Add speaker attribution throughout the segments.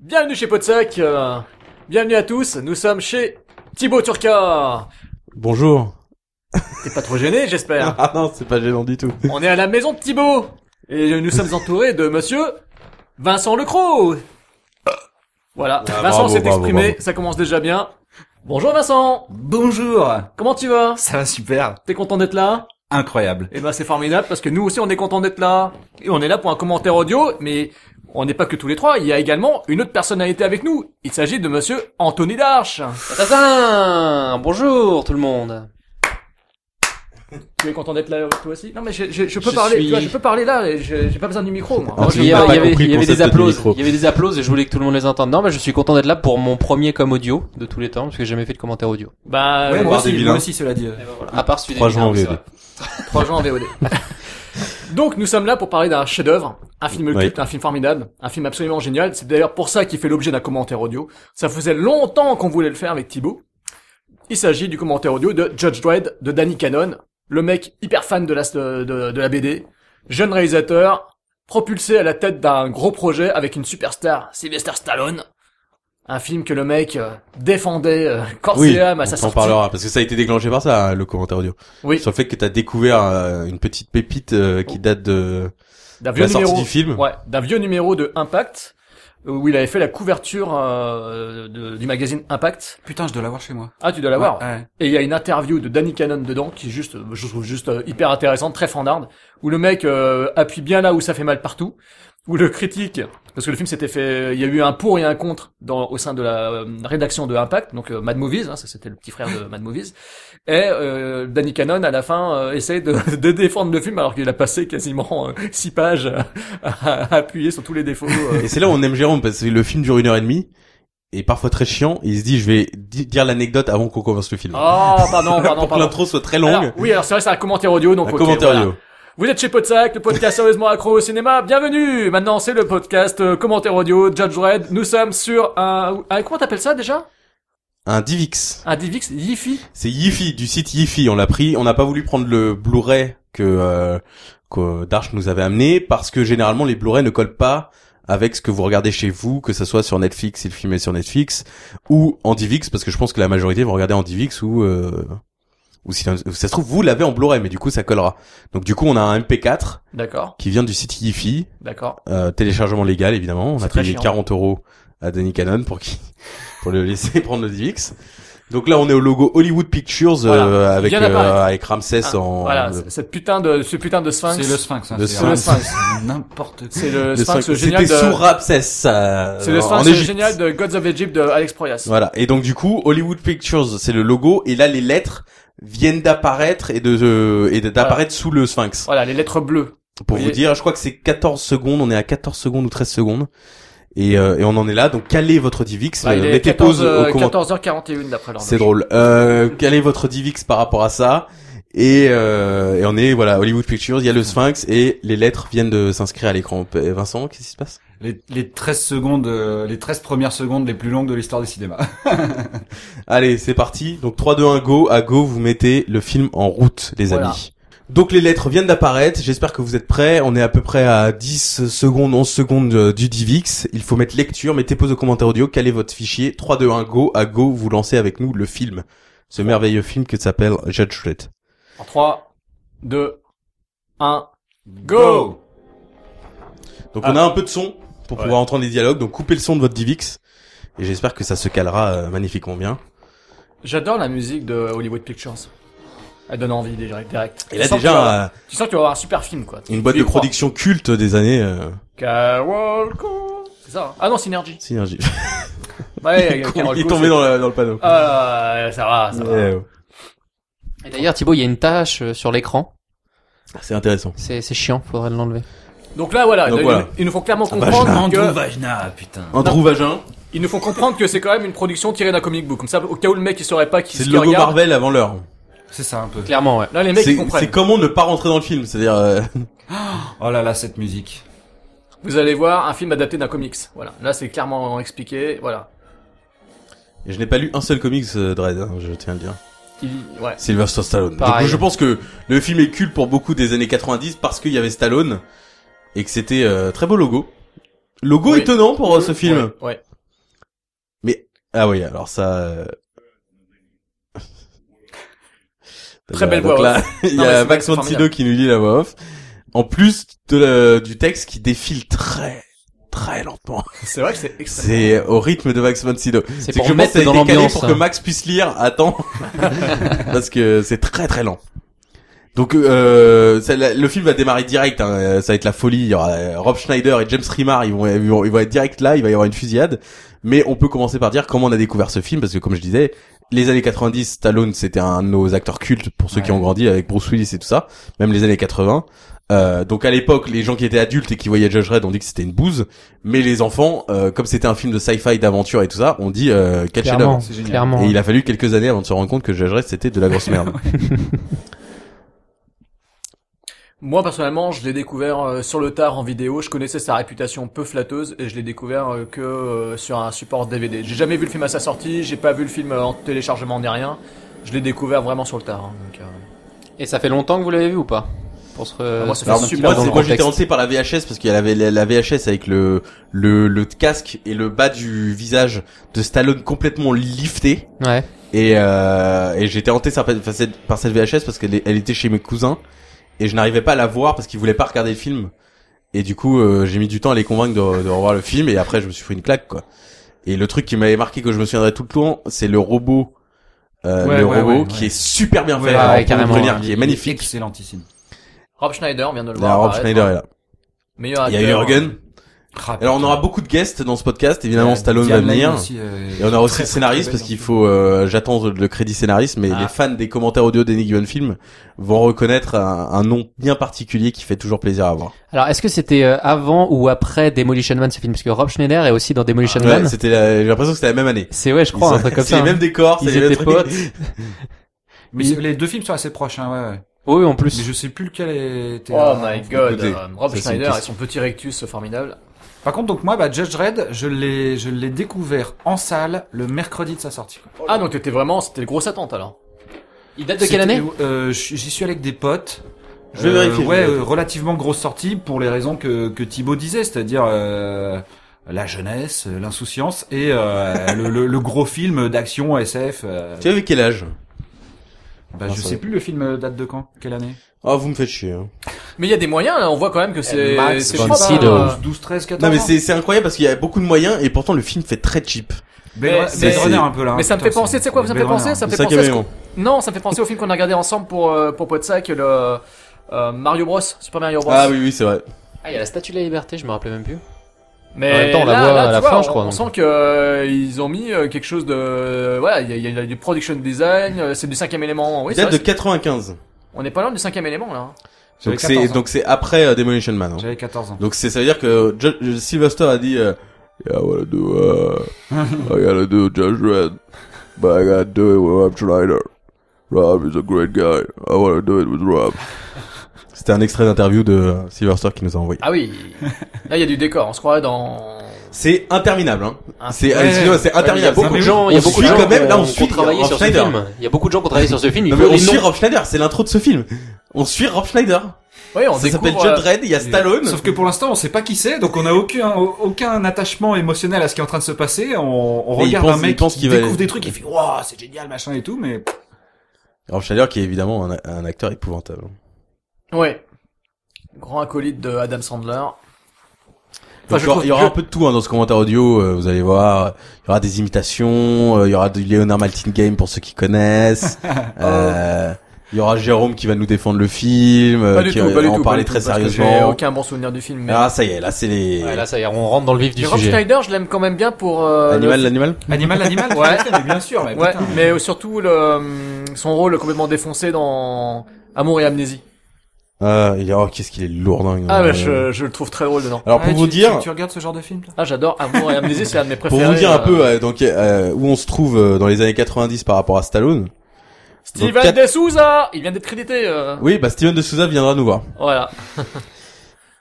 Speaker 1: Bienvenue chez Podsac euh, Bienvenue à tous, nous sommes chez Thibaut Turca
Speaker 2: Bonjour.
Speaker 1: T'es pas trop gêné, j'espère
Speaker 2: Ah non, c'est pas gênant du tout.
Speaker 1: On est à la maison de Thibaut Et nous sommes entourés de monsieur Vincent Lecroc Voilà,
Speaker 2: Ah,
Speaker 1: Vincent
Speaker 2: bravo,
Speaker 1: s'est
Speaker 2: bravo,
Speaker 1: exprimé,
Speaker 2: bravo.
Speaker 1: ça commence déjà bien. Bonjour Vincent
Speaker 3: Bonjour
Speaker 1: Comment tu vas
Speaker 3: Ça va super
Speaker 1: T'es content d'être là
Speaker 3: Incroyable
Speaker 1: Eh ben c'est formidable parce que nous aussi on est content d'être là. Et on est là pour un commentaire audio, mais on n'est pas que tous les trois, il y a également une autre personnalité avec nous. Il s'agit de monsieur Anthony Darche.
Speaker 4: Tatatin Bonjour tout le monde.
Speaker 1: Tu es content d'être là toi aussi Non mais je, je, je peux
Speaker 4: Je
Speaker 1: parler,
Speaker 4: suis-
Speaker 1: tu vois, je peux parler là, et je- j'ai pas besoin du micro moi.
Speaker 2: Ah,
Speaker 1: Moi,
Speaker 2: tu
Speaker 1: je
Speaker 4: il y,
Speaker 2: n'as
Speaker 1: parle.
Speaker 2: pas
Speaker 4: avait, il y avait-
Speaker 2: compris le
Speaker 4: il y avait des
Speaker 2: concept du
Speaker 4: applauses,
Speaker 2: micro.
Speaker 4: il y avait des applauses et je voulais que tout le monde les entende. Non, mais je suis content d'être là pour mon premier com audio de tous les temps parce que j'ai jamais fait de commentaire audio.
Speaker 1: Bah
Speaker 3: Ouais,
Speaker 1: euh,
Speaker 3: moi,
Speaker 2: voir des
Speaker 3: aussi,
Speaker 2: vilains.
Speaker 3: moi aussi, cela dit.
Speaker 4: À part celui des
Speaker 2: Trois jours en
Speaker 4: Mignards,
Speaker 2: VOD.
Speaker 4: c'est vrai.
Speaker 1: trois gens en VOD. Donc nous sommes là pour parler d'un chef-d'œuvre, un film
Speaker 2: Oui.
Speaker 1: culte, un film formidable, un film absolument génial. C'est d'ailleurs pour ça qu'il fait l'objet d'un commentaire audio. Ça faisait longtemps qu'on voulait le faire avec Thibaut. Il s'agit du commentaire audio de Judge Dredd de Danny Cannon, le mec hyper fan de la de, de la BD, jeune réalisateur propulsé à la tête d'un gros projet avec une superstar, Sylvester Stallone. Un film que le mec euh, défendait euh, corps
Speaker 2: Oui,
Speaker 1: et âme à sa
Speaker 2: on en
Speaker 1: sortie.
Speaker 2: parlera parce que ça a été déclenché par ça, hein, le commentaire audio.
Speaker 1: Oui.
Speaker 2: Sur le fait que t'as découvert euh, une petite pépite euh, qui date de
Speaker 1: D'un
Speaker 2: de la
Speaker 1: vieux
Speaker 2: sortie
Speaker 1: numéro
Speaker 2: du film.
Speaker 1: Ouais, d'un vieux numéro de Impact euh, où il avait fait la couverture euh, de- du magazine Impact.
Speaker 3: Putain, je dois l'avoir chez moi.
Speaker 1: Ah, tu dois l'avoir.
Speaker 3: Ouais, ouais.
Speaker 1: Et il y a une interview de Danny Cannon dedans qui est juste, euh, je trouve juste euh, hyper intéressante, très fandarde, où le mec euh, appuie bien là où ça fait mal partout, où le critique, parce que le film s'était fait, il y a eu un pour et un contre dans, au sein de la euh, rédaction de Impact, donc euh, Mad Movies, hein, ça c'était le petit frère de Mad Movies, et euh, Danny Cannon à la fin euh, essaye de, de défendre le film alors qu'il a passé quasiment euh, six pages à, à- à appuyer sur tous les défauts. euh.
Speaker 2: Et c'est là où on aime Jérôme parce que le film dure une heure et demie et parfois très chiant. Et il se dit je vais di- dire l'anecdote avant qu'on commence le film.
Speaker 1: Oh, pardon, pardon,
Speaker 2: Pour que
Speaker 1: pardon.
Speaker 2: l'intro soit très longue.
Speaker 1: Alors, oui, alors c'est vrai, c'est un commentaire audio, donc
Speaker 2: un
Speaker 1: ok,
Speaker 2: commentaire
Speaker 1: voilà.
Speaker 2: audio.
Speaker 1: Vous êtes chez Podsac, le podcast sérieusement accro au cinéma. Bienvenue. Maintenant, c'est le podcast euh, commentaire audio Judge Red. Nous sommes sur un, un comment t'appelles ça déjà
Speaker 2: Un Divix.
Speaker 1: Un Divix Yifi.
Speaker 2: C'est Yifi du site Yifi. On l'a pris. On n'a pas voulu prendre le Blu-ray que euh, que Darch nous avait amené parce que généralement les Blu-ray ne collent pas avec ce que vous regardez chez vous, que ce soit sur Netflix si le film est sur Netflix ou en DivX parce que je pense que la majorité vont regarder en DivX ou euh, ou si ou si ça se trouve vous l'avez en Blu-ray mais du coup ça collera. Donc du coup on a un MP4
Speaker 1: D'accord,
Speaker 2: qui vient du site Yifi,
Speaker 1: d'accord.
Speaker 2: euh, téléchargement légal évidemment. On
Speaker 1: C'est
Speaker 2: a
Speaker 1: très
Speaker 2: payé
Speaker 1: chiant.
Speaker 2: 40 euros à Danny Cannon pour qui pour le laisser prendre le DivX. Donc là on est au logo Hollywood Pictures euh,
Speaker 1: Voilà. Il
Speaker 2: avec
Speaker 1: vient d'apparaître.
Speaker 2: euh, avec Ramsès
Speaker 1: Ah,
Speaker 2: en euh,
Speaker 1: Voilà, c- cette putain de ce putain de
Speaker 3: C'est
Speaker 1: Sphinx.
Speaker 3: le Sphinx. hein,
Speaker 2: Le
Speaker 3: c'est-
Speaker 1: Sphinx.
Speaker 3: c'est N'importe quoi.
Speaker 1: C'est le
Speaker 2: Le
Speaker 1: Sphinx
Speaker 2: Sphinx,
Speaker 1: génial
Speaker 2: C'était
Speaker 1: de.
Speaker 2: sous Ramsès. ça,
Speaker 1: C'est le
Speaker 2: en
Speaker 1: Sphinx euh,
Speaker 2: Égypte.
Speaker 1: génial de Gods of Egypt de Alex Proyas.
Speaker 2: Voilà. Et donc du coup, Hollywood Pictures, c'est le logo, et là les lettres viennent d'apparaître et de euh, et de- d'apparaître sous le Sphinx.
Speaker 1: Voilà, les lettres bleues.
Speaker 2: Pour
Speaker 1: Oui.
Speaker 2: vous dire, je crois que c'est 14 secondes. On est à 14 secondes ou 13 secondes. Et, euh, et on en est là. Donc calez votre Divix.
Speaker 1: Bah,
Speaker 2: euh,
Speaker 1: il est
Speaker 2: mettez
Speaker 1: 14,
Speaker 2: pause
Speaker 1: euh,
Speaker 2: au commentaire.
Speaker 1: 14h41 d'après l'horloge.
Speaker 2: C'est drôle. Euh, calez votre Divix par rapport à ça. Et, euh, et on est voilà Hollywood Pictures. Il y a le Sphinx et les lettres viennent de s'inscrire à l'écran. Et Vincent, qu'est-ce qui se passe
Speaker 3: Les, les 13 secondes, euh, les 13 premières secondes les plus longues de l'histoire du cinéma.
Speaker 2: Allez, c'est parti. Donc 3, 2, 1, go. À go, vous mettez le film en route, les
Speaker 1: Voilà.
Speaker 2: amis. Donc les lettres viennent d'apparaître. J'espère que vous êtes prêts. On est à peu près à 10 secondes, 11 secondes euh, du Divix. Il faut mettre lecture. Mettez pause au commentaire audio. Calez votre fichier. 3, 2, 1, go. À go, vous lancez avec nous le film. Ce merveilleux film que s'appelle Judge Dredd.
Speaker 1: En 3, 2, 1.
Speaker 3: Go
Speaker 2: Donc
Speaker 1: Ah.
Speaker 2: on a un peu de son pour
Speaker 1: Ouais.
Speaker 2: pouvoir entendre les dialogues. Donc coupez le son de votre Divix. Et j'espère que ça se calera euh, magnifiquement bien.
Speaker 1: J'adore la musique de Hollywood Pictures. Elle donne envie déjà direct.
Speaker 2: Et là
Speaker 1: Tu sens que tu vas-
Speaker 2: déjà, euh,
Speaker 1: Tu sens que tu vas avoir un super film, quoi.
Speaker 2: une boîte
Speaker 1: Tu y
Speaker 2: de
Speaker 1: crois.
Speaker 2: production culte des années euh,
Speaker 1: Kawalko. C'est ça. hein Ah non, Synergy.
Speaker 2: Synergie.
Speaker 1: Ouais,
Speaker 2: Il est
Speaker 1: Kawalko,
Speaker 2: tombé
Speaker 1: c'est-
Speaker 2: dans, la- dans le panneau.
Speaker 1: Ah, ça va, ça va.
Speaker 2: Ouais, ouais.
Speaker 4: Et d'ailleurs, Thibaut, il y a une tâche euh, sur l'écran.
Speaker 2: C'est intéressant.
Speaker 4: C'est c'est chiant, faudrait l'enlever.
Speaker 1: Donc là, voilà.
Speaker 2: Donc
Speaker 1: ils-
Speaker 2: voilà. Ah bah,
Speaker 1: Ils nous font clairement
Speaker 2: Vagina.
Speaker 1: comprendre que,
Speaker 3: Vagina, putain.
Speaker 2: Un trou vagin.
Speaker 1: ils nous font comprendre que c'est quand même une production tirée d'un comic book. Comme ça, au cas où le mec, il saurait pas qui
Speaker 2: C'est
Speaker 1: ce
Speaker 2: le
Speaker 1: qu'il
Speaker 2: logo
Speaker 1: regarde.
Speaker 2: Marvel avant l'heure.
Speaker 3: C'est ça un peu.
Speaker 4: Clairement, ouais.
Speaker 1: Là, les mecs,
Speaker 2: C'est
Speaker 1: ils comprennent.
Speaker 2: c'est comment ne pas rentrer dans le film. C'est-à-dire, euh,
Speaker 3: Oh là là, cette musique.
Speaker 1: Vous allez voir un film adapté d'un comics. Voilà. Là, c'est clairement expliqué. Voilà.
Speaker 2: je n'ai pas lu un seul comics euh, Dread, hein, je tiens à le dire.
Speaker 1: Il- ouais.
Speaker 2: Sylvester Stallone. Donc,
Speaker 4: Pareil.
Speaker 2: je pense que le film est culte pour beaucoup des années 90 parce qu'il y avait Stallone et que c'était euh, très beau logo. Logo
Speaker 1: Oui.
Speaker 2: étonnant pour euh, ce film.
Speaker 1: Ouais. ouais.
Speaker 2: Ah oui, alors ça. euh,
Speaker 1: Très belle
Speaker 2: Donc
Speaker 1: voix
Speaker 2: là, Il y
Speaker 1: Non, mais
Speaker 2: a
Speaker 1: c'est
Speaker 2: Max von
Speaker 1: formidable.
Speaker 2: Sydow qui nous lit la voix off. En plus de la- du texte qui défile très très lentement.
Speaker 1: C'est vrai que c'est extrêmement...
Speaker 2: C'est au rythme de Max von Sydow.
Speaker 4: C'est
Speaker 2: C'est
Speaker 4: pour
Speaker 2: que je pense que
Speaker 4: mettre
Speaker 2: ça a
Speaker 4: dans
Speaker 2: été calé
Speaker 4: l'ambiance. hein.
Speaker 2: pour que Max puisse lire à temps. Parce que c'est très très lent. Donc euh, ça- la- le film va démarrer direct, hein, euh, ça va être la folie. Il y aura euh, Rob Schneider et James Remar, ils vont, ils vont ils vont être direct là, il va y avoir une fusillade. Mais on peut commencer par dire comment on a découvert ce film, parce que comme je disais, les années 90, Stallone c'était un de nos acteurs cultes pour ceux qui
Speaker 3: Ouais.
Speaker 2: ont grandi avec Bruce Willis et tout ça, même les années 80. Euh, donc à l'époque, les gens qui étaient adultes et qui voyaient Judge Red ont dit que c'était une bouse, mais les enfants, euh, comme c'était un film de sci-fi, d'aventure et tout ça, ont dit euh, quel chef-d'œuvre.
Speaker 4: Clairement,
Speaker 3: c'est génial.
Speaker 4: clairement.
Speaker 2: Et il a fallu quelques années avant de se rendre compte que Judge Red c'était de la grosse merde.
Speaker 1: Moi, personnellement, je l'ai découvert euh, sur le tard en vidéo. Je connaissais sa réputation peu flatteuse et je l'ai découvert euh, que euh, sur un support DVD. J'ai jamais vu le film à sa sortie, j'ai pas vu le film euh, en téléchargement ni rien. Je l'ai découvert vraiment sur le tard. hein, donc, euh,
Speaker 4: Et ça fait longtemps que vous l'avez vu ou pas Pour se re-
Speaker 1: Ah, moi, ça fait
Speaker 2: Alors,
Speaker 4: dans le
Speaker 1: super
Speaker 2: moi, c'est- moi, j'étais
Speaker 4: contexte.
Speaker 2: hanté par la VHS parce qu'il y avait la, la VHS avec le, le le casque et le bas du visage de Stallone complètement lifté
Speaker 4: Ouais.
Speaker 2: et, euh, et j'étais hanté par, par cette, par cette VHS parce qu'elle est- elle était chez mes cousins et je n'arrivais pas à la voir parce qu'ils voulaient pas regarder le film et du coup euh, j'ai mis du temps à les convaincre de, de revoir le film et après je me suis pris une claque quoi. Et le truc qui m'avait marqué que je me souviendrai tout le temps, c'est le robot euh,
Speaker 3: Ouais,
Speaker 2: le
Speaker 3: ouais,
Speaker 2: robot
Speaker 3: ouais,
Speaker 2: qui
Speaker 3: ouais.
Speaker 2: est super bien fait,
Speaker 3: Ouais,
Speaker 2: alors,
Speaker 4: ouais,
Speaker 2: pour le
Speaker 4: carrément,
Speaker 2: première,
Speaker 4: ouais.
Speaker 2: qui est magnifique.
Speaker 3: Excellentissime.
Speaker 1: Rob Schneider vient de le voir.
Speaker 2: La Bah, Rob
Speaker 1: apparaître. hein.
Speaker 2: Schneider est là.
Speaker 1: Meilleur
Speaker 3: Ah,
Speaker 1: hein.
Speaker 2: Il y a
Speaker 1: acteur.
Speaker 2: Jürgen. Alors on aura beaucoup de guests dans ce podcast, évidemment Stallone va venir.
Speaker 3: euh,
Speaker 2: Et on aura aussi le scénariste parce qu'il faut, euh, j'attends le crédit scénariste, mais
Speaker 3: Ah.
Speaker 2: les fans des commentaires audio d'Enigman Film vont reconnaître un, un nom bien particulier qui fait toujours plaisir à voir.
Speaker 4: Alors, est-ce que c'était euh, avant ou après Demolition Man ce film Parce que Rob Schneider est aussi dans Demolition Man.
Speaker 2: Ah, Ouais, c'était, la- j'ai l'impression que c'était la même année.
Speaker 4: C'est ouais, je crois, un truc comme
Speaker 2: c'est
Speaker 4: ça.
Speaker 2: les
Speaker 4: hein.
Speaker 2: mêmes décors, c'est
Speaker 4: Ils
Speaker 2: les mêmes
Speaker 4: étaient
Speaker 2: trucs.
Speaker 4: potes.
Speaker 3: Mais c'est- les deux films sont assez proches, hein, ouais, ouais.
Speaker 4: Oui, en plus.
Speaker 3: Mais je sais plus lequel était.
Speaker 1: Oh my god,
Speaker 2: Écoutez,
Speaker 1: euh, Rob
Speaker 2: Ah, ça, c'est une
Speaker 1: Schneider et
Speaker 2: question.
Speaker 1: son petit rectus formidable.
Speaker 3: Par contre, donc moi, bah, Judge Red, je l'ai, je l'ai découvert en salle le mercredi de sa sortie.
Speaker 2: Oh
Speaker 1: Ah, donc t'étais vraiment, c'était grosse attente alors.
Speaker 4: Il date de quelle année
Speaker 3: C'était- euh, je- J'y suis avec des potes.
Speaker 2: Je vais vérifier, je vais
Speaker 3: Ouais,
Speaker 2: vérifier.
Speaker 3: euh, relativement grosse sortie pour les raisons que, que Thibaut disait, c'est-à-dire euh, la jeunesse, euh, l'insouciance et euh, le, le- le gros film d'action SF. euh,
Speaker 2: Tu avais quel âge
Speaker 3: bah, je
Speaker 2: Ah, ça-
Speaker 3: sais plus le film euh, date de quand, quelle année
Speaker 2: Oh, vous me faites chier. hein.
Speaker 1: Mais il y a des moyens, là, on voit quand
Speaker 2: Eh,
Speaker 1: même que c'est...
Speaker 3: Max
Speaker 1: c'est
Speaker 4: von
Speaker 1: propre,
Speaker 4: Sydow.
Speaker 1: hein.
Speaker 3: 12, 13, 14.
Speaker 2: Non mais
Speaker 3: ans.
Speaker 2: c'est, c'est incroyable parce qu'il y a beaucoup de moyens et pourtant le film fait très cheap.
Speaker 1: Mais
Speaker 3: Blade, Runner-
Speaker 1: c'est-
Speaker 3: Blade Runner un peu là. hein,
Speaker 1: Mais ça me
Speaker 3: putain,
Speaker 1: fait penser, tu sais quoi, ça me fait
Speaker 3: Blade Runner.
Speaker 1: penser, ça me
Speaker 2: C'est
Speaker 1: fait
Speaker 2: ça qui
Speaker 1: penser
Speaker 2: est
Speaker 1: à ce
Speaker 2: bien.
Speaker 1: qu'on- Non, ça me fait penser au film qu'on a regardé ensemble pour, euh, pour Podsac, le, euh, Mario Bros, Super Mario Bros.
Speaker 2: Ah oui oui c'est vrai.
Speaker 4: Ah, il y a la Statue de la Liberté, je me rappelais même plus.
Speaker 1: Mais
Speaker 4: En même temps, on la
Speaker 1: là,
Speaker 4: voit
Speaker 1: là,
Speaker 4: à
Speaker 1: tu
Speaker 4: la
Speaker 1: vois,
Speaker 4: fin,
Speaker 1: on,
Speaker 4: je crois,
Speaker 1: On
Speaker 4: donc.
Speaker 1: sent que euh, ils ont mis euh, quelque chose de, euh, voilà, il y a, il y a- il y a du production design, euh, c'est du cinquième élément. Oui,
Speaker 2: Il
Speaker 1: c'est
Speaker 2: date
Speaker 1: vrai,
Speaker 2: de 95.
Speaker 1: c'est- on n'est pas loin du cinquième élément là. hein.
Speaker 3: J'avais
Speaker 2: Donc c'est
Speaker 3: 14 ans.
Speaker 2: donc c'est après euh, Demolition Man. hein.
Speaker 3: J'avais 14 ans.
Speaker 2: Donc c'est ça veut dire que Ju- Sylvester a dit euh, Yeah, what I do, uh, I gotta do Judge Red, but I gotta do it with Rob Schneider. Rob is a great guy. I wanna do it with Rob. C'était un extrait d'interview de euh, Sylvester qui nous a envoyé.
Speaker 1: Ah oui. là, il y a du décor, on se croirait dans...
Speaker 2: C'est interminable, hein.
Speaker 1: Ah,
Speaker 2: C'est
Speaker 3: ouais.
Speaker 2: excusez-moi, c'est
Speaker 4: Il y a
Speaker 2: interminable.
Speaker 4: beaucoup de gens,
Speaker 2: Ah, On
Speaker 4: il y a beaucoup
Speaker 2: suit
Speaker 4: de gens
Speaker 2: quand même,
Speaker 4: qui
Speaker 2: là,
Speaker 4: ont-
Speaker 2: on
Speaker 4: qui ont
Speaker 2: suit
Speaker 4: travaillé
Speaker 2: Rob
Speaker 4: sur ce
Speaker 2: Schneider.
Speaker 4: film. Il y a beaucoup de gens qui ont travaillé sur ce film. Il
Speaker 2: Non, mais
Speaker 4: faut
Speaker 2: on
Speaker 4: les
Speaker 2: suit
Speaker 4: noms.
Speaker 2: Rob Schneider, c'est l'intro de ce film. On suit Rob Schneider.
Speaker 1: Oui, on
Speaker 2: ça s'appelle
Speaker 1: découvre...
Speaker 2: Judge
Speaker 1: euh,
Speaker 2: Red, il y a Stallone.
Speaker 3: Sauf que pour l'instant, on sait pas qui c'est, donc on a aucun aucun attachement émotionnel à ce qui est en train de se passer. On, on
Speaker 2: Mais il
Speaker 3: regarde
Speaker 2: pense-
Speaker 3: un mec
Speaker 2: il pense
Speaker 3: qui
Speaker 2: qu'il va-
Speaker 3: découvre des trucs, il fait waouh, c'est génial, machin et tout, mais
Speaker 2: Rob Schneider qui est évidemment un, un acteur épouvantable.
Speaker 1: Ouais. euh, Grand acolyte de Adam Sandler.
Speaker 2: Donc,
Speaker 1: je
Speaker 2: il y aura-
Speaker 1: trouve
Speaker 2: il y aura
Speaker 1: que-
Speaker 2: un peu de tout hein, dans ce commentaire audio, euh, vous allez voir. Il y aura des imitations, euh, il y aura du Leonard Maltingame pour ceux qui connaissent.
Speaker 1: Oh.
Speaker 2: euh, il y aura Jérôme qui va nous défendre le film, euh,
Speaker 1: Pas du
Speaker 2: qui
Speaker 1: tout,
Speaker 2: va
Speaker 1: pas du
Speaker 2: en
Speaker 1: tout.
Speaker 2: parler
Speaker 1: pas
Speaker 2: très
Speaker 1: du tout, parce que J'ai
Speaker 2: sérieusement.
Speaker 1: aucun bon souvenir du film, mais...
Speaker 2: Ah ça y est, là c'est les...
Speaker 4: Ouais, là, ça y est, on rentre dans le vif du
Speaker 1: Mais Rob
Speaker 4: sujet.
Speaker 1: Schneider, je l'aime quand même bien pour euh,
Speaker 2: Animal,
Speaker 1: le-
Speaker 2: l'animal
Speaker 3: animal, animal,
Speaker 1: Ouais.
Speaker 3: putain, mais bien sûr, mais
Speaker 1: Ouais,
Speaker 3: putain.
Speaker 1: mais surtout le, hum, son rôle complètement défoncé dans Amour et Amnésie.
Speaker 2: Ah, il y a- oh, qu'est-ce qu'il est lourd. dingue.
Speaker 1: Ah,
Speaker 2: Euh,
Speaker 1: bah, je, je le trouve très drôle dedans.
Speaker 2: Alors pour
Speaker 3: Ouais,
Speaker 2: vous
Speaker 3: tu-
Speaker 2: dire...
Speaker 3: tu, tu regardes ce genre de film là
Speaker 1: Ah, j'adore Amour et Amnésie, c'est un de mes
Speaker 2: Pour
Speaker 1: préférés.
Speaker 2: vous dire un
Speaker 1: euh,
Speaker 2: peu euh, donc euh, où on se trouve euh, dans les années 90 par rapport à Stallone.
Speaker 1: Steven
Speaker 2: donc, quatre-
Speaker 1: De Souza, il vient d'être crédité. euh,
Speaker 2: Oui, bah Steven de Souza viendra nous voir.
Speaker 1: Voilà.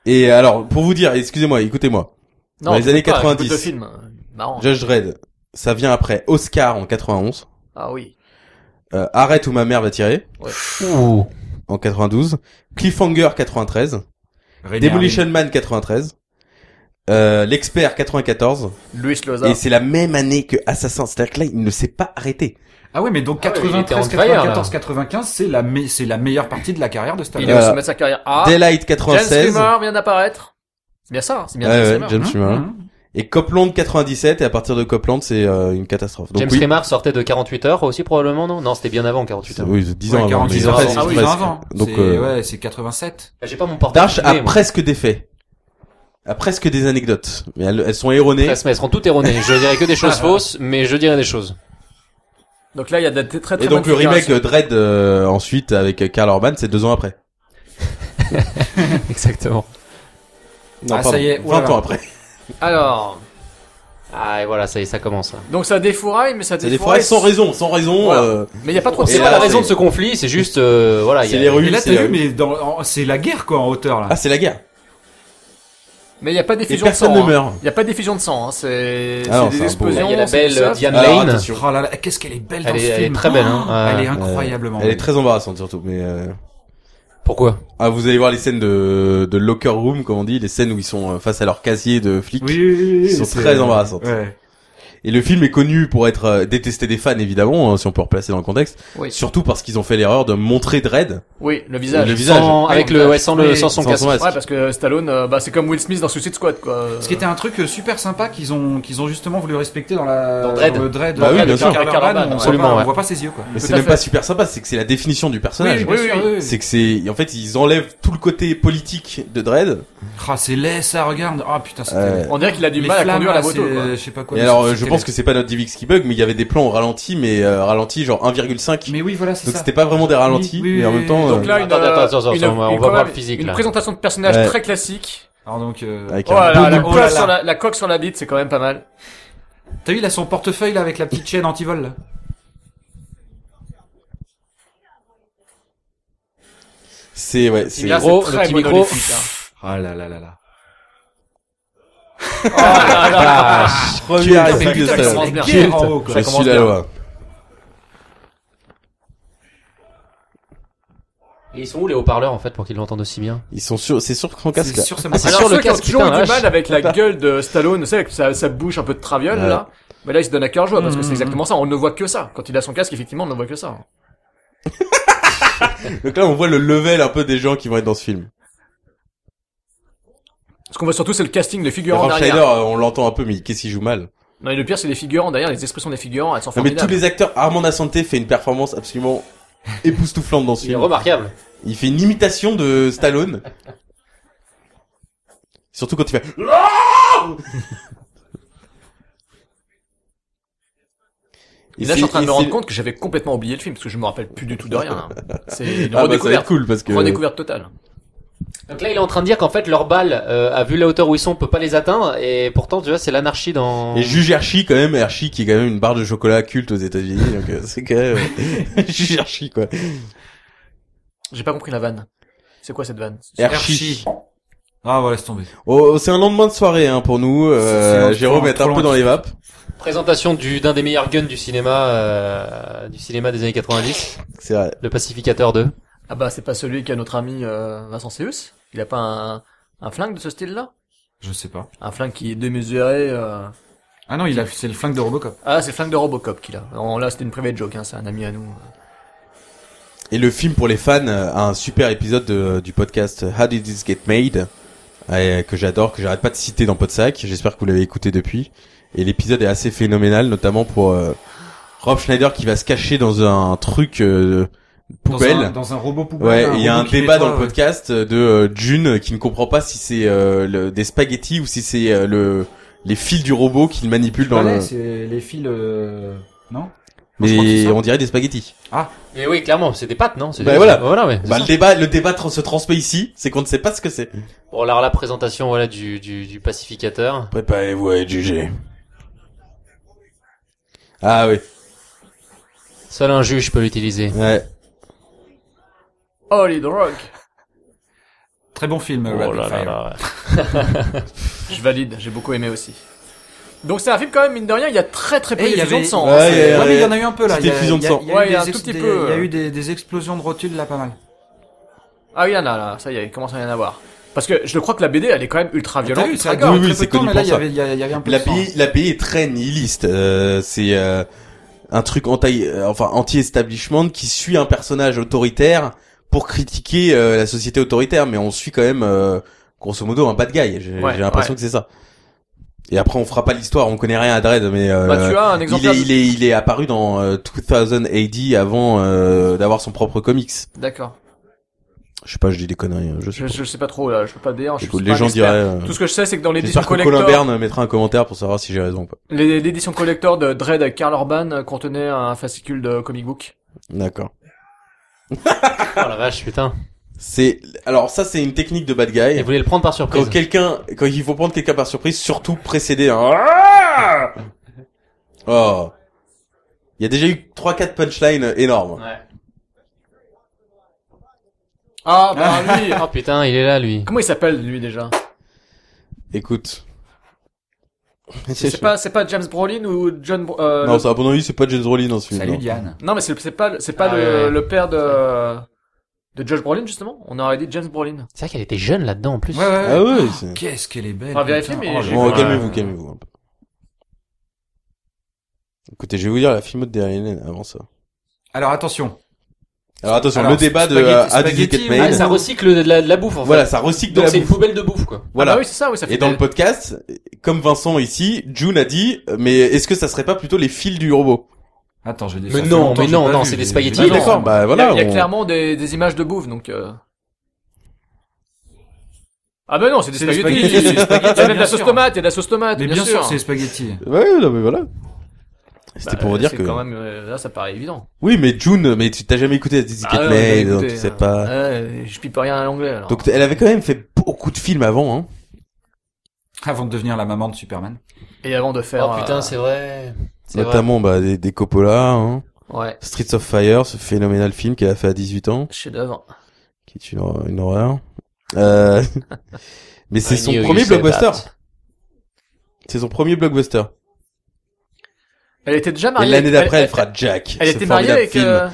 Speaker 2: Et alors pour vous dire, excusez-moi, écoutez-moi. Dans les
Speaker 1: tu
Speaker 2: années
Speaker 1: peux pas,
Speaker 2: 90.
Speaker 1: écoute le film, euh, marrant.
Speaker 2: Judge Dredd, ça vient après Oscar en 91.
Speaker 1: Ah oui.
Speaker 2: euh, Arrête où ma mère va tirer
Speaker 4: Ouh.
Speaker 2: en 92, Cliffhanger 93, Demolition Man 93, euh, l'expert 94
Speaker 1: Luis Loza.
Speaker 2: et c'est la même année que Assassin. C'est-à-dire que là, il ne s'est pas arrêté.
Speaker 3: Ah oui, mais donc
Speaker 4: Ah ouais, il était en
Speaker 3: 93,
Speaker 4: fire, là.
Speaker 3: 94, 95, c'est la, me- c'est la meilleure partie de la carrière de
Speaker 1: Il
Speaker 3: Stallone.
Speaker 1: est au
Speaker 2: Voilà.
Speaker 1: sommet de sa carrière. Ah,
Speaker 2: Daylight
Speaker 1: James
Speaker 2: 96.
Speaker 1: Seymour vient d'apparaître. C'est bien ça, hein, c'est bien
Speaker 2: Ouais, ouais,
Speaker 1: James Hein. Seymour.
Speaker 2: James Remar.
Speaker 3: Hein
Speaker 2: Et Copland 97 et à partir de Copland, c'est euh, une catastrophe. Donc
Speaker 4: James
Speaker 2: oui,
Speaker 4: Remar sortait de 48 heures aussi probablement, non Non, c'était bien avant 48
Speaker 2: c'est-
Speaker 4: heures.
Speaker 2: oui, c'est 10 ans
Speaker 3: Ouais,
Speaker 2: avant.
Speaker 3: 46
Speaker 4: 10 ans
Speaker 3: ans,
Speaker 4: presque,
Speaker 3: ah oui, 10 ans avant.
Speaker 2: Donc,
Speaker 3: C'est-
Speaker 2: euh,
Speaker 3: ouais, c'est 87.
Speaker 4: J'ai pas mon portable.
Speaker 2: Darsh a presque des faits. A presque des anecdotes. Mais elles, elles sont erronées.
Speaker 4: Presque, mais elles seront toutes erronées. Je dirais que des choses fausses, mais je dirais des choses.
Speaker 1: Donc là, il y a de la très très
Speaker 2: Et donc
Speaker 1: bonne
Speaker 2: le remake
Speaker 1: figuration.
Speaker 2: de Dread euh, ensuite avec Karl Orban, c'est deux ans après.
Speaker 4: Exactement.
Speaker 2: Non,
Speaker 3: Ah, ça
Speaker 2: pardon,
Speaker 3: y est,
Speaker 2: 20
Speaker 3: oulala.
Speaker 2: ans après.
Speaker 1: Alors,
Speaker 4: Ah, et voilà, ça y est, ça commence. là.
Speaker 1: donc ça défouraille, mais ça
Speaker 2: C'est des fois
Speaker 1: défouraille
Speaker 2: sans raison, sans raison.
Speaker 1: Voilà.
Speaker 2: euh,
Speaker 1: Mais il y a pas trop de
Speaker 4: C'est
Speaker 2: Et
Speaker 4: pas la
Speaker 2: là,
Speaker 4: raison de
Speaker 2: c'est-
Speaker 4: ce conflit, c'est juste, euh, voilà. il y
Speaker 2: c'est
Speaker 4: a-
Speaker 2: les rues.
Speaker 3: Mais là,
Speaker 2: c'est
Speaker 3: t'as
Speaker 2: la-
Speaker 3: vu, mais dans, en- c'est la guerre, quoi, en hauteur, là.
Speaker 2: Ah, c'est la guerre.
Speaker 1: Mais il y a pas
Speaker 2: Et
Speaker 1: d'effusion de
Speaker 2: personne
Speaker 1: sang.
Speaker 2: ne
Speaker 1: hein.
Speaker 2: meurt.
Speaker 1: Il y a pas d'effusion de sang. Hein. C'est
Speaker 2: Ah non,
Speaker 1: c'est des
Speaker 2: c'est un beau-
Speaker 1: explosions.
Speaker 4: Il y a la
Speaker 1: c'est
Speaker 4: belle
Speaker 1: ça.
Speaker 4: Diane
Speaker 2: Alors,
Speaker 4: Lane.
Speaker 2: Ah, attention.
Speaker 3: Oh là là, qu'est-ce qu'elle est belle dans
Speaker 4: Elle
Speaker 3: ce
Speaker 4: est- elle est
Speaker 3: film.
Speaker 4: très belle, hein.
Speaker 3: Ah,
Speaker 4: Ouais.
Speaker 3: elle est incroyablement
Speaker 2: Elle est
Speaker 3: belle.
Speaker 2: très embarrassante surtout, mais euh,
Speaker 4: Pourquoi
Speaker 2: ah vous allez voir les scènes de de locker room comme on dit, les scènes où ils sont euh, face à leur casier de flics.
Speaker 3: Oui, oui, oui, oui,
Speaker 2: Ils sont
Speaker 3: c'est-
Speaker 2: très embarrassantes.
Speaker 3: Ouais.
Speaker 2: Et le film est connu pour être euh, détesté des fans évidemment, hein, si on peut replacer dans le contexte,
Speaker 1: Oui.
Speaker 2: surtout parce qu'ils ont fait l'erreur de montrer Dread
Speaker 1: Oui, le visage.
Speaker 2: Le visage. Ah,
Speaker 4: Sans-
Speaker 1: Ouais,
Speaker 4: avec
Speaker 1: le
Speaker 4: le,
Speaker 1: visage.
Speaker 4: ouais, sans le,
Speaker 3: Oui,
Speaker 4: sans son
Speaker 2: sans
Speaker 4: casque.
Speaker 2: son masque.
Speaker 1: Ouais, parce que Stallone, euh, bah, c'est comme Will Smith dans Suicide Squad, quoi.
Speaker 3: Ce qui était un truc euh, super sympa qu'ils ont qu'ils ont justement voulu respecter dans la
Speaker 4: Dans Dread.
Speaker 3: le Dread
Speaker 2: Bah oui,
Speaker 3: de
Speaker 2: bien sûr.
Speaker 3: Karl
Speaker 1: Avec Karl
Speaker 3: Urban,
Speaker 1: Urban,
Speaker 3: on, voit
Speaker 4: absolument,
Speaker 3: pas, on
Speaker 4: ouais.
Speaker 3: voit pas ses yeux quoi.
Speaker 2: Mais c'est
Speaker 1: à
Speaker 2: même
Speaker 1: fait.
Speaker 2: pas super sympa, c'est que c'est la définition du personnage. hein.
Speaker 1: Oui, oui, oui.
Speaker 2: C'est que c'est en fait ils enlèvent tout le côté politique de Dread.
Speaker 3: Ah, c'est laid ça regarde. Ah putain, c'était
Speaker 2: Euh,
Speaker 1: On dirait qu'il a du
Speaker 3: Les
Speaker 1: mal à
Speaker 3: flammes,
Speaker 1: conduire la
Speaker 3: là,
Speaker 1: moto,
Speaker 3: c'est-
Speaker 1: quoi.
Speaker 3: je sais pas quoi.
Speaker 2: et
Speaker 3: mais
Speaker 2: alors
Speaker 3: c'est-
Speaker 2: euh, je pense que c'est pas notre DivX qui bug mais il y avait des plans au ralenti mais euh, ralenti genre 1,5.
Speaker 3: Mais oui, voilà, c'est
Speaker 2: Donc
Speaker 3: ça.
Speaker 2: c'était pas vraiment des ralentis
Speaker 3: Oui, oui,
Speaker 2: mais en
Speaker 3: oui,
Speaker 2: même temps
Speaker 3: oui.
Speaker 2: euh,
Speaker 1: Donc là, une,
Speaker 4: Attendez,
Speaker 1: euh,
Speaker 4: attends, attends, attends,
Speaker 1: une-
Speaker 4: on va- on
Speaker 1: une-
Speaker 4: va voir
Speaker 1: quand
Speaker 4: le
Speaker 1: même
Speaker 4: physique,
Speaker 1: Une
Speaker 4: là.
Speaker 1: présentation de personnage
Speaker 2: Ouais.
Speaker 1: très classique.
Speaker 3: Alors donc, euh,
Speaker 2: avec
Speaker 1: Oh
Speaker 2: un
Speaker 1: là
Speaker 2: beau
Speaker 1: là, la,
Speaker 2: look.
Speaker 3: oh
Speaker 1: coque
Speaker 3: là
Speaker 1: sur
Speaker 3: là.
Speaker 1: la, la coque sur la bite, c'est quand même pas mal.
Speaker 3: t'as vu, il a son portefeuille là avec la petite chaîne anti-vol. là.
Speaker 2: c'est ouais c'est
Speaker 4: Il a- Micro, le petit
Speaker 1: bon dans
Speaker 4: micro.
Speaker 1: les fuites, hein.
Speaker 3: Ah là là là là.
Speaker 1: Oh
Speaker 2: Ah,
Speaker 1: là là. Ah,
Speaker 2: Première
Speaker 3: Ah, mais
Speaker 2: attaque de
Speaker 3: putain,
Speaker 1: ça,
Speaker 3: mais
Speaker 2: Stallone.
Speaker 1: commence
Speaker 3: c'est la
Speaker 1: bien.
Speaker 3: guerre en haut, quoi.
Speaker 2: Je
Speaker 1: Ça
Speaker 2: suis
Speaker 1: commence
Speaker 2: la
Speaker 1: bien.
Speaker 2: loi.
Speaker 4: Et ils sont où les haut-parleurs en fait pour qu'ils l'entendent aussi bien
Speaker 2: Ils sont sur, c'est sur qu'on casque
Speaker 3: C'est
Speaker 2: là.
Speaker 3: sur ce
Speaker 4: c'est
Speaker 1: Alors
Speaker 4: sur
Speaker 1: ceux
Speaker 4: le
Speaker 1: qui ont
Speaker 4: casque,
Speaker 1: toujours
Speaker 4: putain,
Speaker 1: eu du
Speaker 4: vache.
Speaker 1: mal avec la gueule de Stallone, tu sais, avec sa, sa bouche un peu de traviole,
Speaker 2: Ouais.
Speaker 1: là. Mais là, il se donne à cœur joie, parce que
Speaker 3: Mhm.
Speaker 1: c'est exactement ça. On ne voit que ça. Quand il a son casque, effectivement, on ne voit que ça.
Speaker 2: Donc là, on voit le level un peu des gens qui vont être dans ce film.
Speaker 1: Ce qu'on voit surtout, c'est le casting de
Speaker 2: Et
Speaker 1: figurants
Speaker 2: Rob Schneider,
Speaker 1: derrière.
Speaker 2: euh, on l'entend un peu, mais qu'est-ce qu'il joue mal
Speaker 1: Non, et le pire, c'est les figurants derrière, les expressions des figurants, elles sont
Speaker 2: Non, Mais tous
Speaker 1: formidables.
Speaker 2: les acteurs, Armand Asante fait une performance absolument époustouflante dans ce
Speaker 4: C'est
Speaker 2: film.
Speaker 4: remarquable.
Speaker 2: Il fait une imitation de Stallone. Surtout quand il fait.
Speaker 1: Et là, je suis en train de me
Speaker 2: Et
Speaker 1: rendre
Speaker 2: c'est-
Speaker 1: compte que j'avais complètement oublié le film, parce que je me rappelle plus du tout de rien. hein. C'est une
Speaker 2: Ah, bah, ça va être
Speaker 1: redécouverte.
Speaker 2: cool parce que.
Speaker 1: Redécouverte totale.
Speaker 4: Donc là, il est en train de dire qu'en fait, leur balle, euh, à vu la hauteur où ils sont, on peut pas les atteindre. Et pourtant, tu vois, c'est l'anarchie dans.
Speaker 2: Et juge Hershey quand même, Hershey qui est quand même une barre de chocolat culte aux États-Unis, donc euh, c'est quand même euh, juge Hershey quoi.
Speaker 1: J'ai pas compris la vanne. C'est quoi cette vanne
Speaker 2: Hershey.
Speaker 3: Ah voilà, c'est tombé.
Speaker 2: Oh, c'est un lendemain de soirée hein, pour nous.
Speaker 3: C'est- c'est
Speaker 2: Euh,
Speaker 3: long,
Speaker 2: Jérôme
Speaker 3: trop
Speaker 2: est un
Speaker 3: long,
Speaker 2: peu dans les vapes.
Speaker 4: Présentation du d'un des meilleurs guns du cinéma, euh, du cinéma des années 90,
Speaker 2: C'est vrai.
Speaker 4: le Pacificateur 2.
Speaker 1: Ah bah, c'est pas celui qu'a notre ami euh, Vincent Seus Il a pas un, un flingue de ce style-là
Speaker 3: Je sais pas.
Speaker 1: Un flingue qui est démesuré... euh,
Speaker 3: Ah non, il a c'est le flingue de Robocop.
Speaker 1: Ah, c'est le flingue de Robocop qu'il a. Alors là, c'était une private joke, hein, c'est un ami à nous.
Speaker 2: Et le film pour les fans euh, a un super épisode de- du podcast euh, How Did This Get Made euh, que j'adore, que j'arrête pas de citer dans Podsac. J'espère que vous l'avez écouté depuis. Et l'épisode est assez phénoménal, notamment pour euh, Rob Schneider qui va se cacher dans un truc euh, poubelle.
Speaker 3: Dans un, dans un robot
Speaker 2: Ouais,
Speaker 3: poubelle.
Speaker 2: et il y a un
Speaker 3: robot qui
Speaker 2: débat dans
Speaker 3: nettoie,
Speaker 2: le
Speaker 3: ouais.
Speaker 2: podcast euh, de euh, June qui ne comprend pas si c'est euh, le- des spaghettis ou si c'est euh, le les fils du robot qu'il manipule dans
Speaker 3: Balai,
Speaker 2: le.
Speaker 3: c'est les fils euh, non je crois que c'est
Speaker 2: Mais
Speaker 3: ça.
Speaker 2: on dirait des spaghettis.
Speaker 4: Mais oui, clairement, c'est des pattes, non C'est
Speaker 2: Bah
Speaker 4: des-
Speaker 2: voilà.
Speaker 4: Voilà, ouais.
Speaker 2: Bah le débat, le débat tra- se transmet ici, c'est qu'on ne sait pas ce que c'est.
Speaker 4: Bon, alors la présentation, voilà, du du, du Pacificateur.
Speaker 2: Préparez-vous à être jugé. Ah oui,
Speaker 4: Seul un juge peut l'utiliser.
Speaker 2: ouais.
Speaker 1: Oh, les drogues
Speaker 3: Très bon film.
Speaker 4: Oh
Speaker 3: Rapid
Speaker 4: là là
Speaker 3: Fire.
Speaker 4: là.
Speaker 1: Je valide, j'ai beaucoup aimé aussi. Donc c'est un film quand même, mine de rien, il y a très très peu
Speaker 3: Et il y
Speaker 1: d'effusion
Speaker 3: avait-
Speaker 1: de sang.
Speaker 2: Ouais,
Speaker 1: hein,
Speaker 2: il y
Speaker 1: c'est-
Speaker 2: a-
Speaker 3: Ouais, mais il y en a eu un peu là.
Speaker 2: C'était
Speaker 3: Il y a-
Speaker 2: effusion de
Speaker 3: il y a-
Speaker 2: sang.
Speaker 3: il y a eu
Speaker 1: Ouais, il y
Speaker 3: des
Speaker 1: a un tout
Speaker 3: ex-
Speaker 1: petit
Speaker 3: des-
Speaker 1: peu,
Speaker 3: Il y a
Speaker 1: euh.
Speaker 3: eu des, des explosions de rotules là, pas mal.
Speaker 1: Ah oui, il y en a là, ça y est, il commence à y en avoir. Parce que je crois que la BD, elle est quand même ultra violente.
Speaker 3: T'as vu,
Speaker 2: oui,
Speaker 3: ça regarde,
Speaker 2: oui,
Speaker 3: très
Speaker 2: Ah, c'est
Speaker 3: peu de temps,
Speaker 2: connu
Speaker 3: mais là,
Speaker 2: pour
Speaker 3: il y
Speaker 2: ça.
Speaker 3: avait- il y a- il y avait un peu de
Speaker 2: La
Speaker 3: sang.
Speaker 2: BI, la BI est très nihiliste. Euh, c'est euh, un truc anti, euh, enfin anti-establishment qui suit un personnage autoritaire pour critiquer euh, la société autoritaire, mais on suit quand même euh, grosso modo un bad guy. J'ai
Speaker 1: Ouais,
Speaker 2: j'ai l'impression
Speaker 1: ouais.
Speaker 2: que c'est ça. Et après, on fera pas l'histoire, on connaît rien à Dredd, mais euh,
Speaker 1: Bah, tu as un
Speaker 2: il
Speaker 1: exemple.
Speaker 2: est, il est, il est apparu dans euh, 2000 AD avant euh, d'avoir son propre comics.
Speaker 1: D'accord.
Speaker 2: Je sais pas, je dis des conneries. hein, Je sais
Speaker 1: Je, je sais pas trop, là. Je peux pas dire. Oh, Je suis
Speaker 2: pas.
Speaker 1: pas
Speaker 2: Les
Speaker 1: un
Speaker 2: gens
Speaker 1: expert.
Speaker 2: diraient. euh,
Speaker 1: Tout ce que je sais, c'est que dans l'édition
Speaker 2: J'espère que Colin
Speaker 1: collector,
Speaker 2: Bern mettra un commentaire pour savoir si j'ai raison ou pas.
Speaker 1: les- l'édition collector de Dread avec Karl Urban euh, contenait un fascicule de comic book.
Speaker 2: D'accord.
Speaker 4: Oh la vache, putain.
Speaker 2: C'est alors ça c'est une technique de bad
Speaker 4: Il
Speaker 2: guy.
Speaker 4: voulait le prendre par
Speaker 2: Quand
Speaker 4: surprise.
Speaker 2: quelqu'un, quand il faut prendre quelqu'un par surprise, surtout précéder un. Ah Oh. Il y a déjà eu 3-4 punchlines énormes.
Speaker 4: Ouais.
Speaker 1: Ah, bah lui.
Speaker 4: Oh putain, il est là, lui.
Speaker 1: Comment il s'appelle, lui, déjà?
Speaker 2: Écoute.
Speaker 1: C'est pas, c'est pas James Brolin ou John, Bro- euh,
Speaker 2: Non,
Speaker 1: le-
Speaker 2: ça, à mon avis, c'est pas James Brolin dans ce film.
Speaker 3: Salut
Speaker 2: non.
Speaker 3: Diane.
Speaker 1: Non, mais c'est c'est pas, c'est pas
Speaker 4: Ah,
Speaker 1: le,
Speaker 4: ouais, ouais.
Speaker 1: le père de, de Josh Brolin, justement. On aurait dit James Brolin. Ah,
Speaker 4: C'est vrai qu'elle était jeune là-dedans en plus.
Speaker 3: Ouais, ouais, ouais.
Speaker 2: Ah ouais. c'est-
Speaker 3: Qu'est-ce qu'elle est belle.
Speaker 1: Enfin, vérifier,
Speaker 3: putain.
Speaker 1: mais j'ai
Speaker 2: Bon,
Speaker 1: Ouais.
Speaker 2: calmez-vous, calmez-vous. un peu. Écoutez, je vais vous dire la filmote derrière Hélène avant ça.
Speaker 3: Alors attention.
Speaker 2: Alors attention,
Speaker 3: Alors,
Speaker 2: le débat de
Speaker 3: spaghetti-
Speaker 2: euh, How Did It
Speaker 3: spaghetti,
Speaker 2: Get
Speaker 3: ouais,
Speaker 4: Ah,
Speaker 2: Made.
Speaker 4: ça recycle de la, de la bouffe en
Speaker 2: Voilà, ça recycle
Speaker 4: fait.
Speaker 2: de
Speaker 4: Donc
Speaker 2: la
Speaker 4: c'est une
Speaker 2: bouffe.
Speaker 4: poubelle de bouffe quoi.
Speaker 1: Ah bah
Speaker 2: Voilà.
Speaker 1: oui, c'est ça, oui, ça fait
Speaker 2: Et dans
Speaker 1: des-
Speaker 2: le podcast, comme Vincent ici, June a dit, euh, mais est-ce que ça serait pas plutôt les fils du robot
Speaker 3: Attends, j'ai des.
Speaker 4: Mais
Speaker 3: ça fait
Speaker 4: non,
Speaker 3: longtemps
Speaker 4: mais
Speaker 3: que
Speaker 4: non,
Speaker 3: j'ai pas
Speaker 4: non,
Speaker 3: vu,
Speaker 4: c'est des
Speaker 3: j'ai-
Speaker 4: spaghettis.
Speaker 1: Ah
Speaker 3: j'ai-
Speaker 1: non.
Speaker 2: d'accord. Bah
Speaker 1: Il y a,
Speaker 2: voilà.
Speaker 1: il y a
Speaker 2: on-
Speaker 1: clairement des, des images de bouffe, donc. euh. Ah bah non, c'est des
Speaker 3: C'est des
Speaker 1: spaghettis.
Speaker 3: spaghettis, c'est des spaghettis,
Speaker 1: Il y a de
Speaker 3: bien
Speaker 1: la sauce
Speaker 3: sûr.
Speaker 1: tomate, il y a de la sauce tomate.
Speaker 3: Mais bien sûr, c'est des spaghettis.
Speaker 2: Ouais, non mais voilà. C'était
Speaker 1: Bah,
Speaker 2: pour vous dire
Speaker 1: c'est
Speaker 2: que.
Speaker 1: quand même, euh, là, ça paraît évident.
Speaker 2: Oui, mais June, mais tu t'as jamais écouté This
Speaker 1: Ah, ouais,
Speaker 2: Made,
Speaker 1: ouais,
Speaker 2: donc
Speaker 1: écoutez,
Speaker 2: tu sais pas.
Speaker 1: euh, je pipe rien à l'anglais, alors.
Speaker 2: Donc elle avait quand même fait beaucoup de films avant. Hein.
Speaker 3: Avant de devenir la maman de Superman.
Speaker 1: Et avant de faire.
Speaker 4: Oh putain,
Speaker 1: euh,
Speaker 4: c'est vrai. C'est vrai.
Speaker 2: Notamment bah, des, des Coppola, hein.
Speaker 1: Ouais.
Speaker 2: Streets of Fire, ce phénoménal film qu'elle a fait à 18 ans,
Speaker 1: Chef d'œuvre.
Speaker 2: qui est une, hor- une horreur. Euh... mais c'est
Speaker 4: I
Speaker 2: son
Speaker 4: knew you
Speaker 2: premier
Speaker 4: said
Speaker 2: blockbuster.
Speaker 4: that.
Speaker 2: C'est son premier blockbuster.
Speaker 1: Elle était déjà
Speaker 2: Et
Speaker 1: mariée.
Speaker 2: l'année
Speaker 1: avec-
Speaker 2: d'après, elle,
Speaker 1: elle,
Speaker 2: fera Jack.
Speaker 1: elle
Speaker 2: ce
Speaker 1: était mariée
Speaker 2: formidable
Speaker 1: avec.
Speaker 2: film.
Speaker 1: euh,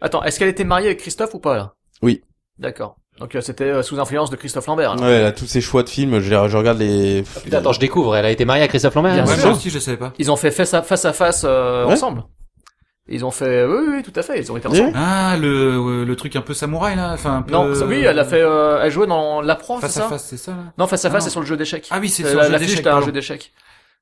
Speaker 1: Attends, est-ce qu'elle était mariée avec Christophe ou pas là
Speaker 2: Oui.
Speaker 1: D'accord. Donc euh, c'était euh, sous influence de Christophe Lambert. alors.
Speaker 2: Ouais, elle a tous ses choix de films. Je, les- je regarde les.
Speaker 4: Ah, Putain, attends, je découvre. Elle a été mariée à Christophe Lambert.
Speaker 1: Bien
Speaker 4: hein.
Speaker 3: Ouais,
Speaker 1: sûr.
Speaker 3: moi aussi, je savais pas.
Speaker 1: Ils ont fait face à face, à face euh,
Speaker 2: Ouais.
Speaker 1: ensemble. Ils ont fait oui, oui, oui, tout à fait. Ils ont été
Speaker 2: Ouais.
Speaker 1: ensemble.
Speaker 3: Ah, le, le truc un peu samouraï, là. Enfin, un peu.
Speaker 1: Non, ça- oui, elle a fait, euh, elle jouait dans la proie, c'est
Speaker 3: Face à
Speaker 1: ça
Speaker 3: face, c'est ça, là.
Speaker 1: Non, face à
Speaker 3: Ah,
Speaker 1: face,
Speaker 3: non.
Speaker 1: c'est sur le jeu d'échecs.
Speaker 3: Ah oui, c'est
Speaker 1: Euh,
Speaker 3: sur
Speaker 1: la,
Speaker 3: le jeu
Speaker 1: la fiche,
Speaker 3: d'échecs.
Speaker 1: t'as un
Speaker 3: pardon.
Speaker 1: jeu d'échecs.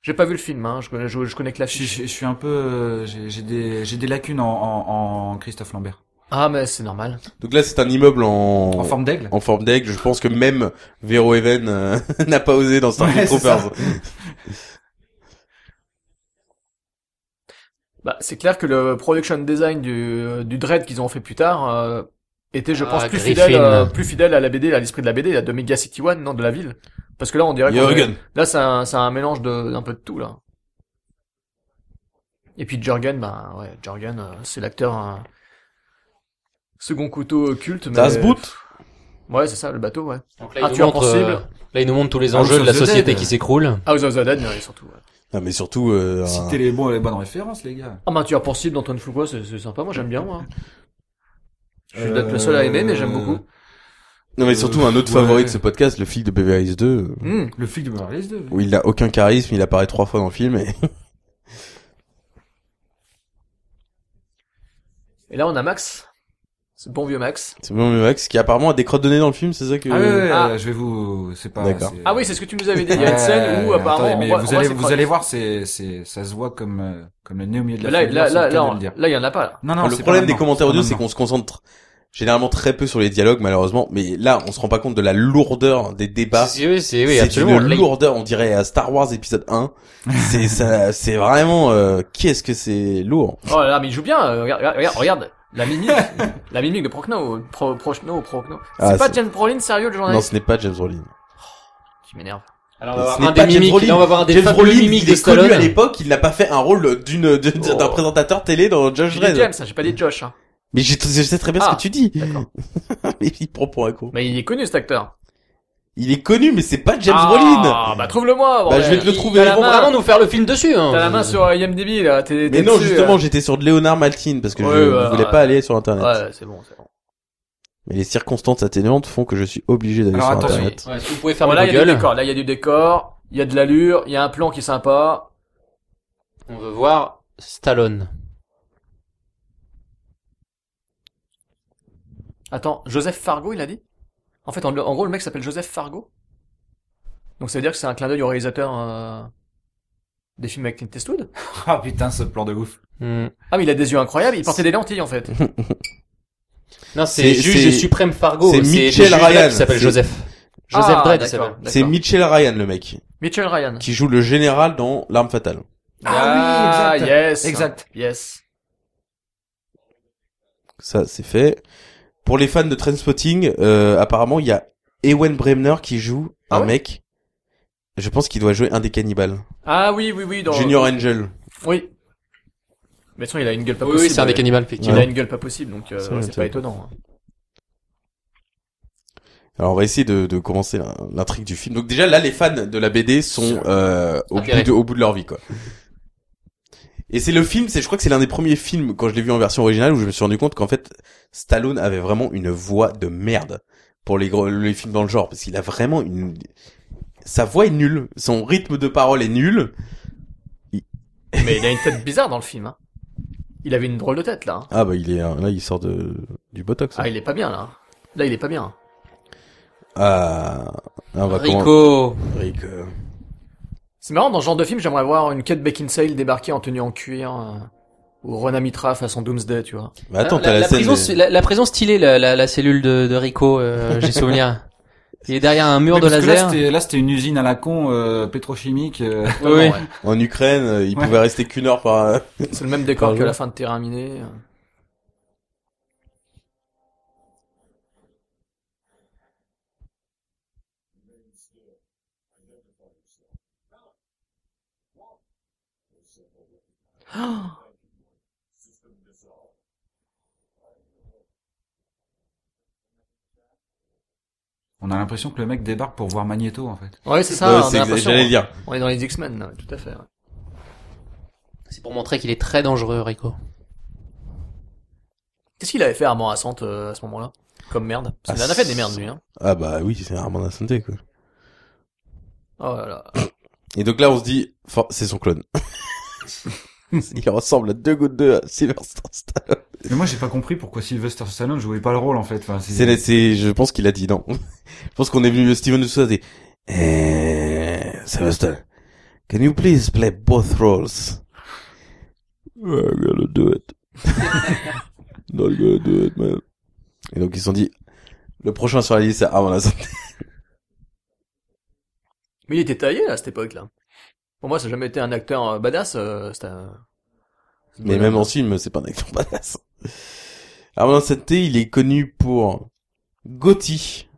Speaker 1: J'ai pas vu le film, hein. Je connais, je, je connais que la
Speaker 3: Je,
Speaker 1: fiche.
Speaker 3: je- je suis un peu, euh, j'ai j'ai des, j'ai des lacunes en, en, en Christophe Lambert.
Speaker 1: Ah, mais c'est normal.
Speaker 2: Donc là, c'est un immeuble en.
Speaker 3: En forme d'aigle.
Speaker 2: en forme d'aigle. Je pense que même Vero Even euh, n'a pas osé dans Starship
Speaker 3: Ouais, c'est
Speaker 2: Troopers.
Speaker 1: Bah, c'est clair que le production design du, du Dread qu'ils ont fait plus tard euh, était, je
Speaker 4: Ah,
Speaker 1: pense, plus
Speaker 4: Griffin.
Speaker 1: fidèle, euh, plus fidèle à la BD, à l'esprit de la BD, à de Mega City One, non, de la ville. Parce que là, on dirait qu'on est-
Speaker 2: Jürgen.
Speaker 1: là, c'est un, c'est un mélange de, d'un peu de tout là. Et puis Jorgen, ben ouais, Jorgen, euh, c'est l'acteur hein, second couteau euh, culte. Mais...
Speaker 2: Das Boot.
Speaker 1: Ouais, c'est ça, le bateau, ouais.
Speaker 4: Donc là, il
Speaker 1: Ah,
Speaker 4: nous
Speaker 1: tu es
Speaker 4: montre,
Speaker 1: insensible.
Speaker 4: euh, Là, il nous montre tous les
Speaker 3: Ah,
Speaker 4: enjeux
Speaker 3: House
Speaker 4: de la
Speaker 3: of the
Speaker 4: société
Speaker 3: Dead.
Speaker 4: qui s'écroule.
Speaker 1: House of the Dead, mais surtout. Ouais.
Speaker 2: Non, mais surtout. euh, un-
Speaker 3: Citez les, bons, les bonnes références, les gars.
Speaker 1: Ah, ben, tu as pensé d'Antoine Foucault, c'est, c'est sympa, moi j'aime bien, moi. Je suis
Speaker 3: Euh,
Speaker 1: peut-être le seul à aimer, mais j'aime beaucoup.
Speaker 2: Non, mais surtout un autre
Speaker 3: Ouais.
Speaker 2: favori de ce podcast, le flic de Beverly Hills 2,
Speaker 1: Hmm.
Speaker 3: Le flic de Beverly Hills 2.
Speaker 2: où il n'a aucun charisme, il apparaît trois fois dans le film. Et...
Speaker 1: Et là, on a Max. Ce bon vieux Max.
Speaker 2: C'est bon, mais Max, qui apparemment a des crottes de nez dans le film, c'est ça que.
Speaker 3: Ah ouais, ouais,
Speaker 1: Ah.
Speaker 3: euh, je vais vous, c'est pas.
Speaker 2: D'accord.
Speaker 3: c'est-
Speaker 1: Ah oui, c'est ce que tu nous avais dit. Il y a une scène où,
Speaker 3: Ouais,
Speaker 1: apparemment,
Speaker 3: attendez, Euh, mais
Speaker 1: on voit- on
Speaker 3: vous
Speaker 1: voit
Speaker 3: allez,
Speaker 1: ses
Speaker 3: vous
Speaker 1: crottes.
Speaker 3: allez voir, c'est, c'est, ça se voit comme, euh, comme le nez au milieu de la.
Speaker 1: Mais Là,
Speaker 3: fenêtre,
Speaker 1: là,
Speaker 3: c'est le
Speaker 1: là,
Speaker 3: cas
Speaker 1: là,
Speaker 3: de
Speaker 1: on-
Speaker 3: le dire.
Speaker 1: là, il y en a pas, là.
Speaker 3: Non, non,
Speaker 2: le
Speaker 3: c'est
Speaker 2: problème
Speaker 3: pas
Speaker 2: des
Speaker 3: maintenant,
Speaker 2: commentaires
Speaker 3: pas
Speaker 2: audio, c'est
Speaker 3: maintenant.
Speaker 2: qu'on se concentre généralement très peu sur les dialogues, malheureusement. Mais là, on se rend pas compte de la lourdeur des débats.
Speaker 4: C'est- oui, c'est oui,
Speaker 2: c'est une
Speaker 4: absolument. Là, il-
Speaker 2: lourdeur, on dirait à Star Wars épisode 1. c'est ça, c'est vraiment euh, qu'est-ce que c'est lourd.
Speaker 1: Oh là là, mais il joue bien. euh, regarde, regarde, regarde. La mimique, la mimique de Procno, euh, Pro, Prochno, Procno. C'est
Speaker 2: Ah,
Speaker 1: pas
Speaker 2: c'est-
Speaker 1: James Brolin, sérieux, le
Speaker 2: Non,
Speaker 1: journaliste
Speaker 2: ce n'est pas James Brolin.
Speaker 1: qui m'énerve.
Speaker 4: Alors,
Speaker 2: Ce
Speaker 4: on
Speaker 2: n'est
Speaker 4: va avoir
Speaker 2: pas
Speaker 4: un des
Speaker 2: James
Speaker 4: mimiques.
Speaker 2: Brolin.
Speaker 4: Là, on va avoir un des
Speaker 2: James
Speaker 4: fameux
Speaker 2: Brolin,
Speaker 4: mimiques
Speaker 2: il
Speaker 4: de
Speaker 2: est connu à
Speaker 4: Stallone.
Speaker 2: l'époque, il n'a pas fait un rôle d'une de-
Speaker 1: Oh.
Speaker 2: d'un présentateur télé dans Judge
Speaker 1: J'ai dit
Speaker 2: Dredd.
Speaker 1: James, hein, j'ai pas dit Josh. Hein.
Speaker 2: Mais je, je sais très bien
Speaker 1: Ah.
Speaker 2: ce que tu dis.
Speaker 1: D'accord.
Speaker 2: Mais il prend pour un con.
Speaker 1: Mais il est connu, cet acteur.
Speaker 2: Il est connu, mais c'est pas James
Speaker 1: ah,
Speaker 2: Brolin.
Speaker 1: bah trouve-le-moi.
Speaker 2: Bah, je vais
Speaker 1: bordel.
Speaker 2: te le
Speaker 4: Ils-
Speaker 2: trouver.
Speaker 4: Ils
Speaker 1: T'as la
Speaker 4: vont
Speaker 1: main.
Speaker 4: vraiment nous faire le film dessus. hein.
Speaker 1: T'as la main sur euh, IMDb, là. T'es,
Speaker 2: Mais
Speaker 1: t'es
Speaker 2: non,
Speaker 1: dessus,
Speaker 2: justement, j'étais sur Leonard Maltin parce que
Speaker 1: Ouais,
Speaker 2: je
Speaker 4: bah,
Speaker 1: ouais,
Speaker 2: voulais
Speaker 1: ouais.
Speaker 2: pas aller sur Internet.
Speaker 1: euh. Ouais, c'est bon, c'est bon.
Speaker 2: Mais les circonstances atténuantes font que je suis obligé d'aller
Speaker 3: Alors,
Speaker 2: sur
Speaker 3: attention.
Speaker 2: Internet.
Speaker 4: Ouais, vous pouvez faire
Speaker 1: Voilà,
Speaker 4: le
Speaker 1: il y a du
Speaker 4: Google.
Speaker 1: décor. Ah, Là, il y a du décor. Il y a de l'allure. Il y a un plan qui est sympa.
Speaker 4: On veut voir Stallone.
Speaker 1: Attends, Joseph Fargo, il a dit En fait, en, en gros, le mec s'appelle Joseph Fargo. Donc ça veut dire que c'est un clin d'œil au réalisateur euh, des films avec Clint Eastwood.
Speaker 3: Ah putain, ce plan de ouf.
Speaker 4: Hmm.
Speaker 1: Ah, mais il a des yeux incroyables. Il portait des lentilles en fait.
Speaker 4: Non,
Speaker 2: C'est-
Speaker 4: c'est
Speaker 2: c'est-
Speaker 4: juge suprême Fargo.
Speaker 2: c'est Mitchell
Speaker 4: le juge Dredd
Speaker 2: Ryan.
Speaker 4: qui s'appelle
Speaker 2: C'est-
Speaker 4: Joseph. Joseph
Speaker 1: Ah,
Speaker 4: Dredd, il
Speaker 1: d'accord,
Speaker 4: s'appelle.
Speaker 1: d'accord.
Speaker 2: C'est Mitchell Ryan, le mec,
Speaker 1: Mitchell Ryan.
Speaker 2: qui joue le général dans L'arme fatale.
Speaker 1: Ah, yes.
Speaker 3: Exact.
Speaker 1: Yes.
Speaker 2: Ça, c'est fait. Pour les fans de Trainspotting, euh, apparemment, il y a Ewen Bremner qui joue
Speaker 1: Ah
Speaker 2: un
Speaker 1: ouais
Speaker 2: mec. Je pense qu'il doit jouer un des cannibales.
Speaker 1: Ah oui, oui, oui. Dans...
Speaker 2: Junior Angel.
Speaker 1: Oui. Mais de toute façon, il a une gueule pas
Speaker 4: Oui,
Speaker 1: possible.
Speaker 4: oui, c'est un des cannibales,
Speaker 1: Il
Speaker 4: effectivement.
Speaker 1: a une gueule pas possible, donc euh,
Speaker 2: C'est
Speaker 1: c'est pas
Speaker 2: vrai.
Speaker 1: étonnant. hein.
Speaker 2: Alors on va essayer de, de commencer l'in- l'intrigue du film. Donc déjà là les fans de la BD sont euh, au, bout
Speaker 4: Intérêt.
Speaker 2: de, au bout de leur vie quoi. Et c'est le film, c'est je crois que c'est l'un des premiers films quand je l'ai vu en version originale où je me suis rendu compte qu'en fait Stallone avait vraiment une voix de merde pour les gros- les films dans le genre parce qu'il a vraiment une sa voix est nulle, son rythme de parole est nul.
Speaker 1: Mais il a une tête bizarre dans le film. Hein. Il avait une drôle de tête là. hein.
Speaker 2: Ah bah il est là il sort de du botox. hein.
Speaker 1: Ah, il est pas bien là. Là, il est pas bien.
Speaker 2: Ah, on va comment-
Speaker 4: Rico.
Speaker 2: Rico.
Speaker 1: C'est marrant, dans ce genre de film, j'aimerais voir une Kate Beckinsale débarquer en tenue en cuir euh, ou Rona Mitra façon Doomsday, tu vois.
Speaker 2: Mais Ah, attends,
Speaker 4: la,
Speaker 2: t'as la,
Speaker 4: la
Speaker 2: scène
Speaker 4: prison,
Speaker 2: des-
Speaker 4: la, la prison stylée, la, la, la cellule de, de Rico, euh, j'ai souvenir. Il est derrière un mur
Speaker 3: Oui,
Speaker 4: de
Speaker 3: parce que là,
Speaker 4: laser.
Speaker 3: c'était- Là, c'était une usine à la con euh, pétrochimique. euh.
Speaker 4: Oui, oui.
Speaker 1: Ouais.
Speaker 2: en Ukraine, euh, il
Speaker 3: Ouais.
Speaker 2: pouvait rester qu'une heure par
Speaker 1: C'est le même décor que
Speaker 2: Pardon.
Speaker 1: la fin de Terrain Miné.
Speaker 3: On a l'impression que le mec débarque pour voir Magneto en fait.
Speaker 1: Ouais, c'est
Speaker 2: Ouais,
Speaker 1: ça. on,
Speaker 2: c'est
Speaker 1: a
Speaker 2: exa-
Speaker 1: l'impression- hein.
Speaker 2: j'allais le dire.
Speaker 1: on est dans les X-Men, là, tout à fait. ouais.
Speaker 4: C'est pour montrer qu'il est très dangereux, Rico.
Speaker 1: Qu'est-ce qu'il avait fait Armand Assante euh, à ce moment-là Comme merde. Parce qu'il
Speaker 2: Ah,
Speaker 1: en a fait des merdes, lui. Hein.
Speaker 2: Ah bah oui, c'est Armand Asante quoi.
Speaker 1: Oh là là.
Speaker 2: Et donc là on se dit, for- c'est son clone. Il ressemble à deux gouttes de Sylvester Stallone.
Speaker 3: Mais moi, j'ai pas compris pourquoi Sylvester Stallone jouait pas le rôle en fait. Enfin, c'est-
Speaker 2: C'est, c'est, je pense qu'il a dit non. je pense qu'on est venu Steven Sousa dit, eh, Sylvester, can you please play both roles? I'm gonna do it. Not gonna do it, man. Et donc ils se sont dit, le prochain sur la liste c'est Armand Asante.
Speaker 1: Mais il était taillé, là, à cette époque-là. Pour moi, ça n'a jamais été un acteur euh, badass. euh, c'était un-
Speaker 2: Mais même en film, c'est pas un acteur badass. Armand Asante, il est connu pour Gotti.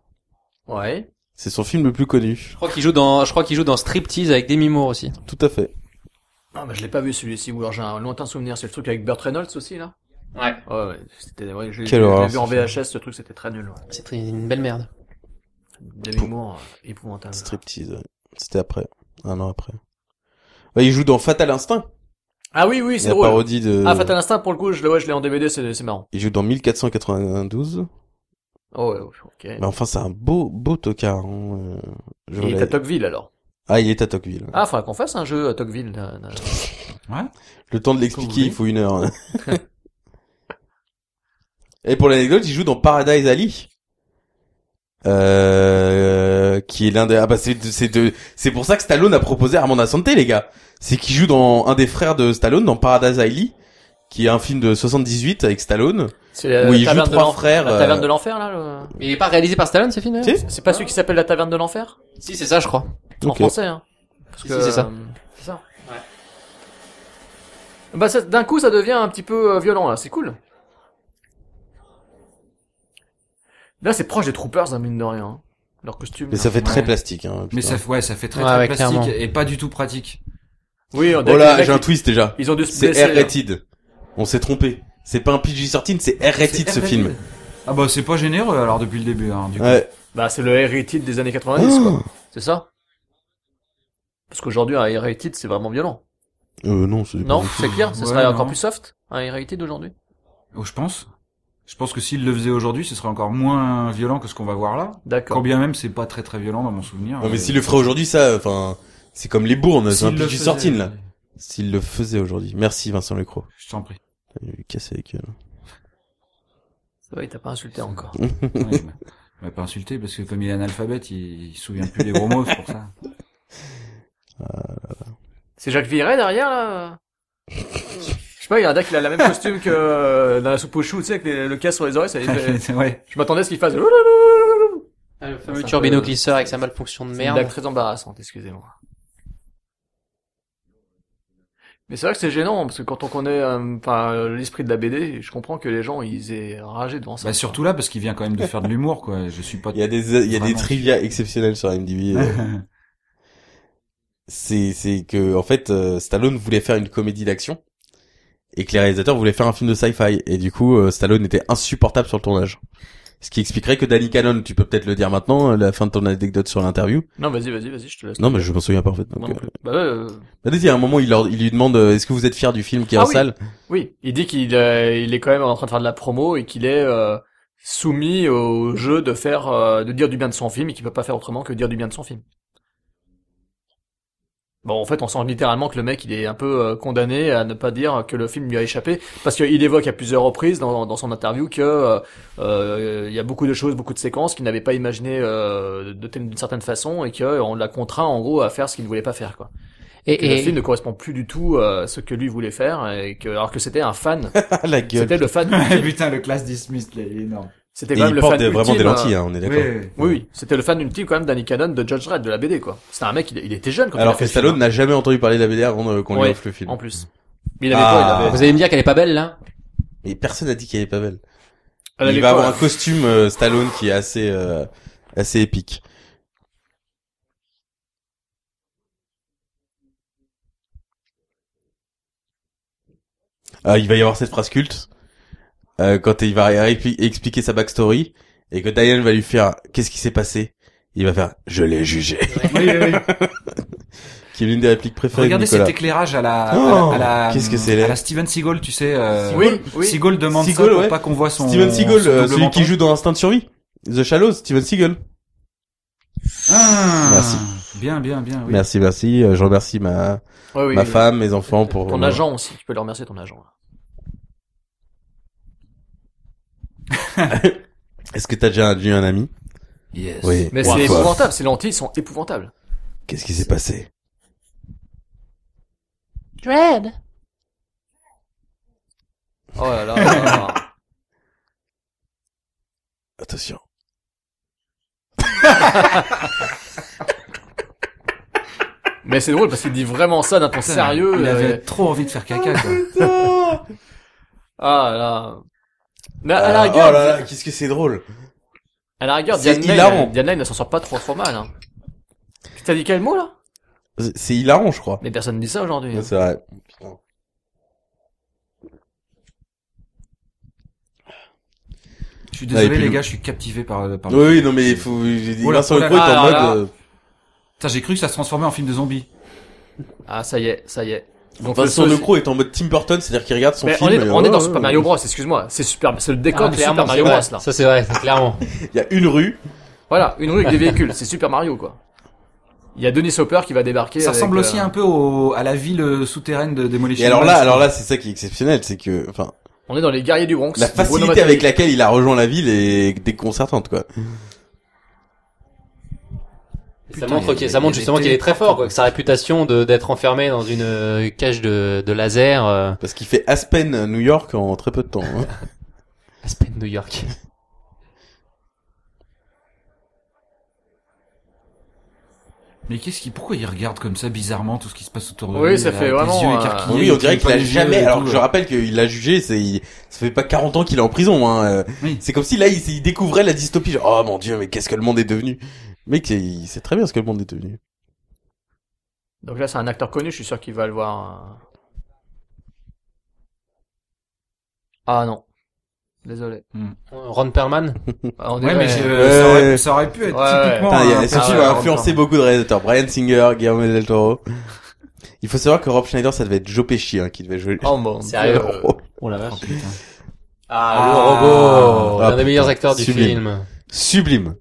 Speaker 1: Ouais.
Speaker 2: C'est son film le plus connu.
Speaker 4: Je crois qu'il joue dans, je crois qu'il joue dans Striptease avec Demi Moore aussi.
Speaker 2: Tout à fait.
Speaker 1: Ah, bah, je l'ai pas vu celui-ci, ou alors j'ai un lointain souvenir. C'est le truc avec Burt Reynolds aussi, là
Speaker 4: Ouais.
Speaker 1: Ouais, ouais, c'était, ouais, je l'ai je
Speaker 2: Quelle
Speaker 1: l'ai
Speaker 2: horreur,
Speaker 1: vu
Speaker 2: ce
Speaker 1: en
Speaker 2: film.
Speaker 1: VHS, ce truc, c'était très nul. Ouais.
Speaker 4: C'est très- une belle merde.
Speaker 1: Demi Moore, euh, épouvantable.
Speaker 2: Striptease. ouais. C'était après. Un an après. Ouais, il joue dans Fatal Instinct.
Speaker 1: Ah oui, oui, c'est
Speaker 2: La
Speaker 1: drôle.
Speaker 2: parodie de...
Speaker 1: Ah, Fatal Instinct, pour le coup, je, le- ouais, je l'ai en DVD, c'est, c'est marrant.
Speaker 2: Il joue dans 1492.
Speaker 1: Oh, ouais, ouais, ok.
Speaker 2: Mais enfin, c'est un beau, beau tocard. hein, euh, je
Speaker 1: Il est
Speaker 2: l'ai-
Speaker 1: à Tocqueville, alors.
Speaker 2: Ah, il est à Tocqueville.
Speaker 1: Ah, faudrait qu'on fasse un jeu à Tocqueville. là, là.
Speaker 2: Le temps de
Speaker 1: Quand
Speaker 2: l'expliquer,
Speaker 1: vous
Speaker 2: il faut une heure. Et pour l'anecdote, il joue dans Paradise Alley. Euh, qui est l'un des, ah bah c'est, c'est de, c'est pour ça que Stallone a proposé Armand Assante, les gars. C'est qu'il joue dans un des frères de Stallone dans Paradise Alley, qui est un film de 78 avec Stallone.
Speaker 1: C'est la,
Speaker 2: Oui, il joue
Speaker 1: Euh, taverne de
Speaker 2: trois
Speaker 1: l'enfer-
Speaker 2: frères,
Speaker 1: La taverne
Speaker 2: euh,
Speaker 1: de l'enfer, là. le-
Speaker 4: Mais il est pas réalisé par Stallone, ce film, d'ailleurs
Speaker 2: Si.
Speaker 1: C'est pas celui qui s'appelle la taverne de l'enfer
Speaker 4: Si, c'est ça, je crois.
Speaker 1: En français, hein. Parce
Speaker 4: Si, si, c'est ça.
Speaker 1: euh, C'est ça.
Speaker 4: Ouais.
Speaker 1: Bah, ça- d'un coup, ça devient un petit peu euh, violent, là. C'est cool. Là, c'est proche des Troopers, hein, mine de rien. hein. Leur costume.
Speaker 2: Mais ça fait très
Speaker 3: Ouais.
Speaker 2: plastique, hein.
Speaker 3: Mais
Speaker 2: putain.
Speaker 3: ça, ouais, ça fait très
Speaker 4: Ouais,
Speaker 3: très
Speaker 4: ouais,
Speaker 3: plastique
Speaker 4: clairement.
Speaker 3: et pas du tout pratique.
Speaker 1: Oui, on
Speaker 2: Oh là,
Speaker 1: les
Speaker 2: j'ai un
Speaker 1: mecs,
Speaker 2: twist déjà.
Speaker 1: Ils ont dû se
Speaker 2: C'est
Speaker 1: blesser. là.
Speaker 2: R-rated. On s'est trompé. C'est pas un PG-13, c'est R-rated ce
Speaker 3: C'est
Speaker 2: film.
Speaker 3: Ah bah c'est pas généreux alors depuis le début. Hein, du coup.
Speaker 2: Ouais.
Speaker 1: Bah, c'est le R-rated des années 90,
Speaker 2: Oh.
Speaker 1: quoi. C'est ça Parce qu'aujourd'hui, un R-rated, c'est vraiment violent.
Speaker 2: Euh, non, c'est
Speaker 1: Non, c'est clair, ça
Speaker 3: Ouais,
Speaker 1: serait
Speaker 3: non.
Speaker 1: encore plus soft, un R-rated d'aujourd'hui.
Speaker 3: Oh, je pense. Je pense que s'il le faisait aujourd'hui, ce serait encore moins violent que ce qu'on va voir là. Quand
Speaker 1: D'accord.
Speaker 3: bien même, c'est pas très très violent dans mon souvenir.
Speaker 2: Non, mais s'il le ferait aujourd'hui, ça, enfin, c'est comme les bournes, c'est un
Speaker 3: S'il le
Speaker 2: pitch
Speaker 3: faisait-
Speaker 2: sortine, là. S'il le faisait aujourd'hui. Merci, Vincent Lecro.
Speaker 3: Je t'en prie.
Speaker 2: Il lui casser la gueule.
Speaker 1: Ça va, il t'a Ah pas insulté encore.
Speaker 3: Oui, il m'a- il m'a pas insulté parce que comme il est analphabète, il, il se souvient plus des gros mots, c'est pour ça.
Speaker 1: C'est Jacques Villeray derrière, là Je sais pas, il y a un gars qui a la même costume que euh, dans la soupe aux choux, tu sais, avec les- le casque sur les oreilles, ça les fait-
Speaker 3: ouais.
Speaker 1: Je m'attendais à ce qu'il fasse.
Speaker 4: Ah, Le
Speaker 1: fameux
Speaker 4: fameux
Speaker 1: turbino
Speaker 4: turbino glisseur avec sa malfonction de
Speaker 1: C'est Une blague
Speaker 4: merde.
Speaker 1: très embarrassante, excusez-moi. Mais c'est vrai que c'est gênant, parce que quand on connaît euh, enfin, euh, l'esprit de la BD, je comprends que les gens, ils aient ragé devant ça.
Speaker 3: Bah surtout là parce qu'il vient quand même de faire de l'humour quoi. Je suis pas.
Speaker 2: Il y a des, il y a des
Speaker 3: Vraiment.
Speaker 2: trivia exceptionnels sur MDB. euh, c'est c'est que en fait euh, Stallone voulait faire une comédie d'action et que les réalisateurs voulaient faire un film de sci-fi et du coup euh, Stallone était insupportable sur le tournage. Ce qui expliquerait que Danny Cannon, tu peux peut-être le dire maintenant, à la fin de ton anecdote sur l'interview.
Speaker 1: Non, vas-y, vas-y, vas-y, je te laisse.
Speaker 2: Non, mais je m'en souviens pas en fait.
Speaker 1: Moi
Speaker 2: Donc,
Speaker 1: non
Speaker 2: euh,
Speaker 1: plus. Bah, euh,
Speaker 2: bah, dès qu'il y a un moment, il, leur, il lui demande euh, est-ce que vous êtes fier du film qui est
Speaker 1: Ah
Speaker 2: en
Speaker 1: oui.
Speaker 2: salle
Speaker 1: oui, il dit qu'il euh, il est quand même en train de faire de la promo et qu'il est euh, soumis au jeu de faire, euh, de dire du bien de son film et qu'il peut pas faire autrement que dire du bien de son film. Bon, en fait, on sent littéralement que le mec, il est un peu euh, condamné à ne pas dire que le film lui a échappé, parce qu'il évoque à plusieurs reprises dans, dans son interview que euh, euh, il y a beaucoup de choses, beaucoup de séquences qu'il n'avait pas imaginées euh, de telle- d'une certaine façon, et que euh, on l'a contraint en gros à faire ce qu'il ne voulait pas faire, quoi. que
Speaker 4: Et,
Speaker 1: le film ne correspond plus du tout euh, à ce que lui voulait faire et que alors que c'était un fan
Speaker 2: Ah la gueule.
Speaker 1: c'était le fan ultime.
Speaker 3: Putain le class dismissed là, il est énorme.
Speaker 1: c'était
Speaker 2: Et
Speaker 1: quand même
Speaker 2: il
Speaker 1: le
Speaker 2: porte
Speaker 1: fan
Speaker 2: des- vraiment
Speaker 1: ultime,
Speaker 2: des lentilles,
Speaker 1: euh,
Speaker 2: hein, on est
Speaker 3: Oui,
Speaker 2: d'accord.
Speaker 3: oui.
Speaker 1: oui oui c'était le fan ultime quand même d'Annie Cannon de Judge Dredd de la BD quoi c'était un mec il, il était jeune quand il a
Speaker 2: Alors que
Speaker 1: fait le film,
Speaker 2: Stallone n'a jamais entendu parler de la BD avant euh, qu'on
Speaker 1: Ouais.
Speaker 2: lui offre le
Speaker 1: hein,
Speaker 2: film.
Speaker 1: en plus mais il avait
Speaker 2: Ah.
Speaker 1: pas il avait
Speaker 4: Vous allez me dire qu'elle est pas belle là
Speaker 2: Mais personne n'a dit qu'elle est pas belle.
Speaker 1: Elle
Speaker 2: il
Speaker 1: avait
Speaker 2: va
Speaker 1: quoi,
Speaker 2: avoir un
Speaker 1: là
Speaker 2: costume euh, Stallone qui est assez euh, assez épique. Ah, il va y avoir cette phrase culte euh, quand il va ré- expliquer sa backstory et que Diane va lui faire qu'est-ce qui s'est passé. Il va faire je l'ai jugé,
Speaker 3: Oui, oui, oui.
Speaker 2: qui est l'une des répliques préférées
Speaker 3: Regardez
Speaker 2: de Nicolas.
Speaker 3: cet éclairage à la, à
Speaker 2: Oh,
Speaker 3: la- à la,
Speaker 2: qu'est-ce que c'est, là
Speaker 3: à la Steven Seagal, tu sais. euh,
Speaker 1: Oui, oui.
Speaker 3: Seagal demande
Speaker 2: Seagal,
Speaker 3: ça pour
Speaker 2: ouais.
Speaker 3: pas qu'on voit son.
Speaker 2: Steven Seagal,
Speaker 3: son
Speaker 2: euh,
Speaker 3: double
Speaker 2: celui
Speaker 3: menton.
Speaker 2: qui joue dans Instinct de survie, The Shallows, Steven Seagal.
Speaker 3: Ah,
Speaker 2: Merci.
Speaker 3: Bien, bien, bien. Oui.
Speaker 2: Merci, merci. Euh, Je remercie ma
Speaker 1: Ouais, oui,
Speaker 2: ma
Speaker 1: oui.
Speaker 2: femme, mes enfants pour
Speaker 1: ton
Speaker 2: euh,
Speaker 1: agent aussi tu peux le remercier ton agent
Speaker 2: Est-ce que t'as déjà eu un ami
Speaker 3: Yes.
Speaker 2: Oui.
Speaker 1: mais
Speaker 2: Ouah,
Speaker 1: c'est
Speaker 2: quoi.
Speaker 1: épouvantable ces lentilles sont épouvantables
Speaker 2: Qu'est-ce qui s'est passé
Speaker 5: Dread.
Speaker 1: oh là là, là, là.
Speaker 2: Attention.
Speaker 1: mais c'est drôle parce qu'il dit vraiment ça d'un ton
Speaker 3: Putain,
Speaker 1: sérieux
Speaker 3: Il
Speaker 1: euh,
Speaker 3: avait trop envie de faire caca. Quoi.
Speaker 1: ah là mais à
Speaker 2: Ah,
Speaker 1: la
Speaker 2: oh là
Speaker 1: rigueur
Speaker 2: là, qu'est-ce que c'est drôle.
Speaker 1: à la rigueur
Speaker 2: C'est
Speaker 1: Diane
Speaker 2: hilarant.
Speaker 1: Lane euh, Diane Lane elle s'en sort pas trop trop mal hein. t'as dit quel mot là
Speaker 2: C'est- C'est hilarant, je crois.
Speaker 1: Mais personne ne dit ça aujourd'hui. hein.
Speaker 2: Ouais, C'est vrai. Putain.
Speaker 3: Je
Speaker 2: Ah, et
Speaker 3: suis désolé,
Speaker 2: puis
Speaker 3: les
Speaker 2: le-
Speaker 3: gars, je suis captivé par. par...
Speaker 2: Oui, oui, non mais il faut. J'ai dit
Speaker 3: Oh là,
Speaker 2: Vincent
Speaker 3: oh là
Speaker 2: Lecroix est
Speaker 1: Ah, là,
Speaker 2: en
Speaker 1: là,
Speaker 2: mode. euh,
Speaker 3: Putain, j'ai cru que ça se transformait en film de zombies.
Speaker 1: Ah, ça y est, ça y est.
Speaker 2: euh,
Speaker 1: Donc,
Speaker 2: Vincent
Speaker 1: le sosie-
Speaker 2: Lecroix est en mode Tim Burton, c'est-à-dire qu'il regarde son
Speaker 1: Mais
Speaker 2: film.
Speaker 1: on est,
Speaker 2: et,
Speaker 1: on est dans
Speaker 2: oh,
Speaker 1: Super
Speaker 2: oh,
Speaker 1: Mario
Speaker 2: oh.
Speaker 1: Bros, excuse-moi. C'est super, c'est le décor
Speaker 4: Ah,
Speaker 1: de
Speaker 4: clairement,
Speaker 1: Super Mario
Speaker 4: c'est
Speaker 1: Bros,
Speaker 4: vrai.
Speaker 1: là.
Speaker 4: Ça c'est vrai, c'est clairement.
Speaker 2: Il y a une rue.
Speaker 1: Voilà, une rue avec des véhicules, c'est Super Mario, quoi. Il y a Denis Hopper qui va débarquer.
Speaker 3: Ça
Speaker 1: avec,
Speaker 3: ressemble aussi
Speaker 1: euh,
Speaker 3: un peu au, à la ville euh, souterraine de Demolition.
Speaker 2: Et alors là,
Speaker 3: Man.
Speaker 2: alors là, c'est ça qui est exceptionnel, c'est que, enfin,
Speaker 1: On est dans les guerriers du Bronx.
Speaker 2: la
Speaker 1: de Bruno
Speaker 2: facilité
Speaker 1: Mattei.
Speaker 2: avec laquelle il a rejoint la ville est déconcertante, quoi.
Speaker 4: ça
Speaker 1: Putain,
Speaker 4: montre,
Speaker 1: il-
Speaker 4: qu'il-
Speaker 1: il-
Speaker 4: ça montre
Speaker 1: il
Speaker 4: justement
Speaker 1: était-
Speaker 4: qu'il est très fort, quoi, que sa réputation de d'être enfermé dans une euh, cage de, de laser, euh,
Speaker 2: Parce qu'il fait Aspen, New York, en très peu de temps. hein.
Speaker 4: aspect de New York.
Speaker 3: Mais qu'est-ce qui, pourquoi il regarde comme ça bizarrement tout ce qui se passe autour de
Speaker 1: Oui,
Speaker 3: lui
Speaker 1: ça
Speaker 3: là,
Speaker 1: fait
Speaker 3: avec
Speaker 1: vraiment,
Speaker 3: Les yeux
Speaker 1: euh,
Speaker 3: écarquillés,
Speaker 2: Ah Oui, on
Speaker 3: qui
Speaker 2: dirait
Speaker 3: clignent
Speaker 2: qu'il a
Speaker 3: pas des yeux
Speaker 2: jamais.
Speaker 3: et
Speaker 2: Alors
Speaker 3: tout,
Speaker 2: que je
Speaker 3: ouais.
Speaker 2: rappelle qu'il a jugé, c'est il- ça fait pas 40 ans qu'il est en prison. Hein. euh,
Speaker 3: Oui.
Speaker 2: C'est comme si là il, il découvrait la dystopie. Genre, oh mon dieu, mais qu'est-ce que le monde est devenu Mec, il sait très bien ce que le monde est devenu.
Speaker 1: Donc là, c'est un acteur connu, je suis sûr qu'il va le voir. euh. Ah non. Désolé.
Speaker 4: Euh, Ron Perlman
Speaker 1: Ah, on est-
Speaker 3: Ouais, mais euh, je-
Speaker 2: Ouais.
Speaker 3: ça, aurait, ça aurait pu être
Speaker 1: Ouais, ouais.
Speaker 3: typiquement.
Speaker 2: Putain, il y a-
Speaker 3: un-
Speaker 2: ce
Speaker 3: un-
Speaker 2: film
Speaker 3: un-
Speaker 2: a influencé beaucoup de réalisateurs. Brian Singer, Guillermo del Toro. Il
Speaker 3: Oh,
Speaker 1: Ah,
Speaker 2: faut savoir que Rob Schneider, ça devait être Joe Pesci hein, qui devait jouer.
Speaker 1: Oh mon
Speaker 4: Sérieux
Speaker 1: Dieu.
Speaker 2: Oh,
Speaker 4: Oh la vache. Ah,
Speaker 3: Ah.
Speaker 4: le robot,
Speaker 2: Ah,
Speaker 4: l'un des meilleurs
Speaker 2: putain,
Speaker 4: acteurs du
Speaker 2: sublime.
Speaker 4: film.
Speaker 2: Sublime.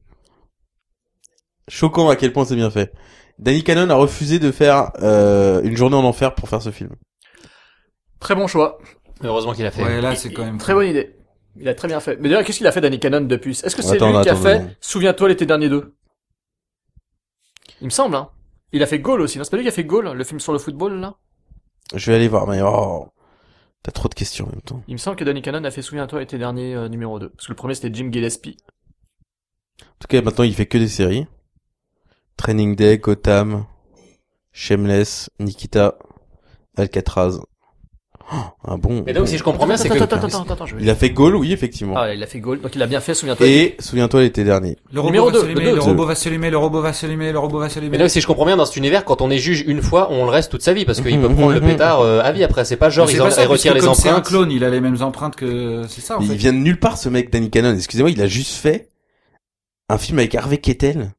Speaker 2: Choquant à quel point c'est bien fait. Danny Cannon a refusé de faire euh, une journée en enfer pour faire ce film.
Speaker 1: Très bon choix.
Speaker 4: Heureusement qu'il a fait.
Speaker 3: Ouais, là, Ah, c'est quand même
Speaker 1: Très bonne idée. Il a très bien fait. Mais d'ailleurs, qu'est-ce qu'il a fait Danny Cannon depuis Est-ce que c'est
Speaker 2: Attends,
Speaker 1: lui qui a
Speaker 2: attends,
Speaker 1: fait
Speaker 2: attends.
Speaker 1: Souviens-toi l'été dernier 2 Il me semble, hein. Il a fait Gaulle aussi, non C'est pas lui qui a fait Gaulle, le film sur le football, là
Speaker 2: Je vais aller voir, mais oh, t'as trop de questions en même temps.
Speaker 1: Il me semble que Danny Cannon a fait Souviens-toi l'été dernier euh, numéro 2. Parce que le premier, c'était Jim Gillespie.
Speaker 2: En tout cas, maintenant, il fait que des séries. Training Day, Gotham, Shameless, Nikita, Alcatraz. Oh, un bon.
Speaker 4: Mais donc,
Speaker 2: bon-
Speaker 4: si je comprends bien, c'est que...
Speaker 1: Attends, attends, attends, attends, attends, je vais-
Speaker 2: Il a fait Gaulle, oui, effectivement.
Speaker 1: Ah, il a fait Gaulle, donc il a bien fait Souviens-toi.
Speaker 2: Et souviens-toi l'été dernier.
Speaker 3: Le robot
Speaker 1: Numéro
Speaker 3: va
Speaker 1: deux, le
Speaker 3: s'allumer,
Speaker 1: deux.
Speaker 3: le robot va s'allumer, le robot va s'allumer, le robot va
Speaker 4: Mais
Speaker 3: s'allumer.
Speaker 4: donc, si je comprends bien, dans cet univers, quand on est juge une fois, on le reste toute sa vie, parce qu'il
Speaker 2: Mhm,
Speaker 4: peut prendre le
Speaker 2: mhm,
Speaker 4: pétard euh, à vie après. C'est pas genre,
Speaker 3: Mais
Speaker 4: ils,
Speaker 3: c'est
Speaker 4: en,
Speaker 3: pas ça,
Speaker 4: ils retirent
Speaker 3: puisque
Speaker 4: les
Speaker 3: comme C'est un
Speaker 4: empreintes.
Speaker 3: clone, il a les mêmes empreintes que c'est ça en
Speaker 2: Mais
Speaker 3: fait.
Speaker 2: Il vient de nulle part ce mec Danny Cannon. Excusez-moi, il a juste fait un film avec Harvey Keitel,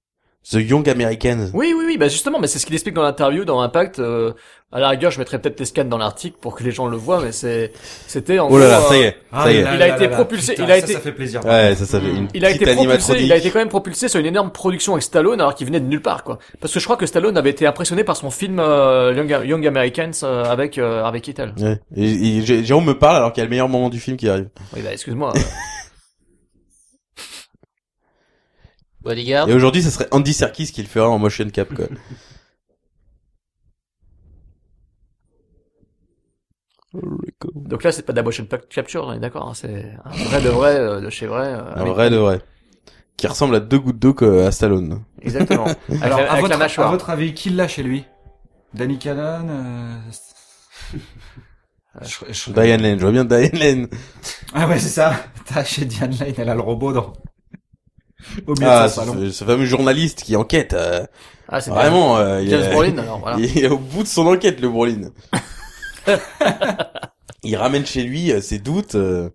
Speaker 2: The Young Americans.
Speaker 1: Oui, oui, oui, bah justement, mais c'est ce qu'il explique dans l'interview, dans Impact. euh, à la rigueur, je mettrais peut-être les scans dans l'article pour que les gens le voient, mais c'est, c'était en
Speaker 2: Oh là là,
Speaker 1: gros,
Speaker 2: ça y
Speaker 1: euh,
Speaker 2: est, ça y est.
Speaker 1: là. Il a été propulsé, il a
Speaker 3: ça,
Speaker 1: été-
Speaker 3: Ça fait plaisir.
Speaker 2: Ouais, ça, ça fait une
Speaker 1: Il a
Speaker 2: petite
Speaker 1: été propulsé,
Speaker 2: animatronique.
Speaker 1: il a été quand même propulsé sur une énorme production avec Stallone alors qu'il venait de nulle part quoi. Parce que je crois que Stallone avait été impressionné par son film euh, Young, Young Americans euh, avec euh, avec Kittel.
Speaker 2: Ouais. Et, et Jé- Jérôme me parle alors qu'il y a le meilleur moment du film qui arrive.
Speaker 1: Oui bah excuse-moi.
Speaker 4: Bodyguard.
Speaker 2: Et aujourd'hui, ça serait Andy Serkis qui le fera en motion cap, quoi.
Speaker 1: Donc là c'est pas de la motion pa- capture, on est d'accord, hein, c'est un vrai de vrai euh, de chez vrai. euh,
Speaker 2: Un
Speaker 1: avec-
Speaker 2: vrai de vrai. Qui ressemble à deux gouttes d'eau que- euh, à Stallone.
Speaker 1: Exactement. Avec
Speaker 3: Alors,
Speaker 1: la-
Speaker 3: à
Speaker 1: avec la
Speaker 3: votre, à
Speaker 1: mâchoire.
Speaker 3: votre avis, qui l'a chez lui Danny Cannon euh, je- je-
Speaker 2: Diane Lane, je vois bien Diane Lane.
Speaker 3: Ah ouais, c'est ça. T'as chez Diane Lane, elle a le robot dans... au milieu
Speaker 2: Ah,
Speaker 3: de son salon.
Speaker 2: ce, ce fameux journaliste qui enquête. euh,
Speaker 1: Ah c'est bien.
Speaker 2: vraiment, euh, il,
Speaker 1: James
Speaker 2: est,
Speaker 1: Brolin alors voilà.
Speaker 2: il est au bout de son enquête, le Brolin. il ramène chez lui euh, ses doutes. euh,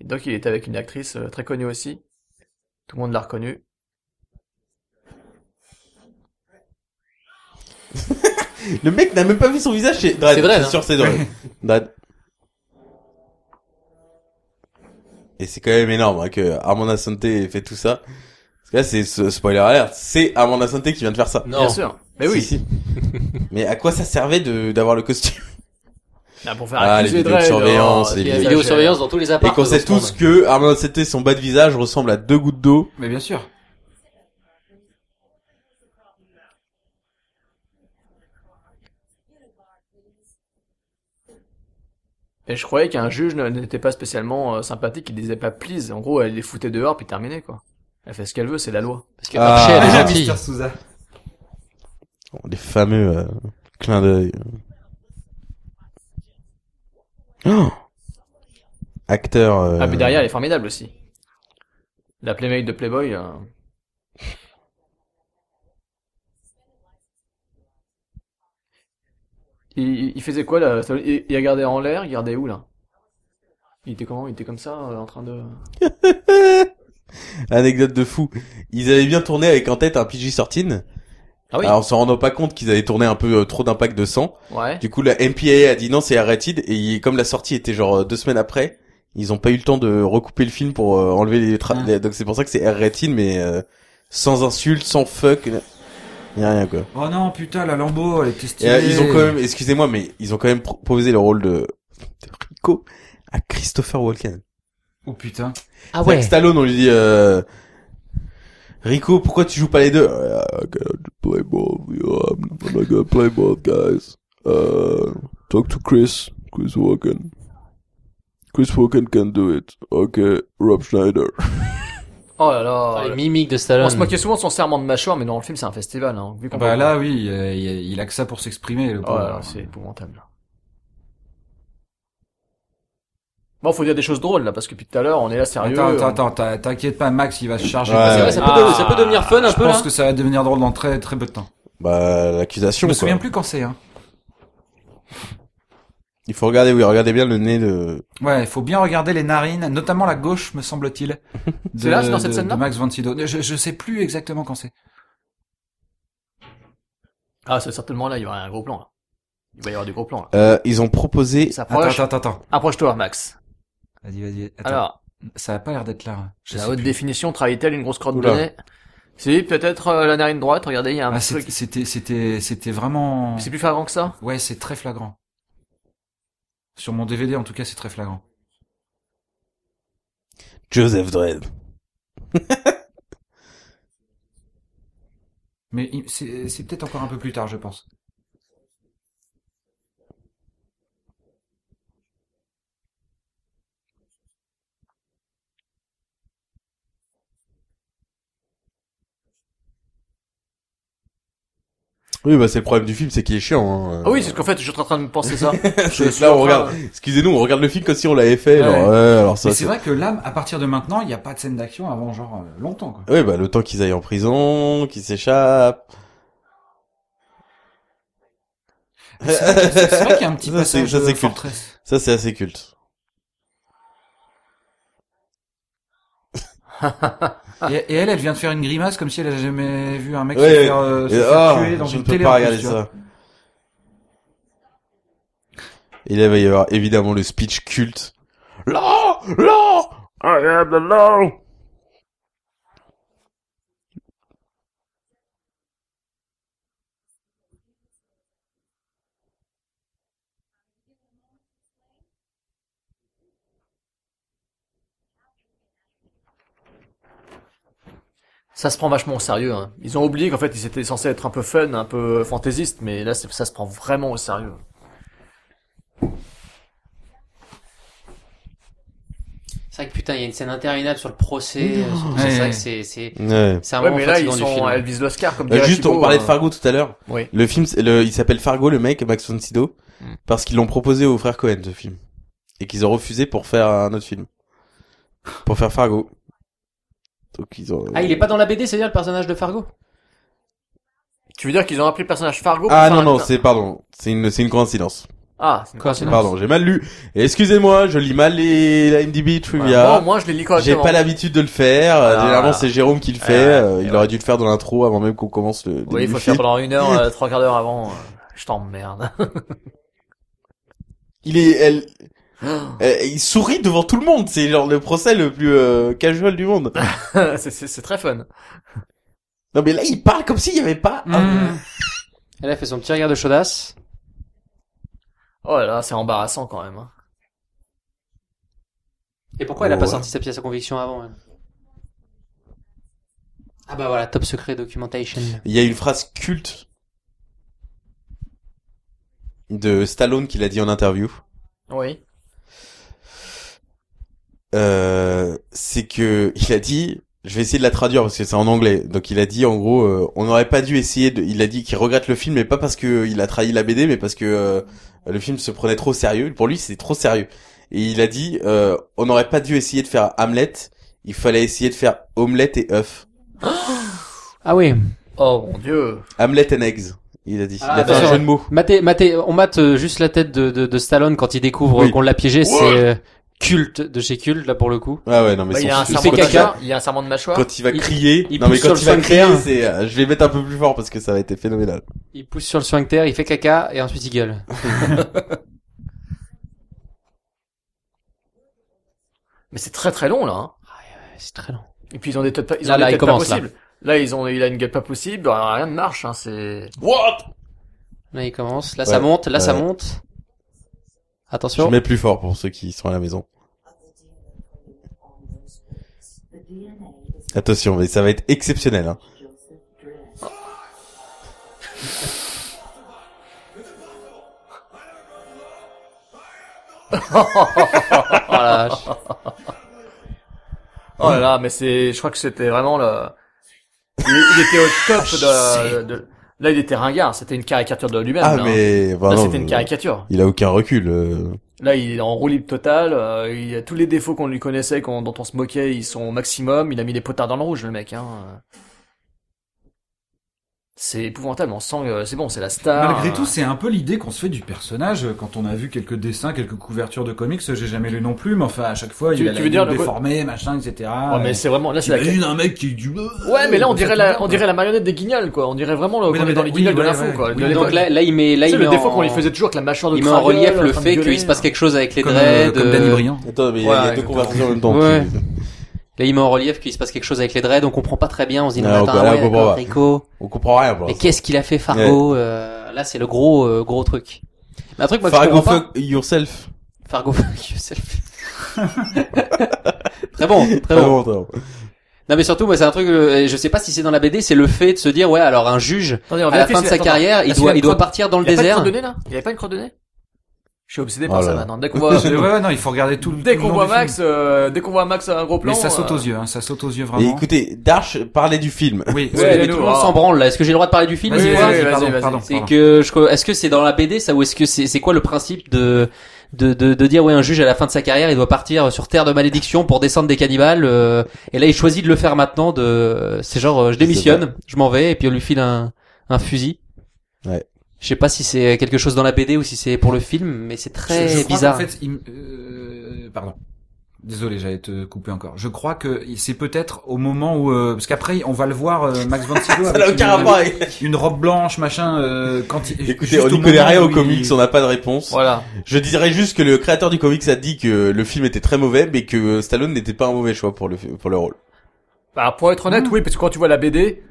Speaker 1: Et Donc il était avec une actrice euh, très connue aussi. Tout le monde l'a reconnue.
Speaker 2: Le mec n'a même pas vu son visage chez Dredd.
Speaker 4: C'est Dredd,
Speaker 2: je suis
Speaker 4: hein.
Speaker 2: sûr, c'est Dredd. Dredd. Et c'est quand même énorme hein, que Armand Santé ait fait tout ça. Parce que là, c'est ce- spoiler alert, c'est Armand Santé qui vient de faire ça.
Speaker 4: Non.
Speaker 1: Bien sûr. Mais oui.
Speaker 2: Si, si. Mais à quoi ça servait de d'avoir le costume
Speaker 1: Ah, pour faire
Speaker 2: Ah,
Speaker 1: accuser
Speaker 2: les vidéos de
Speaker 1: Dredd, oh,
Speaker 2: surveillance,
Speaker 1: alors,
Speaker 2: les
Speaker 1: qui a
Speaker 2: vidéos-
Speaker 1: exagéré.
Speaker 4: Vidéosurveillance dans tous les
Speaker 2: Et
Speaker 4: appartements.
Speaker 2: qu'on sait tous que Armand Santé, son bas de visage ressemble à deux gouttes d'eau.
Speaker 3: Mais bien sûr.
Speaker 1: Et je croyais qu'un juge ne- n'était pas spécialement euh, sympathique, il disait pas please. En gros, elle les foutait dehors puis terminé quoi. Elle fait ce qu'elle veut, c'est la loi.
Speaker 4: Parce que
Speaker 2: Ah.
Speaker 4: Archie, elle est
Speaker 2: Ah,
Speaker 4: gentille.
Speaker 3: Mr. Souza.
Speaker 2: Bon, Les fameux euh, clins d'œil. Oh Acteur. euh,
Speaker 1: Ah, mais derrière, elle est formidable aussi. La playmate de Playboy. euh, Il, il- il faisait quoi là Stallone il, il regardait en l'air, il regardait où là Il était comment Il était comme ça, euh, en train de.
Speaker 2: Anecdote de fou. Ils avaient bien tourné avec en tête un PG-13.
Speaker 1: Ah oui.
Speaker 2: Alors, en s'en rendant pas compte qu'ils avaient tourné un peu euh, trop d'impact de sang.
Speaker 1: Ouais.
Speaker 2: Du coup, la MPAA a dit non, c'est arrêté. Et il- comme la sortie était genre euh, deux semaines après, ils ont pas eu le temps de recouper le film pour euh, enlever les, tra-
Speaker 3: Ah.
Speaker 2: les- Donc c'est pour ça que c'est R-rated, mais euh, sans insulte, sans fuck. euh, Y a rien, quoi.
Speaker 3: Oh non, putain, la Lambo, elle était
Speaker 2: Et,
Speaker 3: stylée.
Speaker 2: euh, ils ont quand même, excusez-moi, mais ils ont quand même proposé le rôle de, de Rico à Christopher Walken.
Speaker 3: Oh putain.
Speaker 4: Ah
Speaker 2: Avec
Speaker 4: ouais.
Speaker 2: Stallone, on lui dit, euh, Rico, pourquoi tu joues pas les deux? Euh, I can't play both, yeah, I'm not gonna play both guys. Uh, talk to Chris, Chris Walken. Chris Walken can do it. Okay, Rob Schneider.
Speaker 1: Oh là là.
Speaker 3: Ah,
Speaker 4: Les mimiques de Stallone.
Speaker 1: On se moquait souvent de son serment de mâchoire, mais dans le film, c'est un festival. Hein.
Speaker 2: Ah,
Speaker 1: Vu qu'on
Speaker 3: Bah là, oui, euh, il il a que ça pour s'exprimer. le
Speaker 1: Oh
Speaker 3: pauvre.
Speaker 1: là là, c'est épouvantable. Bon, faut dire des choses drôles là, parce que depuis tout à l'heure, on est là sérieux.
Speaker 3: Attends, attends, attends, t'as- t'inquiète pas, Max, il va se charger.
Speaker 2: hein. Ouais,
Speaker 3: parce
Speaker 4: C'est
Speaker 3: que
Speaker 4: vrai, ça, peut
Speaker 1: Ah.
Speaker 4: de- ça peut devenir fun un
Speaker 3: Je
Speaker 4: peu là.
Speaker 3: pense que ça va devenir drôle dans très très peu de temps.
Speaker 2: Bah,
Speaker 3: Je
Speaker 2: l'accusation,
Speaker 3: me
Speaker 2: quoi.
Speaker 3: souviens plus quand c'est. Hein.
Speaker 2: Il faut regarder, oui, regardez bien le nez de...
Speaker 3: Ouais, il faut bien regarder les narines, notamment la gauche, me semble-t-il. de-
Speaker 1: C'est là, c'est dans cette
Speaker 3: de-
Speaker 1: scène-là
Speaker 3: de Max von Sydow. Je, je sais plus exactement quand c'est.
Speaker 1: Ah, c'est certainement là, il y aura un gros plan là. Il va y avoir du gros plan là.
Speaker 2: Euh, ils ont proposé
Speaker 1: S'approche.
Speaker 3: Attends, attends, attends.
Speaker 1: Approche-toi, Max.
Speaker 3: Vas-y, vas-y. Attends.
Speaker 1: Alors,
Speaker 3: ça a pas l'air d'être là. Je
Speaker 1: la
Speaker 3: sais
Speaker 1: haute
Speaker 3: plus.
Speaker 1: définition travaille-t-elle une grosse crotte
Speaker 2: Oula.
Speaker 1: de nez Si, peut-être euh, la narine droite, regardez, il y a un
Speaker 3: Ah,
Speaker 1: petit
Speaker 3: c'était,
Speaker 1: truc.
Speaker 3: c'était, c'était, c'était vraiment.
Speaker 1: C'est plus flagrant que ça
Speaker 3: Ouais, c'est très flagrant. Sur mon DVD, en tout cas, c'est très flagrant.
Speaker 2: Joseph Dredd.
Speaker 3: Mais il- c'est, c'est peut-être encore un peu plus tard, je pense.
Speaker 2: Oui, bah c'est le problème du film, c'est qu'il est chiant. hein.
Speaker 1: Ah oui, c'est ce qu'en fait, je suis en train de me penser ça.
Speaker 2: C'est
Speaker 1: Je suis
Speaker 2: là
Speaker 1: en
Speaker 2: on
Speaker 1: train-
Speaker 2: regarde. Excusez-nous, on regarde le film comme si on l'avait fait.
Speaker 3: Ouais.
Speaker 2: genre, ouais, alors ça.
Speaker 3: Mais c'est vrai que l'âme, à partir de maintenant, il n'y a pas de scène d'action avant genre euh, longtemps, quoi.
Speaker 2: Oui, bah le temps qu'ils aillent en prison, qu'ils s'échappent.
Speaker 3: Mais C'est vrai, qu'il y a- c'est vrai qu'il y a un petit
Speaker 2: Ça, c'est-
Speaker 3: passage euh,
Speaker 2: ça,
Speaker 3: de
Speaker 2: c'est culte.
Speaker 3: forteresse.
Speaker 2: Ça c'est assez culte.
Speaker 3: Et, et elle, elle vient de faire une grimace comme si elle avait jamais vu un mec
Speaker 2: Ouais.
Speaker 3: se faire, euh, se
Speaker 2: Et-
Speaker 3: faire
Speaker 2: ah,
Speaker 3: tuer dans
Speaker 2: je
Speaker 3: une
Speaker 2: ne peux
Speaker 3: télé.
Speaker 2: pas
Speaker 3: en plus,
Speaker 2: regarder
Speaker 3: tu vois.
Speaker 2: ça. Et là, il va y avoir évidemment le speech culte. Là, là, I am the law.
Speaker 1: Ça se prend vachement au sérieux. hein. Ils ont oublié qu'en fait, ils étaient censés être un peu fun, un peu fantaisiste, mais là, c'est- ça se prend vraiment au sérieux.
Speaker 4: C'est vrai que putain, il y a une scène interminable sur le procès. euh, sur tout ça. c'est
Speaker 3: Ouais,
Speaker 4: vrai
Speaker 3: ouais.
Speaker 4: que c'est, c'est,
Speaker 2: Ouais.
Speaker 4: c'est un
Speaker 1: Ouais,
Speaker 4: moment
Speaker 1: mais là, ils
Speaker 4: fatigant du
Speaker 1: sont,
Speaker 4: film.
Speaker 1: elles visent l'Oscar, comme
Speaker 2: Euh,
Speaker 1: dirait
Speaker 2: juste, on
Speaker 1: Thibaut,
Speaker 2: parlait de
Speaker 1: euh,
Speaker 2: Fargo tout à l'heure.
Speaker 1: Oui.
Speaker 2: Le film, c'est- le, il s'appelle Fargo, le mec, Max von Sydow,
Speaker 1: Mm.
Speaker 2: parce qu'ils l'ont proposé aux frères Cohen, ce film. Et qu'ils ont refusé pour faire un autre film. Pour faire Fargo. Donc ils ont...
Speaker 4: Ah, il est pas dans la BD, c'est-à-dire le personnage de Fargo
Speaker 1: Tu veux dire qu'ils ont appris le personnage Fargo pour
Speaker 2: Ah
Speaker 1: faire
Speaker 2: non,
Speaker 1: un-
Speaker 2: non, c'est, pardon, c'est une, c'est une coïncidence.
Speaker 1: Ah, c'est une coïncidence.
Speaker 2: Pardon, j'ai mal lu. Excusez-moi, je lis mal les, la MDB
Speaker 1: Voilà.
Speaker 2: Trivia.
Speaker 1: Bon, moi, je les lis
Speaker 2: j'ai
Speaker 1: correctement.
Speaker 2: pas l'habitude de le faire. Euh,
Speaker 1: Voilà.
Speaker 2: Généralement, c'est Jérôme qui le fait.
Speaker 1: Ah. Ouais,
Speaker 2: Euh, il
Speaker 1: ouais.
Speaker 2: aurait dû le faire dans l'intro avant même qu'on commence le début
Speaker 1: Oui, il faut
Speaker 2: du
Speaker 1: le faire
Speaker 2: film.
Speaker 1: pendant une heure, euh, trois quarts d'heure avant. euh, Je t'emmerde.
Speaker 2: Il est, elle, euh, il sourit devant tout le monde. C'est genre le procès le plus euh, casual du monde.
Speaker 1: c'est, c'est, c'est très fun.
Speaker 2: Non mais là il parle comme s'il y avait pas.
Speaker 3: Mmh.
Speaker 4: Elle a fait son petit regard de chaudasse.
Speaker 1: Oh là là, c'est embarrassant quand même. hein.
Speaker 4: Et pourquoi elle a pas
Speaker 2: Ouais.
Speaker 4: sorti sa pièce à conviction avant elle Ah bah voilà, Top Secret Documentation.
Speaker 2: Il y a une phrase culte de Stallone qu'il a dit en interview.
Speaker 1: Oui.
Speaker 2: Euh, c'est que il a dit, je vais essayer de la traduire parce que c'est en anglais. Donc il a dit en gros, euh, on n'aurait pas dû essayer. De, il a dit qu'il regrette le film, mais pas parce que il a trahi la BD, mais parce que euh, le film se prenait trop sérieux. Pour lui, c'est trop sérieux. Et il a dit, euh, on n'aurait pas dû essayer de faire Hamlet. Il fallait essayer de faire omelette et œuf.
Speaker 4: Ah oui.
Speaker 1: Oh mon dieu.
Speaker 2: Hamlet and eggs. Il a dit.
Speaker 4: Ah,
Speaker 2: il a fait un
Speaker 4: d'accord.
Speaker 2: jeu de mots.
Speaker 4: Maté, maté, on mate euh, juste la tête de, de, de Stallone quand il découvre
Speaker 2: Oui.
Speaker 4: qu'on l'a piégé. C'est
Speaker 2: Ouais.
Speaker 4: euh, culte de chez culte là pour le coup.
Speaker 2: Ah ouais, non mais
Speaker 1: Bah, il y
Speaker 2: son-
Speaker 1: a un
Speaker 2: son-
Speaker 1: serment de
Speaker 2: quand il va-
Speaker 1: mâchoire. Il y a un serment de mâchoire.
Speaker 2: Quand il va
Speaker 4: Il-
Speaker 2: crier,
Speaker 4: il
Speaker 2: non mais
Speaker 4: pousse
Speaker 2: quand
Speaker 4: sur
Speaker 2: il va
Speaker 4: le
Speaker 2: crier,
Speaker 4: sphincter, hein.
Speaker 2: c'est, euh, je vais mettre un peu plus fort parce que ça va être phénoménal.
Speaker 4: Il pousse sur le sphincter, il fait caca et ensuite il gueule.
Speaker 1: Mais c'est très très long là. hein.
Speaker 4: Ouais, C'est très long.
Speaker 1: Et puis ils ont des têtes pas, ils
Speaker 4: Là,
Speaker 1: ont des
Speaker 4: là, il
Speaker 1: têtes pas
Speaker 4: commence, là.
Speaker 1: possibles. Là. ils ont, il a une gueule pas possible. alors rien ne marche. Hein, c'est.
Speaker 2: What?
Speaker 4: Là il commence, là
Speaker 2: Ouais.
Speaker 4: ça monte, là ça
Speaker 2: Ouais.
Speaker 4: monte.
Speaker 2: Je
Speaker 4: Attention.
Speaker 2: mets plus fort pour ceux qui sont à la maison. Attention, mais ça va être exceptionnel. Hein.
Speaker 4: Oh la vache.
Speaker 1: Oh là là, mais c'est. Je crois que c'était vraiment le. Il, il était au top de, de- Là, il était ringard. C'était une caricature de lui-même.
Speaker 2: Ah
Speaker 1: là, hein.
Speaker 2: mais bah
Speaker 1: Là,
Speaker 2: non,
Speaker 1: c'était une
Speaker 2: mais-
Speaker 1: caricature.
Speaker 2: il a aucun recul. euh.
Speaker 1: Là, il est en roue libre totale. euh, il a tous les défauts qu'on lui connaissait, qu'on, dont on se moquait, ils sont au maximum. Il a mis les potards dans le rouge, le mec. Hein. C'est épouvantable, on sent, euh, c'est bon, c'est la star.
Speaker 3: Malgré tout, c'est un peu l'idée qu'on se fait du personnage euh, quand on a vu quelques dessins, quelques couvertures de comics. J'ai jamais lu non plus, mais enfin à chaque fois
Speaker 1: Tu-
Speaker 3: il a
Speaker 1: tu
Speaker 3: la
Speaker 1: veux dire
Speaker 3: gueule
Speaker 1: le quoi
Speaker 3: déformée, machin, etc.
Speaker 1: Ouais, mais c'est vraiment, là, c'est la
Speaker 3: T'imagines un mec qui du.
Speaker 1: Ouais, mais là, on dirait la, on dirait la marionnette des guignols, quoi. On dirait vraiment, là,
Speaker 3: Oui,
Speaker 1: qu'on
Speaker 3: non,
Speaker 1: est dans
Speaker 3: mais
Speaker 1: les guignols
Speaker 3: oui,
Speaker 1: de
Speaker 3: ouais,
Speaker 1: l'info,
Speaker 3: ouais.
Speaker 1: quoi.
Speaker 3: Oui,
Speaker 1: De
Speaker 3: mais
Speaker 1: l'époque.
Speaker 4: Donc là, là, il met, là,
Speaker 1: Tu
Speaker 4: il
Speaker 1: sais,
Speaker 4: met
Speaker 1: le défaut
Speaker 4: en-
Speaker 1: qu'on lui faisait toujours avec la mâchoire de
Speaker 4: il met en
Speaker 1: Kragueul,
Speaker 4: relief le
Speaker 1: train de
Speaker 4: fait
Speaker 1: gueuler. hein.
Speaker 4: qu'il se passe quelque chose avec les
Speaker 3: Comme,
Speaker 4: dreads.
Speaker 3: comme Danny
Speaker 4: euh,
Speaker 3: Briand.
Speaker 2: Attends, mais il y
Speaker 1: Ouais,
Speaker 2: a- il y a deux
Speaker 1: exactement.
Speaker 2: conversations en même temps.
Speaker 4: Ouais. Là, il met en relief qu'il se passe quelque chose avec les dreads, on comprend pas très bien, on se dit, non,
Speaker 2: Ah, ok,
Speaker 4: attends,
Speaker 2: là,
Speaker 4: ah ouais,
Speaker 2: on comprend
Speaker 4: d'accord,
Speaker 2: pas.
Speaker 4: Rico.
Speaker 2: On comprend rien pour
Speaker 4: Mais
Speaker 2: l'instant.
Speaker 4: qu'est-ce qu'il a fait Fargo euh, Là, c'est le gros euh, gros truc. Mais un truc moi que je
Speaker 2: Fargo
Speaker 4: comprends pas.
Speaker 2: fuck yourself.
Speaker 4: Fargo fuck yourself. très bon, très
Speaker 2: Très bon,
Speaker 4: bon.
Speaker 2: très bon.
Speaker 4: Non mais surtout moi c'est un truc euh, je sais pas si c'est dans la BD, c'est le fait de se dire ouais, alors un juge
Speaker 1: Attendez, on
Speaker 4: à la
Speaker 1: vérifie
Speaker 4: fin de
Speaker 1: si-
Speaker 4: sa
Speaker 1: attends,
Speaker 4: carrière, il
Speaker 1: est-ce qu'il
Speaker 4: doit
Speaker 1: y a
Speaker 4: il doit
Speaker 1: une croix-
Speaker 4: partir dans
Speaker 1: Il
Speaker 4: le
Speaker 1: y a pas de
Speaker 4: désert.
Speaker 1: croix de nez, là? Il y avait pas une croix de nez? Je suis obsédé par
Speaker 2: Oh là
Speaker 1: ça,
Speaker 2: là.
Speaker 1: maintenant. Dès qu'on voit,
Speaker 3: Ouais, ouais, non, il faut regarder tout. le-
Speaker 1: dès
Speaker 3: tout
Speaker 1: qu'on
Speaker 3: le long
Speaker 1: voit
Speaker 3: du film.
Speaker 1: Max, euh, dès qu'on voit Max à un gros plan.
Speaker 3: mais ça saute
Speaker 1: euh,
Speaker 3: aux yeux, hein, ça saute aux yeux
Speaker 2: Et
Speaker 3: vraiment.
Speaker 2: écoutez, Darsh parlait du film.
Speaker 3: Oui,
Speaker 1: Ouais,
Speaker 4: Mais
Speaker 1: nous,
Speaker 4: tout le monde
Speaker 1: ah.
Speaker 4: s'en branle là. Est-ce que j'ai le droit de parler du film
Speaker 1: Oui,
Speaker 4: c'est
Speaker 1: oui,
Speaker 4: quoi
Speaker 1: oui, vas-y,
Speaker 3: pardon,
Speaker 1: vas-y.
Speaker 3: pardon,
Speaker 4: C'est
Speaker 3: pardon.
Speaker 4: que je crois- est-ce que c'est dans la BD ça ou est-ce que c'est c'est quoi le principe de de, de de dire ouais un juge à la fin de sa carrière il doit partir sur terre de malédiction pour descendre des cannibales euh, et là il choisit de le faire maintenant de c'est genre euh, je démissionne je m'en vais et puis on lui file un un fusil
Speaker 2: Ouais.
Speaker 4: je sais pas si c'est quelque chose dans la BD ou si c'est pour le film mais c'est très
Speaker 3: Je- je crois
Speaker 4: bizarre
Speaker 3: qu'en fait, il m- euh, pardon. Désolé, j'allais te couper encore. Je crois que c'est peut-être au moment où, euh, parce qu'après on va le voir euh, Max von Sydow
Speaker 2: Ça
Speaker 3: avec
Speaker 2: n'a
Speaker 3: une,
Speaker 2: aucun rapport avec...
Speaker 3: une robe blanche, machin. euh, quand il-
Speaker 2: Écoutez,
Speaker 3: juste
Speaker 2: on
Speaker 3: au
Speaker 2: n'y connaît
Speaker 3: moment
Speaker 2: rien
Speaker 3: où
Speaker 2: aux
Speaker 3: il-
Speaker 2: comics, on n'a pas de réponse.
Speaker 1: Voilà.
Speaker 2: Je dirais juste que le créateur du comics a dit que le film était très mauvais, mais que Stallone n'était pas un mauvais choix pour le, pour le rôle.
Speaker 1: Bah, pour être
Speaker 3: Mmh.
Speaker 1: honnête, oui, parce que quand tu vois la BD,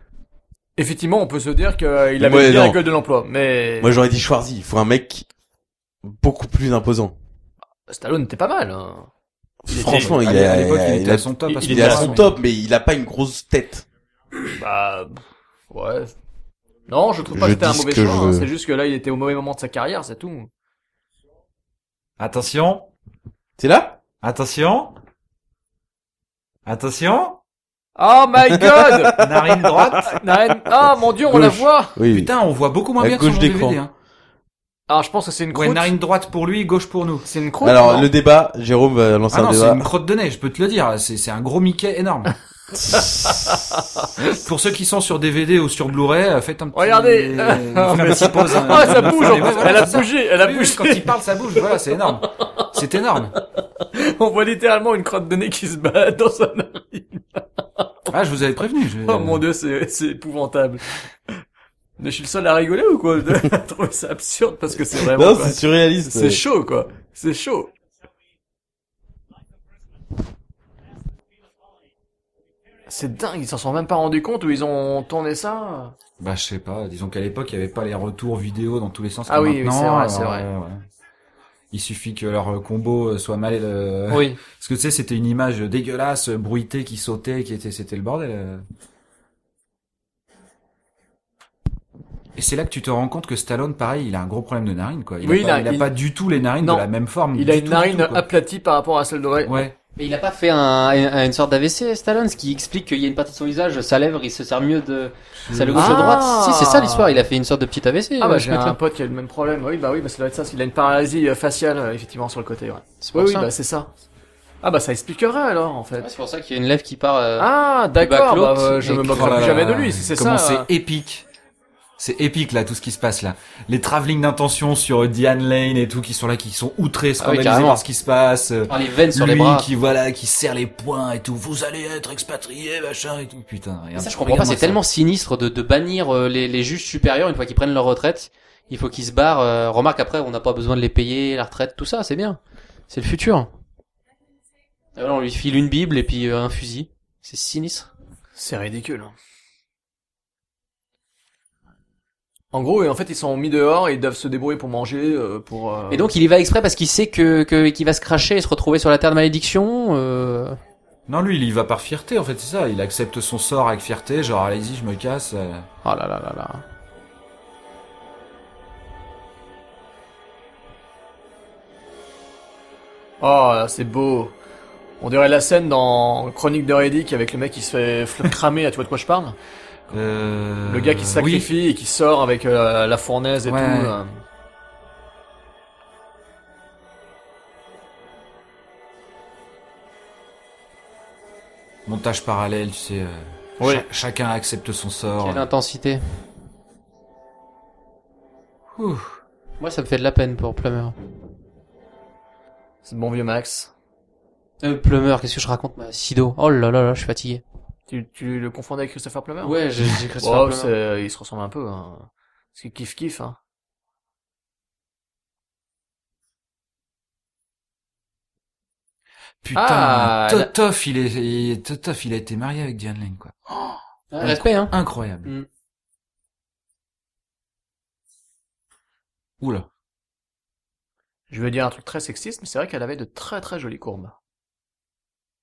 Speaker 1: effectivement, on peut se dire qu'il avait
Speaker 2: moi,
Speaker 1: bien la
Speaker 2: non.
Speaker 1: gueule de l'emploi. Mais
Speaker 2: Moi, j'aurais dit Schwarzy. Il faut un mec beaucoup plus imposant.
Speaker 1: Stallone était pas mal. hein. Il était-
Speaker 2: Franchement, il
Speaker 3: à
Speaker 2: a,
Speaker 3: à l'époque, il
Speaker 2: il
Speaker 3: était
Speaker 2: a-
Speaker 3: à son top. à
Speaker 1: il-
Speaker 3: ce
Speaker 2: il est à
Speaker 1: top.
Speaker 3: moment-là,
Speaker 2: son
Speaker 3: mais-
Speaker 2: top, mais il a pas une grosse tête.
Speaker 1: Bah, ouais. Non, je trouve pas
Speaker 2: Je
Speaker 1: que c'était un
Speaker 2: dis ce
Speaker 1: mauvais
Speaker 2: que
Speaker 1: choix.
Speaker 2: je
Speaker 1: hein.
Speaker 2: veux.
Speaker 1: C'est juste que là, il était au mauvais moment de sa carrière, c'est tout.
Speaker 3: Attention,
Speaker 2: C'est là
Speaker 3: attention, attention.
Speaker 1: Oh my god!
Speaker 3: Narine droite.
Speaker 1: Narine- Ah mon dieu, on la
Speaker 2: Gauche.
Speaker 1: voit!
Speaker 2: Oui.
Speaker 3: Putain, on voit beaucoup moins
Speaker 2: À
Speaker 3: bien que sur
Speaker 2: gauche
Speaker 3: mon
Speaker 2: d'écran.
Speaker 3: DVD. Hein.
Speaker 1: Alors Ah, je pense que c'est une
Speaker 3: Ouais,
Speaker 1: croûte.
Speaker 3: narine droite pour lui, gauche pour nous.
Speaker 1: c'est une croûte.
Speaker 2: Alors,
Speaker 1: non
Speaker 2: le débat, Jérôme va lancer
Speaker 3: Ah
Speaker 2: un
Speaker 3: non, c'est
Speaker 2: débat.
Speaker 3: une crotte de nez, je peux te le dire. C'est c'est un gros Mickey énorme. Pour ceux qui sont sur DVD ou sur Blu-ray, euh, faites un petit.
Speaker 1: Regardez. Ah, mais-
Speaker 3: Faites une petite pause, hein.
Speaker 1: Ah, ça bouge! en
Speaker 3: Ouais,
Speaker 1: plus.
Speaker 3: voilà,
Speaker 1: elle a
Speaker 3: c'est ça.
Speaker 1: bougé, elle a
Speaker 3: Oui, oui,
Speaker 1: bougé.
Speaker 3: Quand il parle, ça bouge. Voilà, c'est énorme. C'est énorme.
Speaker 1: On voit littéralement une crotte de nez qui se bat dans sa narine.
Speaker 3: Ah, je vous avais prévenu. je-
Speaker 1: Oh mon dieu, c'est c'est épouvantable. Mais je suis le seul à rigoler ou quoi? Je trouve ça absurde parce que c'est vraiment.
Speaker 2: Non,
Speaker 1: quoi.
Speaker 2: c'est surréaliste.
Speaker 1: C'est chaud quoi. C'est chaud. C'est dingue, ils s'en sont même pas rendu compte où ils ont tourné ça.
Speaker 3: Bah, je sais pas. Disons qu'à l'époque, il y avait pas les retours vidéo dans tous les sens.
Speaker 1: Ah
Speaker 3: comme
Speaker 1: oui, oui,
Speaker 3: maintenant,
Speaker 1: c'est vrai, c'est
Speaker 3: alors,
Speaker 1: vrai.
Speaker 3: euh, ouais. Il suffit que leur euh, combo euh, soit mal. euh,
Speaker 4: oui
Speaker 3: Parce que tu sais, c'était une image dégueulasse, euh, bruitée, qui sautait, qui était, c'était le bordel. euh. Et c'est là que tu te rends compte que Stallone, pareil, il a un gros problème de narine, quoi. Il
Speaker 1: Oui,
Speaker 3: a,
Speaker 1: il a-
Speaker 3: pas, a
Speaker 1: il-
Speaker 3: pas du tout les narines
Speaker 1: Non.
Speaker 3: de la même forme.
Speaker 1: Il
Speaker 3: du
Speaker 1: a une
Speaker 3: tout, du
Speaker 1: narine
Speaker 3: tout, quoi.
Speaker 1: aplatie par rapport à celle d'Auré.
Speaker 3: Ouais.
Speaker 4: mais il a pas fait un, un- une sorte d'AVC Stallone ce qui explique qu'il y a une partie de son visage sa lèvre il se sert mieux de sa
Speaker 3: Mm.
Speaker 4: lèvre gauche de
Speaker 1: Ah.
Speaker 4: droite si c'est ça l'histoire il a fait une sorte de petit AVC
Speaker 1: Ah
Speaker 4: euh,
Speaker 1: bah
Speaker 4: ce
Speaker 1: j'ai
Speaker 4: mec-là.
Speaker 1: un pote qui a le même problème. Oui bah oui bah ça doit être ça. Il a une paralysie euh, faciale euh, effectivement sur le côté. Ouais.
Speaker 4: C'est
Speaker 1: Oui
Speaker 4: pour
Speaker 1: oui
Speaker 4: ça.
Speaker 1: bah c'est ça. Ah bah ça expliquerait alors en fait.
Speaker 4: Ouais, c'est pour ça qu'il y a une lèvre qui part. euh,
Speaker 1: Ah
Speaker 4: bah,
Speaker 1: d'accord. Bah,
Speaker 4: Claude,
Speaker 1: euh, je
Speaker 4: et-
Speaker 1: me
Speaker 3: Oh
Speaker 1: moquerai
Speaker 3: là
Speaker 1: plus
Speaker 3: là.
Speaker 1: jamais de lui. si C'est
Speaker 3: Comment
Speaker 1: ça.
Speaker 4: hein.
Speaker 1: euh.
Speaker 3: c'est épique. C'est épique, là, tout ce qui se passe, là. Les travelling d'intention sur euh, Diane Lane et tout, qui sont là, qui sont outrés, scandalisés
Speaker 4: Ah carrément.
Speaker 3: par ce qui se passe. euh,
Speaker 4: par les veines sur
Speaker 3: lui
Speaker 4: les bras.
Speaker 3: qui voilà qui serre les poings et tout vous allez être expatrié machin et tout putain regarde,
Speaker 4: Ça, je comprends pas.
Speaker 3: regarde-moi
Speaker 4: C'est
Speaker 3: ça.
Speaker 4: tellement sinistre de, de bannir euh, les, les juges supérieurs une fois qu'ils prennent leur retraite. Il faut qu'ils se barrent. euh, remarque après, on n'a pas besoin de les payer, la retraite, tout ça, c'est bien. C'est le futur. Et voilà, on lui file une bible et puis euh, un fusil. C'est sinistre.
Speaker 1: C'est ridicule. hein. En gros, et en fait, ils sont mis dehors et ils doivent se débrouiller pour manger, euh, pour. euh,
Speaker 4: Et donc il y va exprès parce qu'il sait que que- qu'il va se cracher et se retrouver sur la terre de malédiction. euh,
Speaker 3: non lui il y va par fierté en fait c'est ça il accepte son sort avec fierté genre allez-y je me casse euh.
Speaker 4: Oh là là là là.
Speaker 1: Oh, là, c'est beau. On dirait la scène dans Chronique de Reddick avec le mec qui se fait fl- cramer. là, tu vois de quoi je parle
Speaker 3: Euh,
Speaker 1: Le gars qui se sacrifie et qui sort avec euh, la fournaise et
Speaker 3: Ouais.
Speaker 1: tout. euh.
Speaker 3: oui. montage parallèle tu sais euh,
Speaker 1: Oui.
Speaker 3: euh, cha- chacun accepte son sort
Speaker 4: Oh. Quelle intensité. Moi, ça me fait de la peine pour Plummer.
Speaker 1: C'est bon vieux Max.
Speaker 4: Euh, Plummer, qu'est-ce que je raconte ma Sido. Oh là là là, je suis fatigué.
Speaker 1: Tu, tu le confondais avec Christopher Plummer
Speaker 4: Ouais, j'ai j'ai cru que c'était
Speaker 1: Oh,
Speaker 4: un Plummer.
Speaker 1: c'est- il se ressemble un peu. Hein. C'est kiff kiff. Hein.
Speaker 3: Putain,
Speaker 1: Ah, la-
Speaker 3: Totoff, il est, il- Totoff, il a été marié avec Diane Lane, quoi.
Speaker 4: Ah, Respect, hein.
Speaker 3: Incroyable.
Speaker 4: Mm.
Speaker 3: Oula.
Speaker 1: Je veux dire un truc très sexiste, mais c'est vrai qu'elle avait de très très jolies courbes.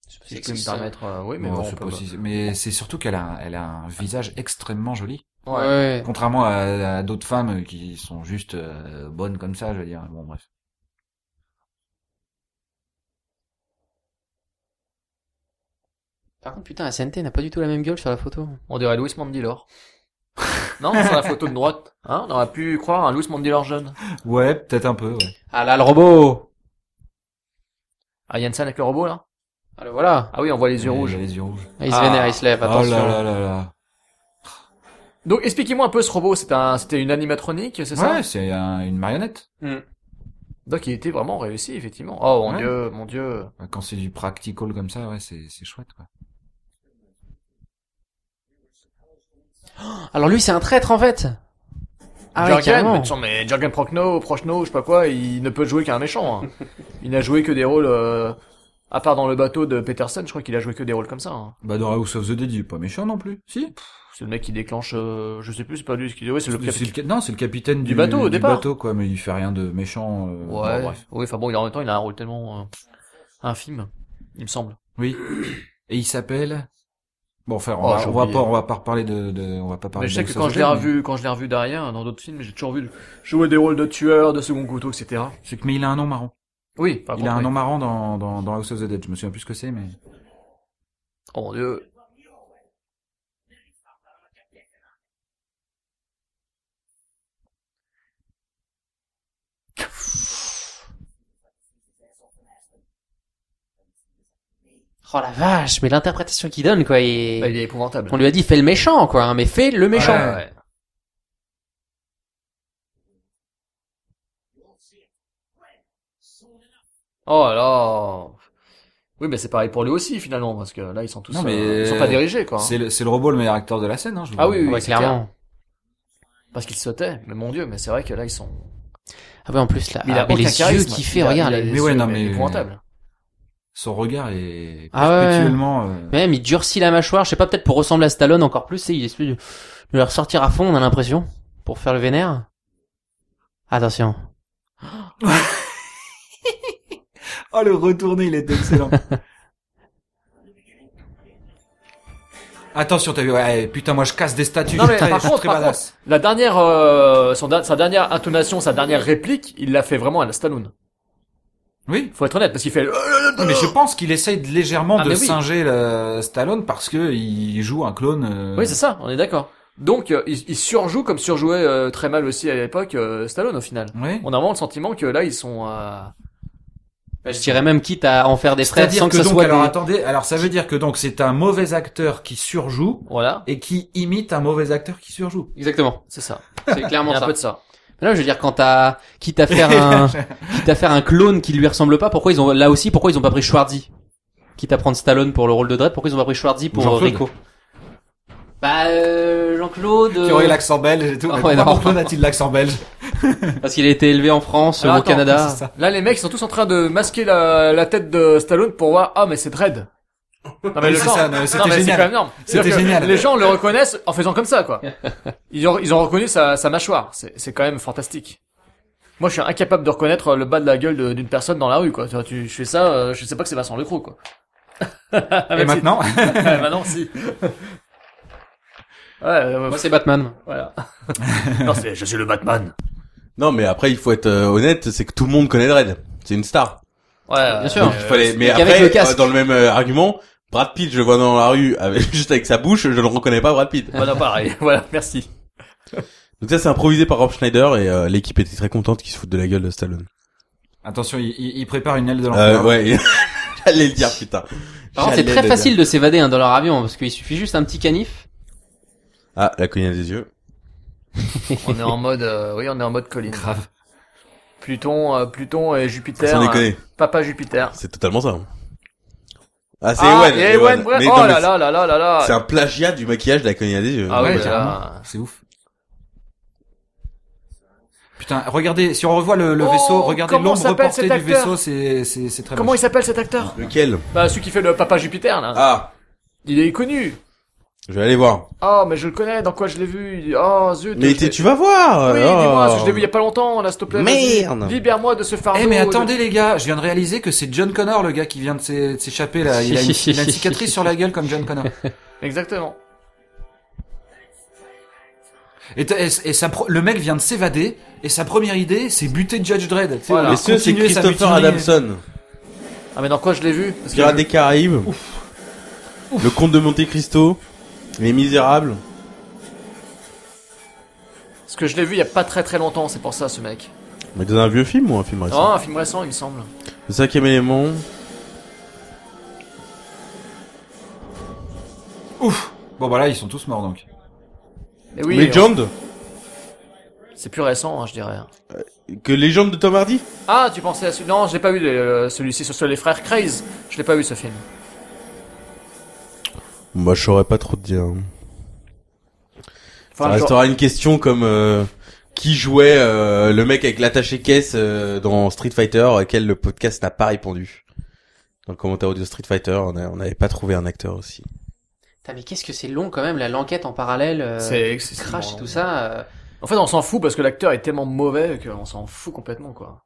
Speaker 1: Si je peux me permettre. euh, oui, mais
Speaker 3: Bon,
Speaker 1: bon,
Speaker 3: c'est
Speaker 1: on peut
Speaker 3: pas si- mais c'est surtout qu'elle a, un- elle a un visage extrêmement joli.
Speaker 1: pas.
Speaker 4: Ouais.
Speaker 1: Ouais.
Speaker 4: ouais.
Speaker 3: Contrairement à, à d'autres femmes qui sont juste euh, bonnes comme ça, je veux dire. Bon, bref.
Speaker 4: Par contre, putain, SNT n'a pas du tout la même gueule sur la photo.
Speaker 1: On dirait Louis Mandelor. non, sur la photo de droite, hein, on aurait pu croire un Louis Mandelor jeune.
Speaker 3: Ouais, peut-être un peu, ouais.
Speaker 4: Ah là, le robot
Speaker 1: Ah, Yansen avec le robot là
Speaker 4: Ah le voilà
Speaker 1: Ah oui, on voit les yeux
Speaker 3: Il a
Speaker 1: rouges.
Speaker 3: Les yeux rouges.
Speaker 4: Ah, Il se
Speaker 1: Ah.
Speaker 4: vénère, il se lève,
Speaker 3: Oh
Speaker 4: attention.
Speaker 3: là là là là.
Speaker 1: Donc expliquez-moi un peu ce robot, c'était un, c'était une animatronique, c'est ça
Speaker 3: Ouais, c'est un- une marionnette.
Speaker 1: Donc il était vraiment réussi, effectivement. Oh mon
Speaker 3: Ouais.
Speaker 1: dieu, mon dieu.
Speaker 3: Quand c'est du practical comme ça, ouais, c'est c'est chouette, quoi.
Speaker 4: Alors lui, c'est un traître, en fait Ah ouais,
Speaker 1: Jürgen,
Speaker 4: carrément.
Speaker 1: mais, attends, mais Jürgen Prochnow, Prochnow, je sais pas quoi, il ne peut jouer qu'un méchant. hein. il n'a joué que des rôles, euh, à part dans le bateau de Peterson, je crois qu'il a joué que des rôles comme ça. hein.
Speaker 3: Bah, dans House of the Dead, il est pas méchant non plus. Si.
Speaker 1: C'est le mec qui déclenche, euh, je sais plus, c'est pas lui ce qu'il dit. Oui, c'est le
Speaker 3: C'est le,
Speaker 1: capitaine.
Speaker 3: ca- non, c'est le capitaine
Speaker 1: Du
Speaker 3: du,
Speaker 1: bateau, au départ.
Speaker 3: bateau, quoi, mais il fait rien de méchant. euh, bon,
Speaker 1: Ouais,
Speaker 3: bref.
Speaker 1: oui, enfin bon, il a- en même temps, il a un rôle tellement euh, infime, il me semble.
Speaker 3: Oui. Et il s'appelle. Bon, enfin,
Speaker 1: Oh,
Speaker 3: on, va,
Speaker 1: j'ai
Speaker 3: on va
Speaker 1: oublié.
Speaker 3: pas, on va pas reparler de, de- on va pas parler.
Speaker 1: mais je sais
Speaker 3: de
Speaker 1: que
Speaker 3: House
Speaker 1: quand
Speaker 3: of
Speaker 1: je l'ai
Speaker 3: Dead, mais-
Speaker 1: revu, quand je l'ai revu derrière, dans d'autres films, j'ai toujours vu jouer des rôles de tueur, de second couteau, etc.
Speaker 3: C'est que, mais il a un nom marrant.
Speaker 1: Oui, par
Speaker 3: il a
Speaker 1: contre,
Speaker 3: un
Speaker 1: oui.
Speaker 3: nom marrant dans, dans, dans House of the Dead. Je me souviens plus ce que c'est, mais.
Speaker 1: Oh mon dieu.
Speaker 4: Oh la vache, mais l'interprétation qu'il donne, quoi, il...
Speaker 1: Bah, il est épouvantable.
Speaker 4: On lui a dit, fais le méchant, quoi, hein, mais fais le méchant
Speaker 1: Ouais, ouais. Oh là Oui, mais c'est pareil pour lui aussi, finalement, parce que là, ils sont tous...
Speaker 3: Non, mais-
Speaker 1: euh, ils sont pas dirigés, quoi. hein.
Speaker 3: C'est le, c'est le robot le meilleur acteur de la scène, hein, je vous
Speaker 1: Ah oui,
Speaker 4: Ouais,
Speaker 1: oui. c'est
Speaker 4: clairement.
Speaker 1: Parce qu'ils sautaient. Mais mon dieu, mais c'est vrai que là, ils sont...
Speaker 4: Ah ouais, en plus, là,
Speaker 1: Mais il a
Speaker 4: ah, mais
Speaker 1: aucun
Speaker 4: les yeux
Speaker 1: charisme.
Speaker 4: qu'il fait,
Speaker 1: Il a-
Speaker 4: regarde.
Speaker 1: il a
Speaker 4: les-
Speaker 1: des
Speaker 3: Mais ouais,
Speaker 1: yeux,
Speaker 3: non, mais-
Speaker 1: épouvantables.
Speaker 3: Son regard est
Speaker 4: Ah ouais.
Speaker 3: perpétuellement, euh,
Speaker 4: Même, il durcit la mâchoire, je sais pas, peut-être pour ressembler à Stallone encore plus, c'est, il essaie de de le ressortir à fond, on a l'impression, pour faire le vénère. Attention.
Speaker 3: Oh, le retourné, il était excellent. Attention, t'as vu, ouais, putain, moi je casse des statues.
Speaker 1: Non, mais
Speaker 3: putain,
Speaker 1: par
Speaker 3: je suis
Speaker 1: contre,
Speaker 3: très
Speaker 1: par
Speaker 3: badass.
Speaker 1: La dernière, euh, son da- sa dernière intonation, sa dernière réplique, il l'a fait vraiment à la Stallone.
Speaker 3: Oui.
Speaker 1: Faut être honnête, parce qu'il fait. euh,
Speaker 3: Non, mais je pense qu'il essaye de- légèrement
Speaker 1: Oh. Ah,
Speaker 3: de
Speaker 1: mais oui.
Speaker 3: singer le Stallone parce que il joue un clone. euh,
Speaker 1: Oui, c'est ça. On est d'accord. Donc, euh, il, il surjoue comme surjouait euh, très mal aussi à l'époque euh, Stallone au final.
Speaker 3: Oui.
Speaker 1: On a vraiment le sentiment que là, ils sont. euh,
Speaker 4: Bah, je dirais même quitte à en faire des frais
Speaker 3: C'est-à-dire
Speaker 4: sans
Speaker 3: que,
Speaker 4: que, ça
Speaker 3: donc,
Speaker 4: soit
Speaker 3: alors
Speaker 4: des-
Speaker 3: attendez, alors ça veut dire que donc c'est un mauvais acteur qui surjoue
Speaker 1: Voilà,
Speaker 3: et qui imite un mauvais acteur qui surjoue.
Speaker 4: Exactement.
Speaker 1: c'est ça.
Speaker 4: C'est
Speaker 1: Il y
Speaker 4: clairement
Speaker 1: a un
Speaker 4: ça.
Speaker 1: peu de ça.
Speaker 4: Mais là, je veux dire, quand t'as, quitte à faire un, quitte à faire un clone qui lui ressemble pas, pourquoi ils ont, là aussi, pourquoi ils ont pas pris Schwarzy? Quitte à prendre Stallone pour le rôle de Dredd, pourquoi ils ont pas pris Schwarzy pour
Speaker 3: Jean-Claude.
Speaker 4: Rico? Bah, euh, Jean-Claude.
Speaker 3: Qui aurait l'accent belge et tout.
Speaker 4: Ah,
Speaker 3: mais
Speaker 4: ouais,
Speaker 3: pourquoi
Speaker 4: non.
Speaker 3: mon clone a-t-il l'accent belge
Speaker 4: Parce qu'il a été élevé en France,
Speaker 1: Alors,
Speaker 4: au
Speaker 1: attends,
Speaker 4: Canada.
Speaker 3: C'est ça.
Speaker 1: Là, les mecs ils sont tous en train de masquer la, la tête de Stallone pour voir. Ah, mais c'est Dredd. Non,
Speaker 3: Oui,
Speaker 1: le
Speaker 3: c'est
Speaker 1: sang.
Speaker 3: ça, non, mais c'était
Speaker 1: mais c'est
Speaker 3: génial.
Speaker 1: quand même énorme. C'est-à-dire
Speaker 3: C'était
Speaker 1: que
Speaker 3: génial.
Speaker 1: Les gens le reconnaissent en faisant comme ça, quoi. Ils ont, ils ont reconnu sa, sa mâchoire. C'est c'est quand même fantastique. Moi, je suis incapable de reconnaître le bas de la gueule de- d'une personne dans la rue, quoi. Tu, vois, tu- je fais ça, euh, je sais pas que c'est Vincent Lecroc, quoi. Ah, bah,
Speaker 3: Et maintenant,
Speaker 1: Ouais, maintenant, Ah, bah, si. Ouais, euh,
Speaker 4: Moi, c'est Batman.
Speaker 1: voilà. non, c'est, je suis le Batman.
Speaker 2: Non, mais après, il faut être euh, honnête, c'est que tout le monde connaît Dredd. C'est une star.
Speaker 1: Ouais, euh,
Speaker 4: Bien sûr.
Speaker 2: Donc,
Speaker 3: Euh,
Speaker 2: il fallait... Mais
Speaker 4: mais avec
Speaker 2: après,
Speaker 4: le casque.
Speaker 2: euh, dans le même euh, argument, Brad Pitt, je le vois dans la rue avec, juste avec sa bouche, je ne reconnais pas Brad Pitt.
Speaker 1: Voilà, pareil. Voilà, merci.
Speaker 2: Donc ça, c'est improvisé par Rob Schneider et euh, l'équipe était très contente qu'ils se foutent de la gueule de Stallone.
Speaker 3: attention, il, il- il prépare une aile de
Speaker 2: Euh,
Speaker 3: l'enfer.
Speaker 2: ouais, j'allais le dire, putain.
Speaker 4: Par contre, c'est
Speaker 2: J'allais
Speaker 4: très
Speaker 2: le
Speaker 4: facile
Speaker 2: dire.
Speaker 4: de s'évader, hein, dans leur avion, parce qu'il suffit juste un petit canif.
Speaker 2: Ah, la cognée des yeux.
Speaker 1: on est en mode, euh, oui, on est en mode colline.
Speaker 3: Grave.
Speaker 1: Pluton, euh, Pluton et Jupiter.
Speaker 5: Sans
Speaker 1: hein.
Speaker 5: déconner.
Speaker 1: Papa Jupiter.
Speaker 2: C'est totalement ça. hein. Ah, c'est
Speaker 1: Ah,
Speaker 2: Ewan,
Speaker 1: et
Speaker 2: Ewan.
Speaker 1: Ewan, bref.
Speaker 2: Mais
Speaker 1: oh
Speaker 2: non, mais
Speaker 1: là là là là là là.
Speaker 2: C'est un plagiat du maquillage de la Cogna des yeux.
Speaker 1: Ah ouais,
Speaker 3: Ouais,
Speaker 1: là.
Speaker 3: carrément. C'est ouf. Putain, regardez, si on revoit le, le
Speaker 1: Oh,
Speaker 3: vaisseau, regardez
Speaker 1: comment
Speaker 3: l'ombre
Speaker 1: s'appelle
Speaker 3: portée
Speaker 1: cet
Speaker 3: du
Speaker 1: acteur
Speaker 3: vaisseau, c'est c'est c'est très
Speaker 1: Comment
Speaker 3: moche.
Speaker 1: il s'appelle cet acteur
Speaker 2: Lequel
Speaker 1: Bah celui qui fait le Papa Jupiter là.
Speaker 2: Ah,
Speaker 1: Il est connu.
Speaker 2: je vais aller voir.
Speaker 1: Oh mais je le connais. Dans quoi je l'ai vu Oh zut.
Speaker 2: Mais
Speaker 1: je
Speaker 2: t'es-
Speaker 1: l'ai-
Speaker 2: tu vas voir Oh.
Speaker 1: Oui, dis-moi, parce que je l'ai
Speaker 2: l'ai
Speaker 1: vu il y a pas longtemps. Là, s'il te plaît. vas-y.
Speaker 2: Merde.
Speaker 1: Libère-moi de ce fardeau.
Speaker 3: Eh
Speaker 4: euh,
Speaker 3: mais
Speaker 1: de-
Speaker 3: attendez les gars, je viens de réaliser que c'est John Connor le gars qui vient de s'é- de s'échapper là. Il a, une, il a une cicatrice sur la gueule comme John Connor.
Speaker 1: Exactement.
Speaker 3: Et, t- et, et sa pro- le mec vient de s'évader et sa première idée c'est buter Judge Dredd. Tu sais,
Speaker 1: Voilà.
Speaker 3: on va
Speaker 2: Messieurs, c'est
Speaker 3: continuer sa
Speaker 2: Christopher
Speaker 3: mutinerie.
Speaker 2: Adamson.
Speaker 1: Ah mais dans quoi je l'ai vu Parce que-
Speaker 2: Pirates des Caraïbes. Le Comte de Monte Cristo. Les Misérables.
Speaker 1: Parce que je l'ai vu il y a pas très très longtemps. C'est pour ça ce mec.
Speaker 2: Mais dans un vieux film ou un film
Speaker 1: Oh,
Speaker 2: récent
Speaker 1: un film récent il me semble.
Speaker 2: Le cinquième élément.
Speaker 3: Ouf. Bon bah là ils sont tous morts donc.
Speaker 1: Mais Eh oui. euh,
Speaker 2: Legend
Speaker 1: C'est plus récent, hein, je dirais.
Speaker 2: Que Légende de Tom Hardy
Speaker 1: Ah, tu pensais à celui Non, je l'ai pas vu euh, celui-ci, ce sont les frères Craze. Je l'ai pas vu ce film.
Speaker 2: Moi, Bah, je saurais pas trop te dire.
Speaker 1: Enfin,
Speaker 2: Ça
Speaker 1: je-
Speaker 2: restera une question comme euh, qui jouait euh, le mec avec l'attaché caisse euh, dans Street Fighter, auquel le podcast n'a pas répondu. Dans le commentaire audio Street Fighter, on a- on n'avait pas trouvé un acteur aussi.
Speaker 4: Putain, mais qu'est-ce que c'est long quand même, la l'enquête en parallèle, euh,
Speaker 1: c'est
Speaker 4: le
Speaker 1: excessivement
Speaker 4: crash et tout
Speaker 1: long.
Speaker 4: ça. euh,
Speaker 1: En fait, on s'en fout parce que l'acteur est tellement mauvais qu'on s'en fout complètement, quoi.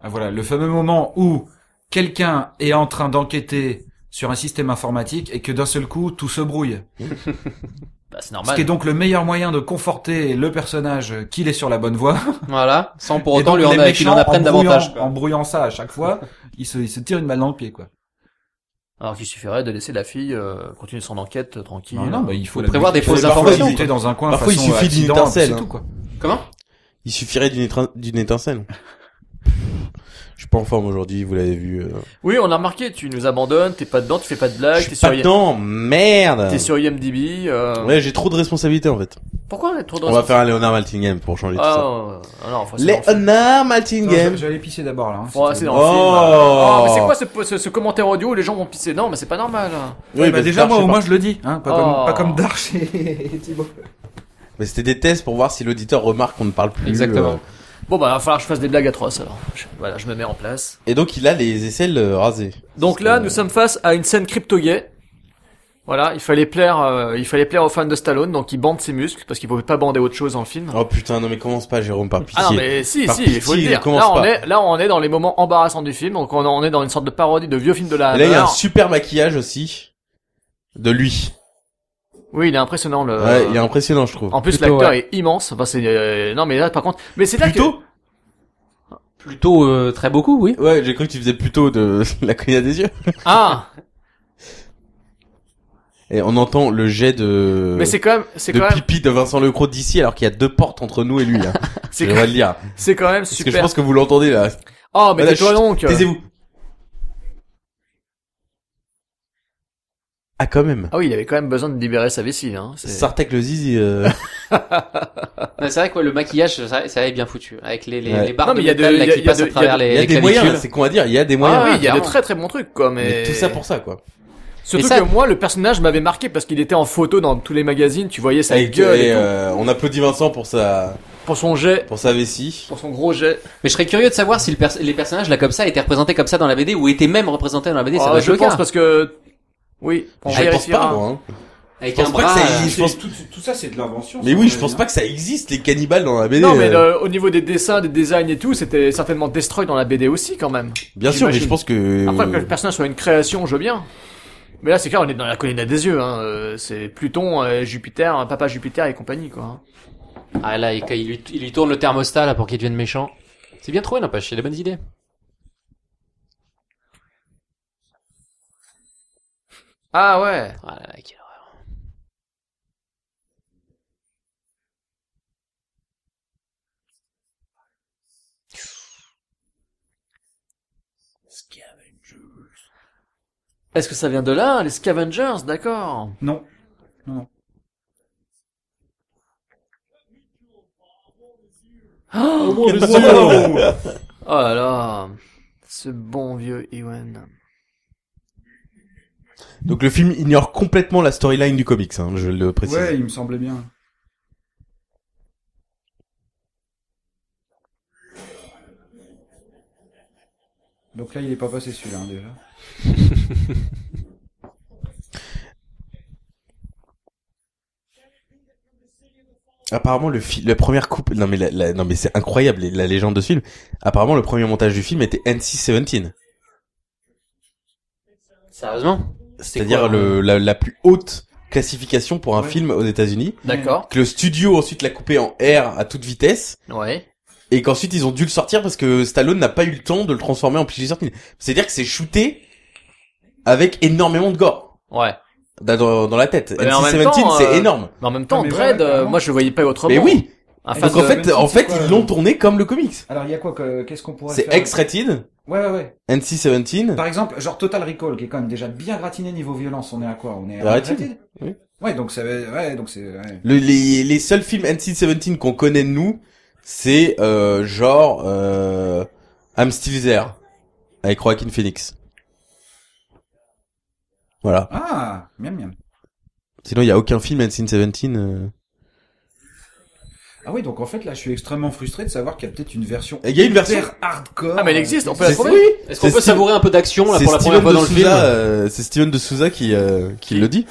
Speaker 3: Ah, voilà, le fameux moment où quelqu'un est en train d'enquêter sur un système informatique et que d'un seul coup tout se brouille.
Speaker 1: Bah, c'est
Speaker 3: Ce
Speaker 1: normal.
Speaker 3: qui est donc le meilleur moyen de conforter le personnage qu'il est sur la bonne voie.
Speaker 4: Voilà, sans pour
Speaker 3: Et
Speaker 4: autant
Speaker 3: donc,
Speaker 4: lui en,
Speaker 3: les
Speaker 4: a- qu'il en
Speaker 3: méchants,
Speaker 4: apprenne
Speaker 3: en brouillant-
Speaker 4: davantage.
Speaker 3: En brouillant ça à chaque fois, il se, il se tire une balle dans le pied quoi.
Speaker 1: Alors qu'il suffirait de laisser la fille euh, continuer son enquête euh, tranquille.
Speaker 3: Non, non, bah, il faut la
Speaker 4: prévoir des
Speaker 3: buter.
Speaker 4: fausses
Speaker 3: Parfois,
Speaker 4: informations,
Speaker 3: il buter dans un coin.
Speaker 2: Parfois, il
Speaker 3: façon euh,
Speaker 2: suffit d'une
Speaker 3: accident,
Speaker 2: étincelle,
Speaker 3: c'est
Speaker 2: hein.
Speaker 3: tout, quoi.
Speaker 4: Comment
Speaker 2: Il suffirait d'une étrein- d'une étincelle. Je suis pas en forme aujourd'hui, vous l'avez vu. euh.
Speaker 1: Oui, on a remarqué, tu nous abandonnes, t'es pas dedans, tu fais pas de blagues,
Speaker 2: je
Speaker 1: Ah t'es
Speaker 2: suis pas
Speaker 1: sur, I-
Speaker 2: dedans, merde.
Speaker 1: t'es sur IMDb. euh,
Speaker 2: Ouais, j'ai trop de responsabilités en fait.
Speaker 1: Pourquoi on est trop dans
Speaker 2: On va faire un Leonard Maltingham pour changer
Speaker 1: Ah,
Speaker 2: tout
Speaker 1: euh, ah non, faut
Speaker 2: ça. Léonard Maltingham.
Speaker 3: Non, je- je vais aller pisser d'abord là. hein,
Speaker 1: Oh,
Speaker 3: si
Speaker 1: c'est
Speaker 3: tu veux.
Speaker 1: dans le
Speaker 2: Oh.
Speaker 1: film. Oh, mais c'est quoi ce, ce, ce commentaire audio où les gens vont pisser Non, mais c'est pas normal. hein.
Speaker 3: Ouais, bah,
Speaker 2: mais
Speaker 3: déjà
Speaker 2: Dark,
Speaker 3: moi
Speaker 2: je
Speaker 3: au
Speaker 2: sais
Speaker 3: moins je le dis, hein, pas,
Speaker 1: Oh.
Speaker 3: comme, pas comme Darch et et Thibaut.
Speaker 2: pas. Mais c'était des tests pour voir si l'auditeur remarque qu'on ne parle plus. euh,
Speaker 4: Exactement.
Speaker 1: Bon, bah, il va falloir que je fasse des blagues atroces alors. Je- voilà, je me mets en place.
Speaker 2: Et donc il a les aisselles euh, rasées.
Speaker 1: Donc là, nous sommes face à une scène crypto-gay. Voilà, il fallait plaire, euh, il fallait plaire aux fans de Stallone, donc il bande ses muscles parce qu'il pouvait pas bander autre chose dans le film.
Speaker 2: Oh putain, non mais commence pas Jérôme par pitié.
Speaker 1: ah non, mais si,
Speaker 2: Par
Speaker 1: si, il faut le
Speaker 2: pitié,
Speaker 1: dire.
Speaker 2: commence
Speaker 1: Là, on
Speaker 2: pas.
Speaker 1: est, là, on est dans les moments embarrassants du film, donc on, on est dans une sorte de parodie de vieux film de la
Speaker 2: Et là il y a un
Speaker 1: Hammer.
Speaker 2: super maquillage aussi de lui.
Speaker 1: Oui, il est impressionnant le.
Speaker 2: Ouais, il est impressionnant je trouve.
Speaker 1: Euh, En plus,
Speaker 4: Plutôt,
Speaker 1: l'acteur est immense. Enfin, c'est euh, non, mais là, par contre, mais c'est là
Speaker 2: Plutôt
Speaker 4: Plutôt euh, très beaucoup, oui.
Speaker 2: Ouais, j'ai cru que tu faisais plutôt de la cognée des yeux.
Speaker 1: que ah,
Speaker 2: Et on entend le jet de
Speaker 1: mais c'est quand même, c'est
Speaker 2: de
Speaker 1: quand même,
Speaker 2: pipi de Vincent Lecroc d'ici alors qu'il y a deux portes entre nous et lui là. je
Speaker 1: c'est
Speaker 2: vais le dire.
Speaker 1: c'est quand même
Speaker 2: Parce que je
Speaker 1: super.
Speaker 2: pense que vous l'entendez là.
Speaker 1: Oh, mais
Speaker 2: Voilà,
Speaker 1: tais-toi
Speaker 2: chut,
Speaker 1: donc.
Speaker 2: Taisez-vous. Ah quand même.
Speaker 1: Ah oui, il avait quand même besoin de libérer sa vessie. Hein. C'est-
Speaker 2: Sartek le zizi euh,
Speaker 4: Mais C'est vrai que ouais, le maquillage, ça, ça est bien foutu. Avec les, les,
Speaker 2: Ouais.
Speaker 4: les barres
Speaker 1: Non, mais
Speaker 4: de
Speaker 1: il y a de-
Speaker 4: métal là,
Speaker 1: il y a-
Speaker 4: qui
Speaker 1: il y a
Speaker 4: passent
Speaker 1: de-
Speaker 4: à travers
Speaker 1: il y
Speaker 4: les,
Speaker 2: Il y a
Speaker 4: les
Speaker 2: des moyens,
Speaker 4: clavicules.
Speaker 2: là, c'est qu'on va dire, il y a des moyens.
Speaker 1: Ah oui, il y a de
Speaker 4: clairement.
Speaker 1: très très bons trucs quoi, mais,
Speaker 2: Mais tout ça pour ça, quoi.
Speaker 1: Surtout
Speaker 4: Et ça-
Speaker 1: que moi, le personnage m'avait marqué parce qu'il était en photo dans tous les magazines. Tu voyais sa
Speaker 2: Avec-
Speaker 1: gueule
Speaker 2: et,
Speaker 1: et tout.
Speaker 2: euh, on applaudit Vincent pour sa,
Speaker 1: Pour son jet,
Speaker 2: pour sa vessie.
Speaker 1: pour son gros jet.
Speaker 4: Mais je serais curieux de savoir si le pers- les personnages là comme ça étaient représentés comme ça dans la BD ou étaient même représentés dans la BD. ça
Speaker 1: Ah,
Speaker 4: doit être
Speaker 1: je
Speaker 4: le
Speaker 1: pense
Speaker 4: cas.
Speaker 1: parce que oui, on
Speaker 2: Je pense
Speaker 1: vérifiera.
Speaker 2: pas, moi, hein.
Speaker 4: Avec
Speaker 2: je pense
Speaker 4: un
Speaker 2: pas
Speaker 4: bras.
Speaker 2: que ça
Speaker 4: euh,
Speaker 2: existe. Je pense-
Speaker 3: Ah, tout, tout ça c'est de l'invention.
Speaker 2: Mais oui, je pense pas que ça existe, les cannibales dans la BD.
Speaker 1: Non, mais
Speaker 2: euh,
Speaker 1: le- au niveau des dessins, des designs et tout, c'était certainement Destroy dans la BD aussi quand même.
Speaker 2: Bien sûr, mais
Speaker 1: j'imagine.
Speaker 2: je pense que...
Speaker 1: Après que le personnage soit une création, je veux bien. Mais là, c'est clair, on est dans la colline à des yeux. Hein. Euh, C'est Pluton, euh, Jupiter, euh, Papa Jupiter et compagnie quoi.
Speaker 4: Ah là, il, il, lui, il lui tourne le thermostat là pour qu'il devienne méchant. C'est bien trouvé, n'empêche, il a des bonnes idées.
Speaker 1: Ah ouais.
Speaker 4: Ah là là, quelle horreur.
Speaker 1: Est-ce que ça vient de là, les
Speaker 2: Ah,
Speaker 1: Scavengers, d'accord
Speaker 3: Non.
Speaker 1: Oh, le zéro. Oh là là. Ce bon vieux Ewan.
Speaker 2: Donc le film ignore complètement la storyline du comics, hein, je le précise.
Speaker 3: Ouais, il me semblait bien. Donc là, il est pas passé celui-là hein, déjà.
Speaker 2: Apparemment le fi- la première coupe, non mais la, la- non mais c'est incroyable les- la légende de ce film. Apparemment le premier montage du film était NC-17,
Speaker 4: Sérieusement
Speaker 2: c'est-à-dire
Speaker 4: quoi,
Speaker 2: le la, la plus haute classification pour un
Speaker 3: Ouais.
Speaker 2: film aux États-Unis.
Speaker 4: D'accord.
Speaker 2: Que le studio ensuite l'a coupé en R à toute vitesse.
Speaker 4: Ouais.
Speaker 2: et qu'ensuite ils ont dû le sortir parce que Stallone n'a pas eu le temps de le transformer en PG-13. C'est-à-dire que c'est shooté avec énormément de gore
Speaker 1: Ouais.
Speaker 2: dans, dans- dans la tête.
Speaker 1: Mais en même temps,
Speaker 2: NC-17, c'est
Speaker 1: euh,
Speaker 2: énorme.
Speaker 1: Mais en même temps,
Speaker 3: mais
Speaker 1: Dread,
Speaker 3: voilà,
Speaker 1: euh,
Speaker 3: clairement.
Speaker 1: moi je le voyais pas autrement. Ah,
Speaker 2: Mais oui.
Speaker 1: Un fan
Speaker 2: Donc en
Speaker 1: de-
Speaker 2: fait,
Speaker 3: même
Speaker 2: en
Speaker 3: si c'est
Speaker 2: fait,
Speaker 3: quoi,
Speaker 2: ils
Speaker 3: euh,
Speaker 2: l'ont tourné comme le comics.
Speaker 3: Alors, il y a quoi que- Qu'est-ce qu'on pourrait
Speaker 2: C'est
Speaker 3: faire
Speaker 2: X-rated,
Speaker 3: Ouais, ouais, ouais.
Speaker 2: NC-17.
Speaker 3: Par exemple, genre Total Recall, qui est quand même déjà bien gratiné niveau violence. On est à quoi On
Speaker 1: Ah,
Speaker 3: est à
Speaker 2: Rated, oui.
Speaker 3: Ouais, donc ça, va- ouais, donc c'est. ouais.
Speaker 2: Le- les, les seuls films NC-17 qu'on connaît de nous, c'est euh, genre euh, I'm Still There avec Joaquin Phoenix. Voilà.
Speaker 3: Ah, miam miam.
Speaker 2: Sinon, il y a aucun film NC-17. euh,
Speaker 3: Ah oui, donc en fait là, je suis extrêmement frustré de savoir qu'il y a peut-être une version
Speaker 2: Il y a une version
Speaker 3: hyper hardcore.
Speaker 1: Ah mais elle existe, on peut
Speaker 2: C'est-
Speaker 1: la trouver.
Speaker 4: Est-ce qu'on
Speaker 2: C'est Steven-
Speaker 4: peut savourer un peu d'action là
Speaker 2: C'est
Speaker 4: pour la
Speaker 2: Steven
Speaker 4: première fois
Speaker 2: de
Speaker 4: dans le film Ah
Speaker 2: Souza, euh, c'est Steven de Souza qui, euh, qui le dit.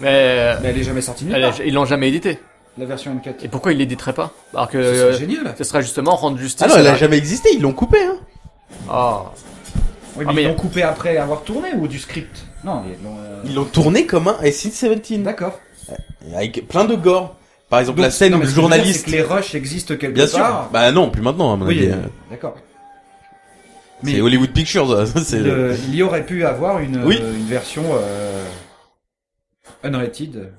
Speaker 1: Mais
Speaker 3: Mais elle est jamais sortie nulle
Speaker 1: elle
Speaker 3: part,
Speaker 1: a- ils l'ont jamais édité.
Speaker 3: la version M4.
Speaker 1: Et pourquoi ils l'éditeraient pas Alors que
Speaker 3: C'est
Speaker 1: euh,
Speaker 3: génial.
Speaker 1: ce serait justement rendre justice.
Speaker 2: Ah non,
Speaker 1: à
Speaker 2: elle
Speaker 1: la-
Speaker 2: a jamais existé, ils l'ont coupé. Hein.
Speaker 1: Oh.
Speaker 3: Oui, mais
Speaker 1: Ah, mais-
Speaker 3: ils l'ont coupé après avoir tourné ou du script Non, ils l'ont. euh,
Speaker 2: Ils l'ont tourné comme un SC-17,
Speaker 3: D'accord.
Speaker 2: avec plein de gore. Par exemple,
Speaker 3: Donc,
Speaker 2: la scène
Speaker 3: non,
Speaker 2: où
Speaker 3: mais
Speaker 2: le
Speaker 3: ce que je veux dire,
Speaker 2: journaliste...
Speaker 3: c'est que les rushs existent quelque
Speaker 2: Bien sûr.
Speaker 3: part.
Speaker 2: Bah non, plus maintenant, à mon
Speaker 3: oui,
Speaker 2: avis.
Speaker 3: euh,
Speaker 2: euh,
Speaker 3: d'accord.
Speaker 2: C'est Hollywood Pictures. ça, c'est-
Speaker 3: Le- il y aurait pu avoir une,
Speaker 2: Oui.
Speaker 3: euh, une version euh, unrated.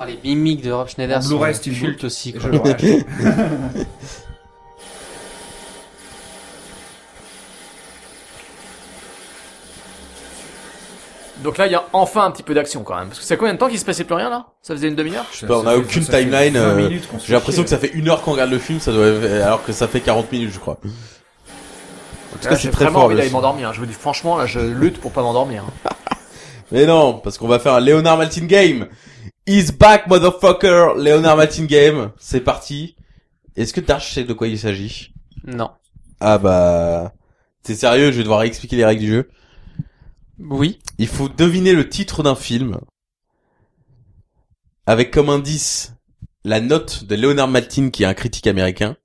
Speaker 4: Oh, les mimiques de Rob Schneider
Speaker 3: En
Speaker 4: sont
Speaker 3: Blu-ray, Steve
Speaker 4: cultes aussi.
Speaker 3: Et
Speaker 4: quoi.
Speaker 3: je l'aurais acheté.
Speaker 1: Donc là, il y a enfin un petit peu d'action quand même. Parce que c'est combien de temps qu'il se passait plus rien là Ça faisait une demi-heure
Speaker 3: Ça-
Speaker 2: pas, on
Speaker 3: ça
Speaker 2: a
Speaker 3: fait-
Speaker 2: aucune
Speaker 3: ça fait
Speaker 2: timeline,
Speaker 3: 20
Speaker 2: euh,
Speaker 3: minutes qu'on se fait
Speaker 2: J'ai l'impression
Speaker 3: chier.
Speaker 2: que ça fait une heure qu'on regarde le film, ça doit... alors que ça fait 40 minutes, je crois. En tout
Speaker 1: Là,
Speaker 2: cas,
Speaker 1: J'ai
Speaker 2: c'est très
Speaker 1: vraiment
Speaker 2: fort.
Speaker 1: envie
Speaker 2: le
Speaker 1: d'aller
Speaker 2: film.
Speaker 1: m'endormir. hein. Je vous dis franchement, là, je lutte pour pas m'endormir.
Speaker 2: Mais non, parce qu'on va faire un Leonard Maltin game. He's back, motherfucker. Leonard Maltin game. C'est parti. Est-ce que Darsh sait de quoi il s'agit
Speaker 4: Non.
Speaker 2: Ah bah... T'es sérieux, je vais devoir expliquer les règles du jeu.
Speaker 4: Oui.
Speaker 2: Il faut deviner le titre d'un film avec comme indice la note de Leonard Maltin, qui est un critique américain,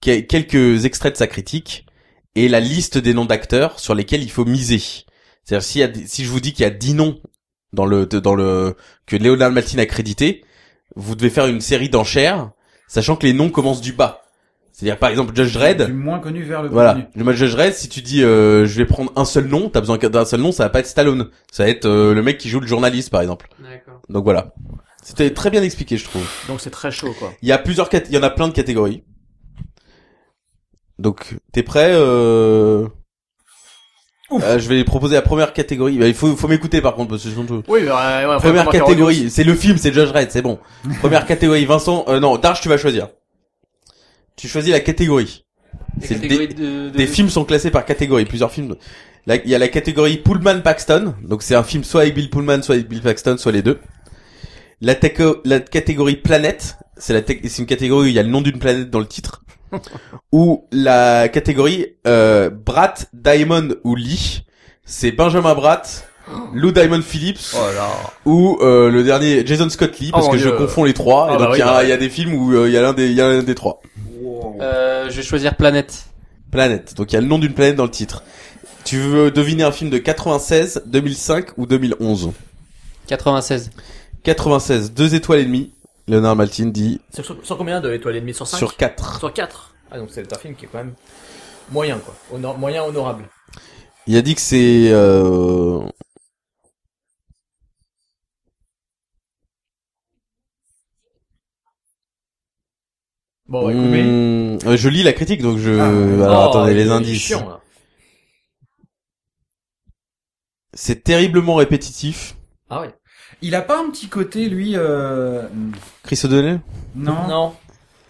Speaker 2: qui a quelques extraits de sa critique et la liste des noms d'acteurs sur lesquels il faut miser. C'est-à-dire s'il y a d- si je vous dis qu'il y a 10 noms dans le de- dans le que Leonard Maltin a crédité, vous devez faire une série d'enchères, sachant que les noms commencent du bas. C'est-à-dire par exemple Judge Dredd,
Speaker 3: Du moins connu vers le
Speaker 2: voilà,
Speaker 3: connu.
Speaker 2: le match de Jerez, si tu dis euh, je vais prendre un seul nom, t'as besoin d'un seul nom, ça va pas être Stallone, ça va être euh, le mec qui joue le journaliste par exemple.
Speaker 4: D'accord.
Speaker 2: Donc voilà. C'était très bien expliqué, je trouve.
Speaker 1: Donc c'est très chaud quoi.
Speaker 2: Il y a plusieurs cat- il y en a plein de catégories. Donc t'es prêt euh... Euh, je vais proposer la première catégorie. Bah, il faut, faut m'écouter par contre parce que sinon tout.
Speaker 1: Oui, mais, euh, ouais, après, on
Speaker 2: Première
Speaker 1: va faire audio.
Speaker 2: catégorie, c'est le film, c'est Judge Red, c'est bon. Première catégorie, Vincent, euh, non, Darsh, tu vas choisir. Tu choisis la catégorie. C'est le dé-
Speaker 4: de, de-
Speaker 2: des films sont classés par catégorie, plusieurs films. Là, Il y a la catégorie Pullman Paxton, donc c'est un film soit avec Bill Pullman, soit avec Bill Paxton, soit les deux. La, teco- la catégorie Planète, c'est la tec- c'est une catégorie où il y a le nom d'une planète dans le titre. ou la catégorie euh, Bratt, Diamond ou Lee, c'est Benjamin Bratt, Lou Diamond Phillips
Speaker 1: Oh là.
Speaker 2: ou euh, le dernier Jason Scott Lee, parce
Speaker 1: Oh mon
Speaker 2: que je
Speaker 1: Dieu.
Speaker 2: confonds les trois.
Speaker 1: Ah
Speaker 2: et
Speaker 1: bah
Speaker 2: donc il y, a
Speaker 1: oui,
Speaker 2: un-
Speaker 1: bah
Speaker 2: il y a des films où euh, il y a l'un des, il y a l'un des trois.
Speaker 3: Wow.
Speaker 4: Euh, je vais choisir Planète.
Speaker 2: Planète. Donc il y a le nom d'une planète dans le titre. Tu veux deviner un film de 96, 2005 ou 2011
Speaker 4: 96.
Speaker 2: 96, deux étoiles et demie. Leonard Maltin dit
Speaker 1: C'est sur, sur combien de étoiles et demie sur 5
Speaker 2: sur 4.
Speaker 1: Sur 4. Ah donc c'est un film qui est quand même moyen quoi. Honor- moyen honorable.
Speaker 2: Il a dit que c'est euh,
Speaker 1: Bon, ouais.
Speaker 2: hmm, euh, je lis la critique donc je
Speaker 3: Ah.
Speaker 2: Bah alors
Speaker 1: Oh,
Speaker 2: attendez
Speaker 1: il
Speaker 2: les
Speaker 1: est
Speaker 2: indices.
Speaker 1: chiant, là.
Speaker 2: C'est terriblement répétitif.
Speaker 1: Ah ouais.
Speaker 3: Il a pas un petit côté lui euh...
Speaker 2: Chris O'Donnell
Speaker 3: non.
Speaker 1: Non.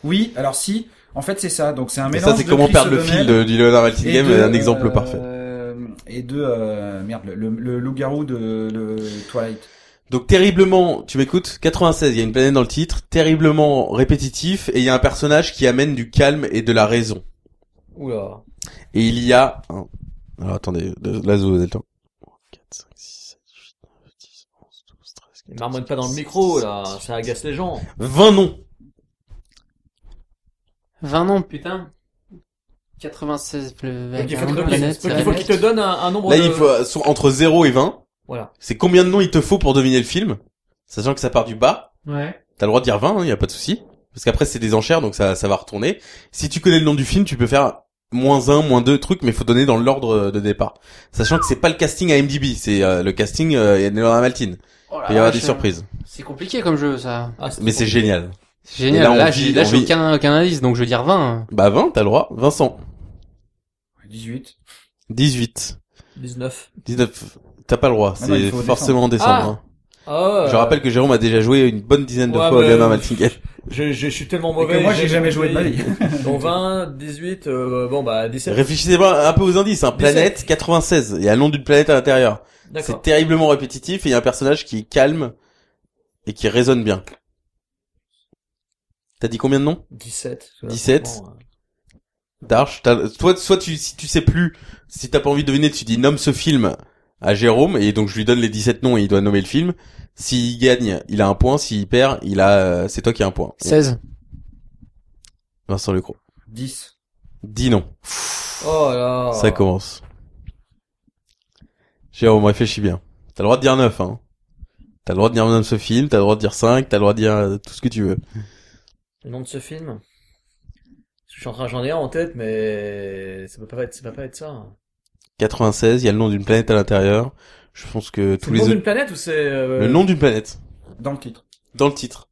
Speaker 3: Oui, alors si En fait, c'est ça. Donc c'est un
Speaker 2: Et
Speaker 3: mélange
Speaker 2: ça, c'est
Speaker 3: de
Speaker 2: comment
Speaker 3: Chris
Speaker 2: perdre le
Speaker 3: O'Donnell
Speaker 2: fil de, du Leonard Maltin
Speaker 3: et
Speaker 2: Game,
Speaker 3: de,
Speaker 2: un exemple
Speaker 3: euh,
Speaker 2: parfait.
Speaker 3: Et de euh, merde, le, le, le loup-garou de le Twilight.
Speaker 2: Donc terriblement, tu m'écoutes 96, il y a une planète dans le titre, terriblement répétitif, et il y a un personnage qui amène du calme et de la raison.
Speaker 4: Oula.
Speaker 2: Et il y a... un- Alors attendez, de- là, vous avez le temps. 4, 5, 6, 7, 8, 9, 10, 11, 12, 13, 14,
Speaker 4: Marmonne pas dans le micro, là. Ça agace les gens.
Speaker 2: 20 noms
Speaker 4: 20 noms, putain. 96 le,
Speaker 1: Donc, il faut
Speaker 4: la
Speaker 1: qu'il te-
Speaker 4: planète,
Speaker 1: donc,
Speaker 4: la
Speaker 1: il faut qu'il te
Speaker 4: planète.
Speaker 1: donne un, un nombre
Speaker 2: Là,
Speaker 1: de...
Speaker 2: il faut, euh, sur- entre 0 et 20,
Speaker 4: Voilà.
Speaker 2: c'est combien de noms il te faut pour deviner le film Sachant que ça part du bas,
Speaker 4: Ouais.
Speaker 2: t'as le droit de dire 20, il y a pas de souci. Parce qu'après, c'est des enchères, donc ça, ça va retourner. Si tu connais le nom du film, tu peux faire moins 1, moins 2 trucs, mais faut donner dans l'ordre de départ. Sachant que c'est pas le casting à MDB, c'est euh, le casting euh, et Leonard Maltin.
Speaker 4: Oh
Speaker 2: Il
Speaker 4: la
Speaker 2: peut y avoir des
Speaker 4: vache.
Speaker 2: surprises.
Speaker 4: C'est compliqué comme jeu, ça.
Speaker 1: Ah, c'est
Speaker 2: Mais
Speaker 1: trop
Speaker 2: c'est
Speaker 1: cool.
Speaker 2: génial.
Speaker 4: C'est génial.
Speaker 2: on
Speaker 4: Là,
Speaker 2: vit-
Speaker 4: j'ai, là,
Speaker 2: on
Speaker 4: j'ai
Speaker 2: vit-
Speaker 4: aucun, aucun indice, donc je veux dire hein. 20.
Speaker 2: Bah 20, t'as le droit. Vincent.
Speaker 3: 18.
Speaker 2: 18.
Speaker 1: 19.
Speaker 2: 19. T'as pas le droit,
Speaker 3: Ah non, il
Speaker 2: c'est
Speaker 3: faut
Speaker 2: forcément en décembre.
Speaker 1: Ah,
Speaker 2: Je rappelle que Jérôme a déjà joué une bonne dizaine de
Speaker 1: Ouais,
Speaker 2: fois au
Speaker 1: mais-
Speaker 2: Leonard Maltin. Game.
Speaker 1: Je, je suis tellement
Speaker 3: Et
Speaker 1: mauvais.
Speaker 3: que moi, j'ai jamais joué de ma vie.
Speaker 1: Bon, 20, 18, euh, bon, bah, 17.
Speaker 2: Réfléchissez pas un peu aux indices. Hein. Planète 96. Il y a le nom d'une planète à l'intérieur. C'est
Speaker 1: D'accord.
Speaker 2: terriblement répétitif et il y a un personnage qui est calme et qui résonne bien. T'as dit combien de noms
Speaker 1: 17.
Speaker 2: 17.
Speaker 1: Bon, euh,
Speaker 2: Darche t'as- Toi, soit tu, si tu sais plus, si t'as pas envie de deviner, tu dis nomme ce film à Jérôme et donc je lui donne les 17 noms et il doit nommer le film. S'il gagne, il a un point. S'il perd, il a, euh, c'est toi qui as un point.
Speaker 4: 16.
Speaker 2: Vincent Lecro.
Speaker 3: 10.
Speaker 2: 10 noms.
Speaker 1: Oh là.
Speaker 2: Ça commence. Jérôme, réfléchis bien. T'as le droit de dire 9, hein. T'as le droit de dire Madame Sophie, t'as le droit de dire 5, t'as le droit de dire euh, tout ce que tu veux.
Speaker 1: Le nom de ce film Je suis en train, j'en ai un en tête, mais ça peut pas être, ça peut pas être ça.
Speaker 2: 96, il y a le nom d'une planète à l'intérieur. Je pense que
Speaker 1: C'est
Speaker 2: tous
Speaker 1: le
Speaker 2: les
Speaker 1: nom d'une
Speaker 2: autres...
Speaker 1: planète ou c'est euh,
Speaker 2: Le nom d'une planète.
Speaker 3: Dans le titre.
Speaker 2: Dans le titre.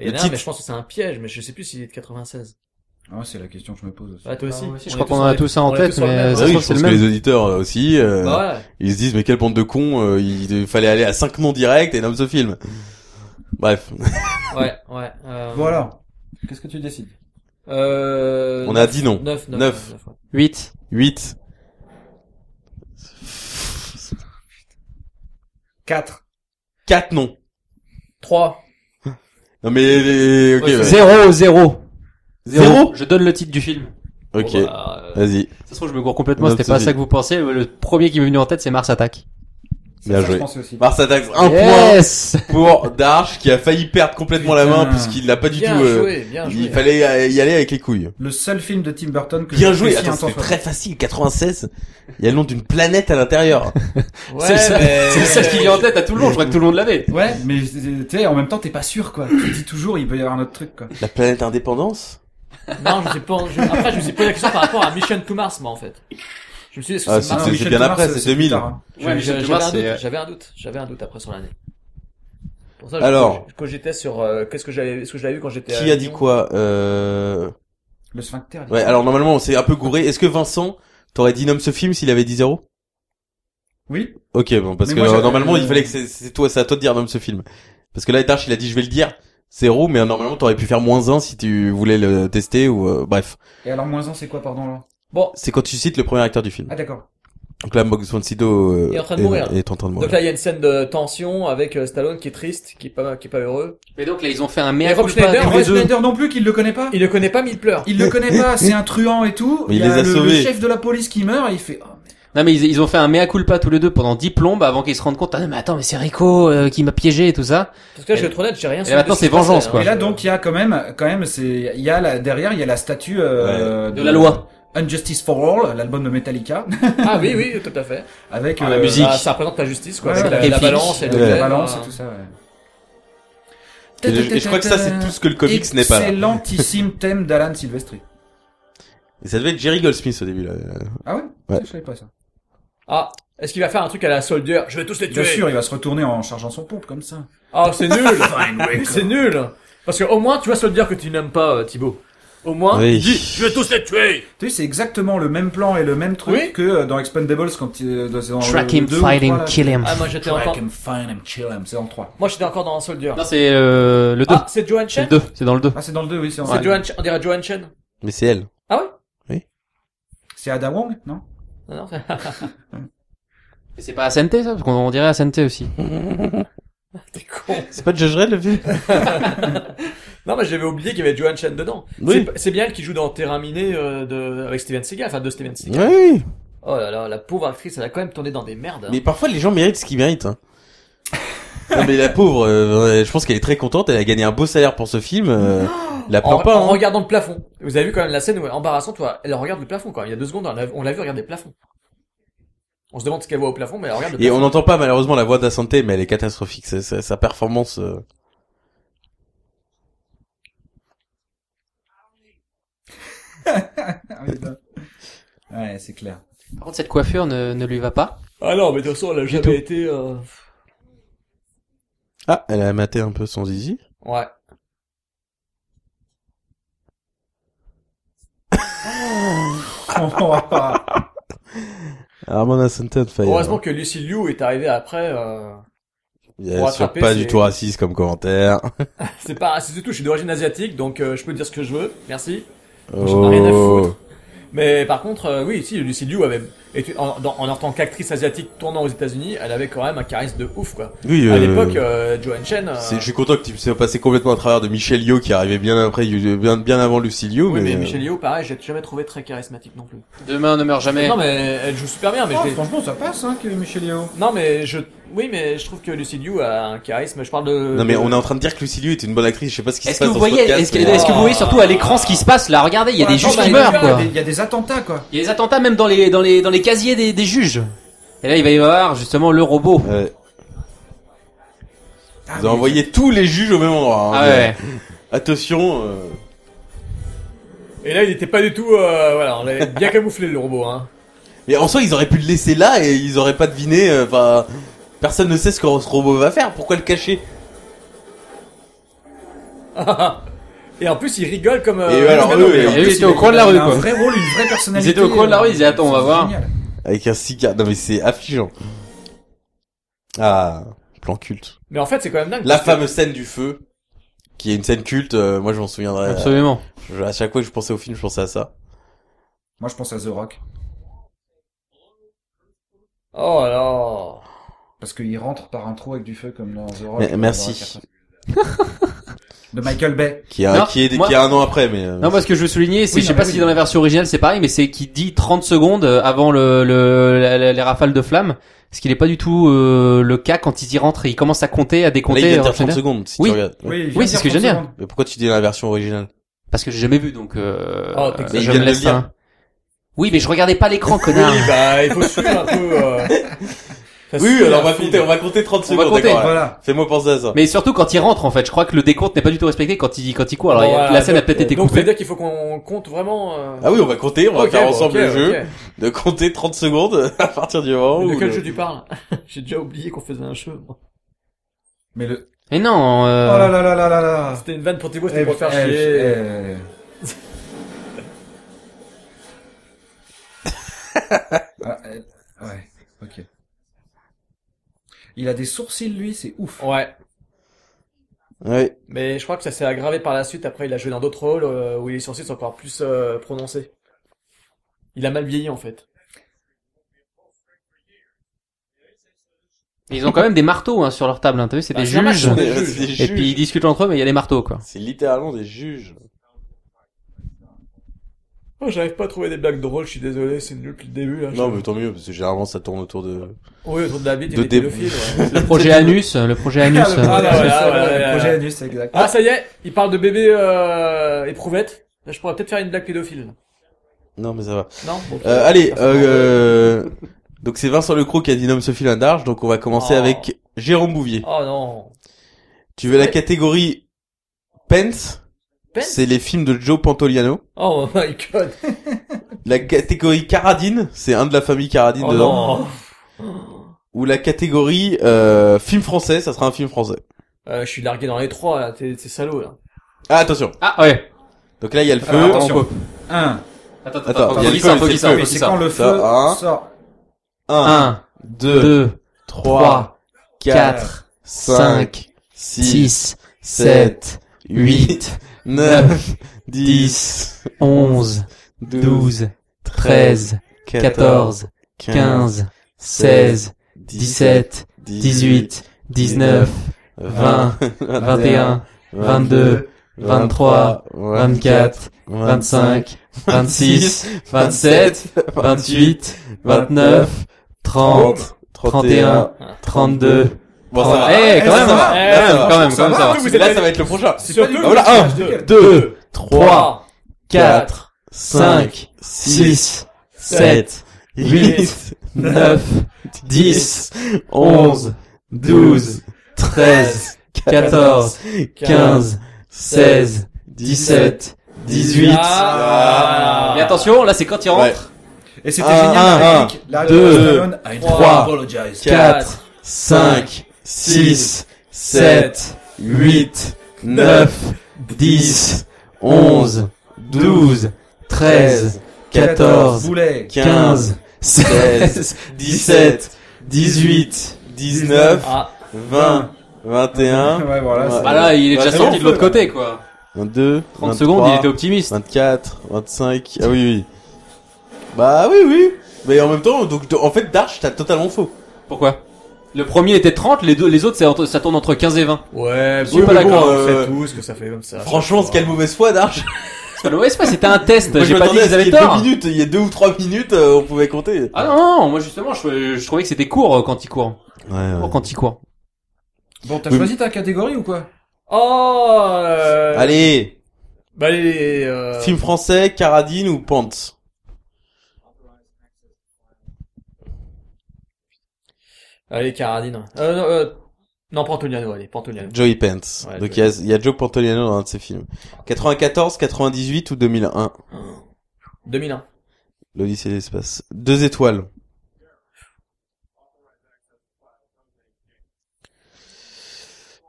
Speaker 1: Il y en
Speaker 2: le
Speaker 1: a un,
Speaker 2: titre.
Speaker 1: mais je pense que c'est un piège, mais je sais plus s'il est de 96.
Speaker 3: Ah, ouais, c'est la question que je me pose aussi.
Speaker 1: Ah, toi aussi.
Speaker 4: moi aussi, je
Speaker 1: On
Speaker 4: crois
Speaker 1: est
Speaker 4: qu'on
Speaker 1: tous les-
Speaker 4: en a tous un en
Speaker 1: on est
Speaker 4: tête,
Speaker 1: tous en
Speaker 4: mais euh,
Speaker 1: même.
Speaker 4: ça
Speaker 2: Ah
Speaker 4: se
Speaker 2: oui,
Speaker 4: trouve,
Speaker 2: je
Speaker 4: c'est
Speaker 2: pense
Speaker 4: le
Speaker 2: que
Speaker 4: même.
Speaker 2: les auditeurs euh, aussi, euh,
Speaker 1: Bah voilà.
Speaker 2: ils se disent mais quelle bande de cons, euh, il fallait aller à 5 noms directs et nomme ce film. Bref,
Speaker 1: Ouais, ouais. Euh...
Speaker 3: Bon alors, qu'est-ce que tu décides
Speaker 1: Euh...
Speaker 2: on a 10 noms.
Speaker 1: 9, 9,
Speaker 2: Neuf.
Speaker 4: 8.
Speaker 2: 8.
Speaker 3: 4.
Speaker 2: 4 noms.
Speaker 1: 3.
Speaker 2: Non mais... les- Ok,
Speaker 1: Ouais,
Speaker 2: ouais.
Speaker 4: 0, 0.
Speaker 2: Zéro
Speaker 4: Je donne le titre du film.
Speaker 2: Ok,
Speaker 4: Bon, bah, euh,
Speaker 2: vas-y.
Speaker 4: ça se trouve, je me gourre complètement,
Speaker 2: Note
Speaker 4: c'était pas
Speaker 2: Sophie.
Speaker 4: ça que vous pensiez. Le premier qui m'est venu en tête, c'est Mars Attack.
Speaker 2: Bien
Speaker 3: Je
Speaker 2: joué. Bah.
Speaker 3: pensais aussi.
Speaker 2: Mars Attacks, un
Speaker 4: yes
Speaker 2: point pour Darsh qui a failli perdre complètement la main
Speaker 3: Putain.
Speaker 2: puisqu'il l'a pas du
Speaker 1: Bien
Speaker 2: tout. euh,
Speaker 1: joué, bien joué.
Speaker 2: il fallait euh, y aller avec les couilles.
Speaker 3: Le seul film de Tim Burton que
Speaker 2: Bien
Speaker 3: j'ai
Speaker 2: joué.
Speaker 3: apprécié
Speaker 2: Attends,
Speaker 3: un temps
Speaker 2: c'était
Speaker 3: soit
Speaker 2: très facile. 96. Il y a le nom d'une planète à l'intérieur.
Speaker 1: Ouais,
Speaker 4: C'est le seul-
Speaker 1: mais-
Speaker 4: C'est le seul qui vient en tête à tout le monde, je crois que tout le monde l'avait.
Speaker 3: Ouais, mais euh, tu sais, en même temps, t'es pas sûr, quoi. Tu te dis toujours, il peut y avoir un autre truc, quoi.
Speaker 2: La planète indépendance.
Speaker 1: Non, je me suis pas, je- après, je me suis posé la question par rapport à Mission to Mars, moi, en fait. Je me suis dit, est-ce que
Speaker 2: Ah,
Speaker 1: c'est
Speaker 2: c'est-
Speaker 1: Mars
Speaker 2: c'est-
Speaker 3: Michel
Speaker 2: bien
Speaker 3: Thomas,
Speaker 2: après, c'est
Speaker 3: plus
Speaker 2: 2000.
Speaker 3: tard, hein.
Speaker 1: J'avais-
Speaker 4: Mission to
Speaker 1: J'avais
Speaker 4: Mars,
Speaker 1: un
Speaker 4: c'est- euh,
Speaker 1: doute, j'avais un doute, j'avais un doute après sur l'année. Pour ça, je-
Speaker 2: Alors.
Speaker 1: je cogitais sur, euh, qu'est-ce que j'avais, ce que j'avais vu quand j'étais à
Speaker 2: Qui a dit
Speaker 1: Lyon.
Speaker 2: quoi euh...
Speaker 3: Le sphincter. il-
Speaker 2: Ouais. Alors normalement, on s'est un peu gouré. Est-ce que Vincent t'aurais dit nomme ce film s'il avait dit zéro
Speaker 3: Oui.
Speaker 2: Ok, bon parce
Speaker 3: Mais
Speaker 2: que
Speaker 3: moi,
Speaker 2: euh,
Speaker 3: j'avais-
Speaker 2: normalement, il fallait que c'est c'est toi, c'est à toi de dire nomme ce film. Parce que là, Darsh, il a dit je vais le dire. Zéro, mais euh, normalement, t'aurais pu faire moins un si tu voulais le tester ou euh, bref.
Speaker 3: Et alors, moins 1, c'est quoi, pardon, là
Speaker 1: Bon.
Speaker 2: C'est quand tu cites le premier acteur du film.
Speaker 3: Ah, d'accord.
Speaker 2: Donc là, Max von Sydow euh,
Speaker 1: Il est en train de mourir.
Speaker 2: est en train de mourir.
Speaker 1: Donc là, il y a une scène de tension avec euh, Stallone qui est triste, qui est pas, qui est pas heureux.
Speaker 4: Mais donc là, ils ont fait un
Speaker 1: Et
Speaker 4: meilleur
Speaker 1: Rob Schneider,
Speaker 3: Et
Speaker 1: Tous les
Speaker 3: Roy
Speaker 1: deux.
Speaker 3: Schneider non plus, qu'il le connaît pas
Speaker 1: Il le connaît pas, mais il pleure.
Speaker 3: Il le connaît pas, c'est un truand et tout.
Speaker 2: Mais il
Speaker 3: y
Speaker 2: les a
Speaker 3: le,
Speaker 2: sauvés.
Speaker 3: Le chef de la police qui meurt, et il fait. oh,
Speaker 4: Non mais ils, ils ont fait un mea culpa tous les deux pendant 10 plombes avant qu'ils se rendent compte ah non, mais attends mais c'est Rico euh, qui m'a piégé et tout ça.
Speaker 1: Parce que là, je vais être honnête, j'ai rien.
Speaker 4: Et
Speaker 1: su
Speaker 4: maintenant,
Speaker 1: de ce qui
Speaker 4: c'est vengeance,
Speaker 1: passait,
Speaker 4: quoi.
Speaker 1: hein.
Speaker 3: Et là donc il y a quand même, quand même c'est, il y a la, derrière il y a la statue euh,
Speaker 4: De la loi.
Speaker 3: Unjustice for All, l'album de Metallica,
Speaker 1: Ah oui, oui, tout à fait.
Speaker 3: avec
Speaker 2: Ah, la
Speaker 3: euh,
Speaker 2: musique.
Speaker 1: Bah, ça représente la justice, quoi.
Speaker 3: Ouais,
Speaker 1: avec la,
Speaker 4: ouais.
Speaker 1: la balance et
Speaker 3: avec
Speaker 1: le
Speaker 3: la
Speaker 1: glaive,
Speaker 3: balance
Speaker 1: hein.
Speaker 3: et tout ça. ouais.
Speaker 2: Et je, et je crois que ça, c'est tout ce que le comics n'est pas.
Speaker 3: Excellentissime thème d'Alan Silvestri.
Speaker 2: Et ça devait être Jerry Goldsmith au début, là.
Speaker 3: Ah ouais,
Speaker 2: Ouais.
Speaker 3: Je savais pas ça.
Speaker 1: Ah, est-ce qu'il va faire un truc à la soldier Je vais tous les tuer.
Speaker 3: Bien sûr, il va se retourner en chargeant son pompe comme ça.
Speaker 1: Ah, c'est nul. c'est nul. Parce que au moins, tu vas se le dire que tu n'aimes pas euh, Thibaut. Au moins,
Speaker 2: Oui.
Speaker 1: il dit, je vais tous les tuer.
Speaker 3: Tu sais, c'est exactement le même plan et le même truc
Speaker 1: Oui.
Speaker 3: que euh, dans Expendables quand il euh, dans, dans
Speaker 4: Track
Speaker 3: le
Speaker 4: him,
Speaker 3: deux ou
Speaker 4: fight him,
Speaker 3: trois, là.
Speaker 4: kill him.
Speaker 1: Ah, moi j'étais
Speaker 3: Track
Speaker 1: encore.
Speaker 3: him, find him, chill him. C'est dans le 3.
Speaker 1: Moi j'étais encore dans soldier.
Speaker 4: Non c'est euh, le 2.
Speaker 1: Ah, c'est Johan
Speaker 4: c'est
Speaker 1: Chen.
Speaker 4: le 2, c'est dans le 2.
Speaker 3: Ah, c'est dans le 2, oui, c'est en
Speaker 1: C'est Johan Chen. On dirait Johan Chen.
Speaker 2: Mais c'est elle.
Speaker 5: C'est Ada Wong, non
Speaker 4: Non, non. Mais c'est pas Asante ça Parce qu'on dirait Asante aussi.
Speaker 1: T'es con.
Speaker 2: C'est pas Judge Red le film
Speaker 1: Non, mais j'avais oublié qu'il y avait Johan Chan dedans.
Speaker 2: Oui.
Speaker 1: C'est- C'est bien elle qui joue dans Terrain miné euh, de, avec Steven Seagal, enfin de Steven Seagal.
Speaker 2: Oui.
Speaker 1: Oh là là, la pauvre actrice, elle a quand même tourné dans des merdes. hein.
Speaker 2: Mais parfois les gens méritent ce qu'ils méritent. hein. Non, mais la pauvre, euh, je pense qu'elle est très contente. Elle a gagné un beau salaire pour ce film. euh, la
Speaker 1: En,
Speaker 2: prend pas.
Speaker 1: en
Speaker 2: hein.
Speaker 1: regardant le plafond. Vous avez vu quand même la scène où, embarrassante, toi, elle regarde le plafond quand même. Il y a deux secondes, on l'a- on l'a vu regarder le plafond. On se demande ce qu'elle voit au plafond, mais elle regarde le
Speaker 2: Et
Speaker 1: plafond.
Speaker 2: on n'entend pas malheureusement la voix de la santé, mais elle est catastrophique. Sa, sa- sa performance. euh,
Speaker 5: Ah, oui, bah. Ouais, c'est clair.
Speaker 4: Par contre, cette coiffure ne, ne lui va pas.
Speaker 1: Ah non, mais de toute façon, elle a
Speaker 4: tout.
Speaker 1: jamais été... euh,
Speaker 2: Ah, elle a maté un peu son zizi.
Speaker 1: Ouais.
Speaker 3: Oh,
Speaker 2: Armand Asante on fire.
Speaker 1: Heureusement que Lucy Liu est arrivée après. euh,
Speaker 2: Bien
Speaker 1: pour
Speaker 2: sûr,
Speaker 1: attraper,
Speaker 2: pas
Speaker 1: c'est-
Speaker 2: du tout raciste comme commentaire.
Speaker 1: C'est pas... C'est tout, je suis d'origine asiatique, donc euh, je peux dire ce que je veux. Merci. J'en ai
Speaker 2: Oh.
Speaker 1: rien à foutre. Mais par contre, euh, oui, si, Lucy Liu avait... été- en, dans- en tant qu'actrice asiatique tournant aux états unis elle avait quand même un charisme de ouf, quoi.
Speaker 2: Oui,
Speaker 1: À
Speaker 2: euh,
Speaker 1: l'époque, euh, Joanne Chen... euh,
Speaker 2: c'est- je suis content que tu sois passé complètement à travers de Michel Yo qui arrivait bien après, bien, bien avant Lucilio.
Speaker 1: Oui, mais,
Speaker 2: euh,
Speaker 1: Michel Yeo, pareil, j'ai jamais trouvé très charismatique non plus.
Speaker 4: Demain ne meurt jamais.
Speaker 1: Non, mais elle joue super bien, mais
Speaker 5: Oh,
Speaker 1: je l'ai-
Speaker 5: franchement, ça passe, hein, que Michel Yeo.
Speaker 1: Non, mais je. Oui, mais je trouve que Lucy Liu a un charisme. Je parle de.
Speaker 2: Non mais on est en train de dire que Lucilio est une bonne actrice. Je sais pas ce qui se
Speaker 4: Est-ce que
Speaker 2: passe
Speaker 4: vous
Speaker 2: dans ce
Speaker 4: voyez,
Speaker 2: podcast,
Speaker 4: est-ce que,
Speaker 2: mais-
Speaker 4: est-ce que vous voyez surtout à l'écran ce qui se passe là Regardez, il y a des
Speaker 5: Attends,
Speaker 4: juges
Speaker 5: bah,
Speaker 4: qui
Speaker 5: il y a-
Speaker 4: meurent
Speaker 5: il y a
Speaker 4: quoi.
Speaker 5: des- Il y a des attentats, quoi.
Speaker 4: Il y a des attentats même dans les dans les dans les casiers des, des juges. Et là, il va y avoir justement le robot.
Speaker 2: euh, Ouais.
Speaker 5: Ah,
Speaker 2: Vous
Speaker 5: mais-
Speaker 2: avez envoyé tous les juges au même endroit. hein,
Speaker 4: Ah
Speaker 2: mais-
Speaker 4: ouais.
Speaker 2: Attention. euh,
Speaker 1: Et là, il était pas du tout. euh, voilà, on l'avait bien camouflé le robot, hein.
Speaker 2: Mais en soi, ils auraient pu le laisser là et ils auraient pas deviné. euh, Enfin, personne ne sait ce que ce robot va faire. Pourquoi le cacher
Speaker 1: Et en plus, il rigole comme. euh,
Speaker 2: Et alors,
Speaker 1: comme
Speaker 2: eux,
Speaker 1: un
Speaker 2: et-
Speaker 1: merde.
Speaker 4: Ils étaient au coin de la
Speaker 5: Il
Speaker 4: rue
Speaker 5: a Un
Speaker 4: quoi.
Speaker 5: vrai rôle, une vraie personnalité.
Speaker 4: Ils étaient au coin de la rue, ils disaient, attends, on va
Speaker 5: C'est
Speaker 4: voir.
Speaker 5: génial.
Speaker 2: Avec un cigare. Non mais c'est affligeant. Ah, plan culte.
Speaker 1: Mais en fait, c'est quand même dingue.
Speaker 2: La
Speaker 1: parce que-
Speaker 2: fameuse scène du feu, qui est une scène culte. euh, moi, je m'en souviendrai. euh,
Speaker 4: Absolument.
Speaker 2: je- à chaque fois que je pensais au film, je pensais à ça.
Speaker 5: Moi, je pense à The Rock.
Speaker 1: Oh là.
Speaker 5: Parce qu'il rentre par un trou avec du feu, comme dans The Rock.
Speaker 2: Mais-
Speaker 5: dans
Speaker 2: merci.
Speaker 5: The Rock. De Michael Bay.
Speaker 2: Qui est, un-
Speaker 4: Non,
Speaker 2: qui est,
Speaker 4: moi-
Speaker 2: qui est un an après, mais. euh,
Speaker 4: Non, moi ce que je veux souligner, c'est,
Speaker 5: Oui, non,
Speaker 4: je sais
Speaker 5: mais
Speaker 4: pas
Speaker 5: oui.
Speaker 4: si dans la version originale c'est pareil, mais c'est qu'il dit 30 secondes euh, avant le, le- la- la- les rafales de flammes, ce qui n'est pas du tout euh, le cas quand ils y rentrent. Ils commencent à compter, à
Speaker 2: Là,
Speaker 4: décompter. euh,
Speaker 2: il vient de
Speaker 4: en
Speaker 2: dire 30
Speaker 4: général.
Speaker 2: secondes, si
Speaker 4: Oui.
Speaker 2: tu regardes.
Speaker 5: il
Speaker 4: Oui,
Speaker 5: vient
Speaker 4: c'est ce
Speaker 5: dire
Speaker 4: que
Speaker 5: 30
Speaker 4: j'aime
Speaker 5: secondes.
Speaker 2: Mais pourquoi tu dis la version originale
Speaker 4: Parce que j'ai jamais vu, donc euh,
Speaker 1: Oh, t'es-
Speaker 2: Mais il
Speaker 4: je
Speaker 2: vient de
Speaker 4: me
Speaker 2: le
Speaker 4: laisse.
Speaker 2: dire.
Speaker 4: hein. Oui, mais je regardais pas l'écran, connard.
Speaker 1: Oui, bah, il faut suivre un peu. euh, ça
Speaker 2: Oui,
Speaker 1: suit
Speaker 2: alors on
Speaker 1: un
Speaker 2: va
Speaker 1: fil.
Speaker 2: compter, on va compter 30
Speaker 4: On va
Speaker 2: secondes,
Speaker 4: compter,
Speaker 2: d'accord. voilà.
Speaker 5: Voilà.
Speaker 2: Fais-moi penser à ça.
Speaker 4: Mais surtout quand ils rentrent en fait, je crois que le décompte n'est pas du tout respecté quand ils quand ils courent. Alors
Speaker 1: Bon,
Speaker 4: il y a-
Speaker 1: voilà,
Speaker 4: la scène a
Speaker 1: donc- euh,
Speaker 4: peut-être été
Speaker 1: Donc, ça veut
Speaker 4: coupée.
Speaker 1: dire qu'il faut qu'on compte vraiment. euh,
Speaker 2: Ah oui, on va compter, on va
Speaker 1: ok,
Speaker 2: faire
Speaker 1: bon,
Speaker 2: ensemble
Speaker 1: ok,
Speaker 2: le jeu,
Speaker 1: ok.
Speaker 2: de compter 30 secondes à partir du moment
Speaker 1: Mais
Speaker 2: où...
Speaker 1: De quel
Speaker 2: Oh, le-
Speaker 1: jeu tu parles J'ai déjà oublié qu'on faisait un jeu. moi.
Speaker 5: Mais le.
Speaker 4: Mais non.
Speaker 5: Oh
Speaker 4: euh,
Speaker 5: là là là là là là.
Speaker 1: Ah, C'était une vanne pour Thibaut, c'était pour faire
Speaker 5: Eh,
Speaker 1: chier.
Speaker 5: eh, eh. Ah, eh, Ouais, ok. Il a des sourcils, lui, c'est ouf.
Speaker 1: Ouais.
Speaker 2: Ouais.
Speaker 1: Mais je crois que ça s'est aggravé par la suite. Après, il a joué dans d'autres rôles euh, où les sourcils sont encore plus euh, prononcés. Il a mal vieilli en fait.
Speaker 4: Ils ont quand même des marteaux hein, sur leur table. Hein. T'as vu, c'est
Speaker 1: Bah,
Speaker 4: des
Speaker 1: c'est normal,
Speaker 4: juges.
Speaker 1: on est-
Speaker 2: C'est
Speaker 1: juges.
Speaker 2: des
Speaker 4: Et puis ils
Speaker 2: juges.
Speaker 4: discutent entre eux, mais il y a des marteaux quoi.
Speaker 2: C'est littéralement des juges.
Speaker 1: Oh, j'arrive pas à trouver des blagues drôles. Je suis désolé, c'est nul depuis le début. Là,
Speaker 2: Non, mais tant mieux, parce que généralement ça tourne autour de...
Speaker 1: Oui, autour de la bite, il
Speaker 2: De
Speaker 1: y a des
Speaker 2: dé-
Speaker 1: pédophiles, ouais.
Speaker 4: Le projet Anus, le projet Anus.
Speaker 5: Ah, le
Speaker 4: euh,
Speaker 5: projet
Speaker 1: voilà,
Speaker 5: anus,
Speaker 1: voilà,
Speaker 5: voilà,
Speaker 1: voilà,
Speaker 5: le projet
Speaker 1: voilà.
Speaker 5: anus, exact.
Speaker 1: Ah, ça y est, il parle de bébé euh, éprouvette. Là, je pourrais peut-être faire une blague pédophile.
Speaker 2: Non, mais ça va.
Speaker 1: Non Bon,
Speaker 2: Euh, allez,
Speaker 1: personne n'en veut.
Speaker 2: euh... Donc c'est Vincent Lecroux qui a dit nomme ce fil d'arge, donc on va commencer
Speaker 1: Oh.
Speaker 2: avec Jérôme Bouvier.
Speaker 1: Oh non.
Speaker 2: Tu veux la
Speaker 1: Ouais.
Speaker 2: catégorie Pence
Speaker 1: Pence
Speaker 2: C'est les films de Joe Pantoliano.
Speaker 1: Oh my god.
Speaker 2: La catégorie Caradine, c'est un de la famille Caradine
Speaker 1: Oh
Speaker 2: dedans.
Speaker 1: non.
Speaker 2: Ou la catégorie euh, film français, ça sera un film français.
Speaker 1: Euh, je suis largué dans les trois, là. T'es t'es salaud, là.
Speaker 2: Ah attention.
Speaker 4: Ah ouais.
Speaker 2: Donc là il y a le feu.
Speaker 5: Alors,
Speaker 2: on
Speaker 5: attention.
Speaker 2: peut-
Speaker 5: Un.
Speaker 4: Attends,
Speaker 2: Attends,
Speaker 4: faut
Speaker 2: il y a
Speaker 4: qu'il
Speaker 2: le
Speaker 4: sorte,
Speaker 2: feu,
Speaker 4: faut qu'il
Speaker 2: c'est le feu,
Speaker 4: sorte, faut
Speaker 5: C'est
Speaker 4: qu'il
Speaker 5: quand
Speaker 4: sorte.
Speaker 5: le
Speaker 2: Ça,
Speaker 5: feu
Speaker 2: un.
Speaker 5: sort.
Speaker 2: Un,
Speaker 4: 1,
Speaker 2: deux,
Speaker 4: 2,
Speaker 2: trois,
Speaker 4: 3,
Speaker 2: quatre,
Speaker 4: 4,
Speaker 2: cinq,
Speaker 4: 5,
Speaker 2: six,
Speaker 4: 6, 7, 8,
Speaker 2: neuf, 10,
Speaker 4: 11, 12, 13, 14, 15, 16, 17, 18, 19, 20, 21,
Speaker 2: Euh,
Speaker 5: Euh,
Speaker 4: 22, 23, 24, 25, 26, 27, 28, 29, 30, 31, 32.
Speaker 2: Bon, ça va.
Speaker 4: Eh,
Speaker 5: Eh,
Speaker 4: quand même,
Speaker 5: ça va.
Speaker 4: hein.
Speaker 1: Eh,
Speaker 2: Là, ça va.
Speaker 4: quand même, quand même, ça va.
Speaker 1: Vous êtes
Speaker 2: Là,
Speaker 1: pas-
Speaker 2: ça va être le prochain.
Speaker 5: C'est pas du tout.
Speaker 2: Voilà, un, 2, 3,
Speaker 4: 4, 5, 6, 7,
Speaker 2: 8,
Speaker 4: 9, 10, 11, 12, 13, 14, 15, 16, 17, 18.
Speaker 1: Ah.
Speaker 4: Mais attention, là c'est quand il
Speaker 2: Ouais.
Speaker 4: rentre.
Speaker 5: Et c'était
Speaker 2: Un,
Speaker 5: génial.
Speaker 2: un,
Speaker 5: la réplique. La
Speaker 2: deux,
Speaker 5: Stallone, I don't
Speaker 2: trois,
Speaker 5: apologize.
Speaker 2: quatre, 5, 6, 7, 8, 9, 10, 11, 12, 13, 14,
Speaker 5: Boulet.
Speaker 2: 15, 16, 17, 18, 19,
Speaker 1: Ah.
Speaker 2: 20, 21,
Speaker 5: Ouais, voilà. c'est-
Speaker 2: Ouais.
Speaker 4: Bah là, il est déjà
Speaker 2: c'est
Speaker 4: sorti
Speaker 5: bon,
Speaker 4: de l'autre côté quoi.
Speaker 2: 22,
Speaker 4: 30 secondes, il était optimiste.
Speaker 2: 24, 25, ah oui, oui. Bah oui, oui. Mais en même temps, donc, en fait, Darch, t'as totalement faux.
Speaker 4: Pourquoi Le premier était 30, les, deux, les autres c'est entre- ça tourne entre 15 et 20.
Speaker 1: Ouais,
Speaker 4: suis pas d'accord,
Speaker 1: on
Speaker 2: euh,
Speaker 1: sait tous que ça fait comme ça.
Speaker 2: Franchement,
Speaker 1: Ça,
Speaker 2: c'est quelle mauvaise foi, Darch.
Speaker 4: C'est pas le mauvais espace, c'était un test,
Speaker 2: Moi, je
Speaker 4: j'ai pas dit
Speaker 2: m'attendais à
Speaker 4: qu'ils
Speaker 2: ce
Speaker 4: avaient
Speaker 2: qu'il y ait deux
Speaker 4: tort.
Speaker 2: minutes, il y a deux ou trois minutes, euh, on pouvait compter.
Speaker 4: Ah non, non, non, moi justement, je, je trouvais que c'était court euh, quand il court. Court quand il court.
Speaker 5: Bon, t'as
Speaker 2: Oui.
Speaker 5: choisi ta catégorie ou quoi
Speaker 1: Oh euh...
Speaker 2: Allez,
Speaker 1: Bah allez, euh...
Speaker 2: film français, Caradine ou Pente
Speaker 1: Allez, Caradine. Euh, non, euh... non, Pantoliano, allez, Pantoliano.
Speaker 2: Joey Pence.
Speaker 1: Ouais,
Speaker 2: Donc
Speaker 1: Joey
Speaker 2: il y, a, il y a Joe Pantoliano dans un de ses films. 94, 98 ou 2001
Speaker 1: 2001.
Speaker 2: L'Odyssée de l'espace. Deux étoiles.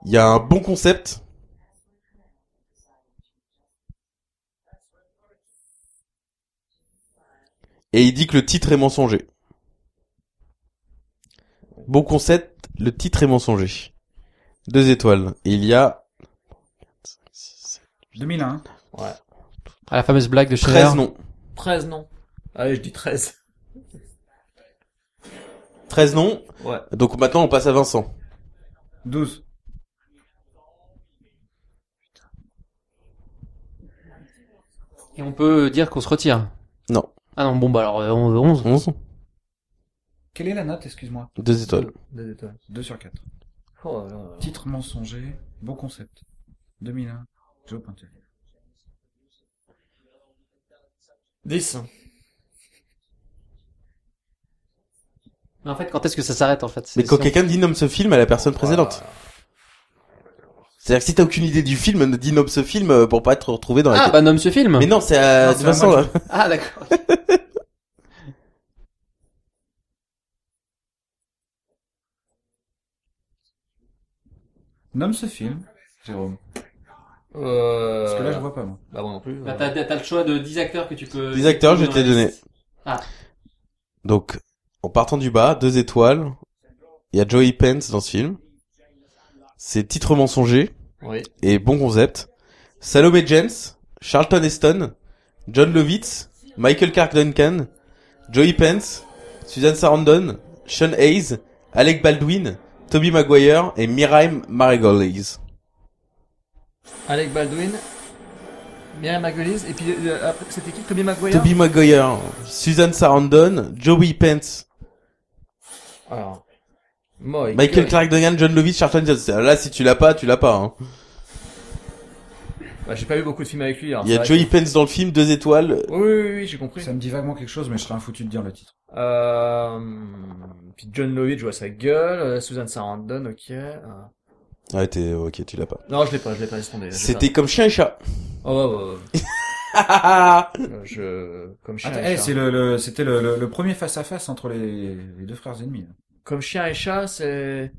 Speaker 2: Il y a un bon concept. Et il dit que le titre est mensonger. Bon concept, le titre est mensonger. Deux étoiles. Et il y a
Speaker 5: 2001.
Speaker 4: À la fameuse blague de Schiller.
Speaker 2: 13 noms.
Speaker 1: 13, non. Allez, je dis 13.
Speaker 2: 13 noms.
Speaker 1: Ouais.
Speaker 2: Donc maintenant on passe à Vincent.
Speaker 5: 12.
Speaker 4: Et on peut dire qu'on se retire.
Speaker 2: Non.
Speaker 4: Ah non, bon bah alors euh, on- 11.
Speaker 2: 11
Speaker 5: Quelle est la note, excuse-moi
Speaker 2: Deux étoiles.
Speaker 1: Deux étoiles.
Speaker 5: 2 sur 4.
Speaker 1: Oh, là, là.
Speaker 5: Titre mensonger, beau concept. 2001, Joe Pantoliano.
Speaker 1: 10.
Speaker 4: Mais en fait, quand est-ce que ça s'arrête en fait
Speaker 2: Mais
Speaker 4: C'est-
Speaker 2: quand
Speaker 4: c'est-
Speaker 2: quelqu'un dit nomme ce film à la personne précédente. C'est-à-dire que si t'as aucune idée du film, ne dis nomme ce film euh, pour pas être retrouvé dans la.
Speaker 4: Ah bah nomme ce film.
Speaker 2: Mais non, c'est euh, à
Speaker 5: Non,
Speaker 2: c'est
Speaker 5: c'est à
Speaker 2: Vincent
Speaker 5: moi
Speaker 2: là.
Speaker 4: Ah d'accord.
Speaker 5: Nomme ce film, Jérôme.
Speaker 1: Euh...
Speaker 5: Parce que là, je vois pas, moi.
Speaker 1: Bah, moi non plus.
Speaker 4: Bah,
Speaker 1: euh.
Speaker 4: t'as, t'as le choix de 10 acteurs que tu peux.
Speaker 2: 10 acteurs, je
Speaker 4: dans
Speaker 2: t'ai
Speaker 4: la
Speaker 2: donné.
Speaker 4: liste. Ah.
Speaker 2: Donc, en partant du bas, deux étoiles. Il y a Joey Pence dans ce film. C'est titre mensonger
Speaker 1: Oui.
Speaker 2: et bon concept. Salomé James, Charlton Heston, John Lovitz, Michael Clark Duncan, Joey Pence, Suzanne Sarandon, Sean Hayes, Alec Baldwin, Toby Maguire et Miriam Margolyes.
Speaker 1: Alec Baldwin. Miriam Magolis. Et puis, euh, après, c'était qui Toby Maguire
Speaker 2: Toby Maguire, Suzanne Sarandon, Joey Pence,
Speaker 1: Alors. Moi, et
Speaker 2: Michael
Speaker 1: que-
Speaker 2: Clark Duncan, John Lovitz, Charlton Heston. Là, si tu l'as pas, tu l'as pas. hein.
Speaker 1: Bah, j'ai pas vu beaucoup de films avec lui. alors
Speaker 2: Il y a
Speaker 1: c'est vrai
Speaker 2: Joey Pence dans le film, deux étoiles.
Speaker 1: que- Oui, oui, oui, oui, j'ai
Speaker 2: Euh,
Speaker 1: compris.
Speaker 5: Ça me dit vaguement quelque chose, mais je serais infoutu de dire le titre.
Speaker 1: Euh... Puis John Lovitz, je vois sa gueule. euh, Susan Sarandon, ok. euh.
Speaker 2: Ah, t'es ok, tu l'as pas.
Speaker 1: Non, je l'ai pas, je l'ai pas, laisse tomber. j'ai
Speaker 2: C'était comme chien et chat.
Speaker 1: pas. Oh, ouais,
Speaker 2: Ah, ah, ah.
Speaker 1: ouais, ouais, je... Comme
Speaker 3: Ah,
Speaker 1: chien
Speaker 5: Attends,
Speaker 1: et
Speaker 5: eh,
Speaker 1: chat.
Speaker 5: c'est le, le- c'était le, le- le premier face-à-face entre les, les deux frères ennemis. hein.
Speaker 1: Comme chien et chat, c'est...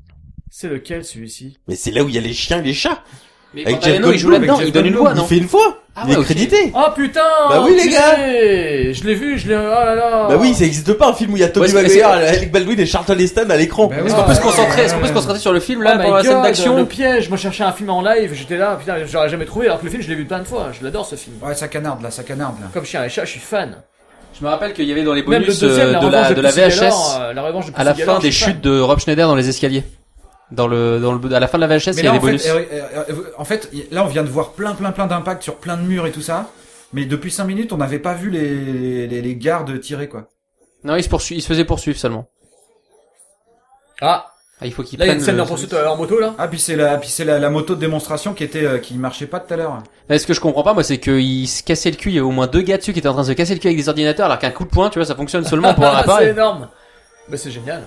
Speaker 1: C'est lequel, celui-ci
Speaker 2: Mais c'est là où il y a les chiens et les chats.
Speaker 4: Mais
Speaker 2: Avec
Speaker 4: Pantaleano,
Speaker 2: Jeff
Speaker 4: il joue
Speaker 2: Goldblum,
Speaker 4: là-dedans,
Speaker 3: avec
Speaker 4: il
Speaker 3: Jeff
Speaker 4: donne une voix,
Speaker 3: Goldblum,
Speaker 2: Il
Speaker 4: non
Speaker 2: fait une fois.
Speaker 4: Ah
Speaker 2: il
Speaker 4: ouais,
Speaker 2: est
Speaker 4: ok.
Speaker 2: crédité.
Speaker 1: Ah putain
Speaker 2: Bah oui, les gars.
Speaker 1: putain, Je l'ai vu, je l'ai... Oh là là
Speaker 2: Bah oui, ça existe pas un film où il y a Tommy
Speaker 4: Ouais, c'est-
Speaker 2: Maguire, Alec Baldwin et Charlton Heston à l'écran.
Speaker 3: Bah oui.
Speaker 4: Est-ce Oh, qu'on peut se
Speaker 1: Ah,
Speaker 4: concentrer,
Speaker 1: ouais.
Speaker 4: est-ce qu'on peut se concentrer sur le film
Speaker 1: Là,
Speaker 4: là pendant la scène d'action
Speaker 1: Oh le piège, moi je cherchais un film en live, j'étais là, putain, j'aurais jamais trouvé, alors que le film, je l'ai vu plein de fois, je l'adore ce film.
Speaker 3: Ouais, ça canarde là, ça canarde là.
Speaker 1: Comme chien et chat, je suis fan.
Speaker 4: Je me rappelle qu'il y avait dans les
Speaker 1: Même le
Speaker 4: bonus
Speaker 1: deuxième,
Speaker 4: euh,
Speaker 1: la
Speaker 4: de
Speaker 1: revanche
Speaker 4: la de la
Speaker 1: Pussy Galore,
Speaker 4: VHS
Speaker 1: euh, la revanche de
Speaker 4: à la
Speaker 1: Pussy Galore,
Speaker 4: fin des
Speaker 1: je suis fan.
Speaker 4: chutes de Rob Schneider dans les escaliers. Dans le dans le à la fin de la VHS, il
Speaker 3: Mais
Speaker 4: y
Speaker 3: là,
Speaker 4: a des
Speaker 3: en fait,
Speaker 4: bonus.
Speaker 3: euh, euh, euh, en fait, y- là, on vient de voir plein, plein, plein d'impacts sur plein de murs et tout ça. Mais depuis 5 minutes, on n'avait pas vu les, les, les gardes tirer, quoi.
Speaker 4: Non, il se poursuit, il se faisait poursuivre seulement.
Speaker 1: Ah,
Speaker 4: Ah, il faut qu'il
Speaker 1: là il y a
Speaker 4: prenne
Speaker 1: une scène
Speaker 4: le-
Speaker 1: d'en poursuite euh, en moto là
Speaker 3: Ah, puis c'est la, puis c'est la, la moto de démonstration qui était, euh, qui marchait pas tout à l'heure.
Speaker 4: Mais ce que je comprends pas, moi, c'est qu'il se cassait le cul. Il y avait au moins deux gars dessus qui étaient en train de se casser le cul avec des ordinateurs, alors qu'un coup de poing, tu vois, ça fonctionne seulement pour un
Speaker 1: C'est
Speaker 4: appareil.
Speaker 1: énorme Bah c'est génial.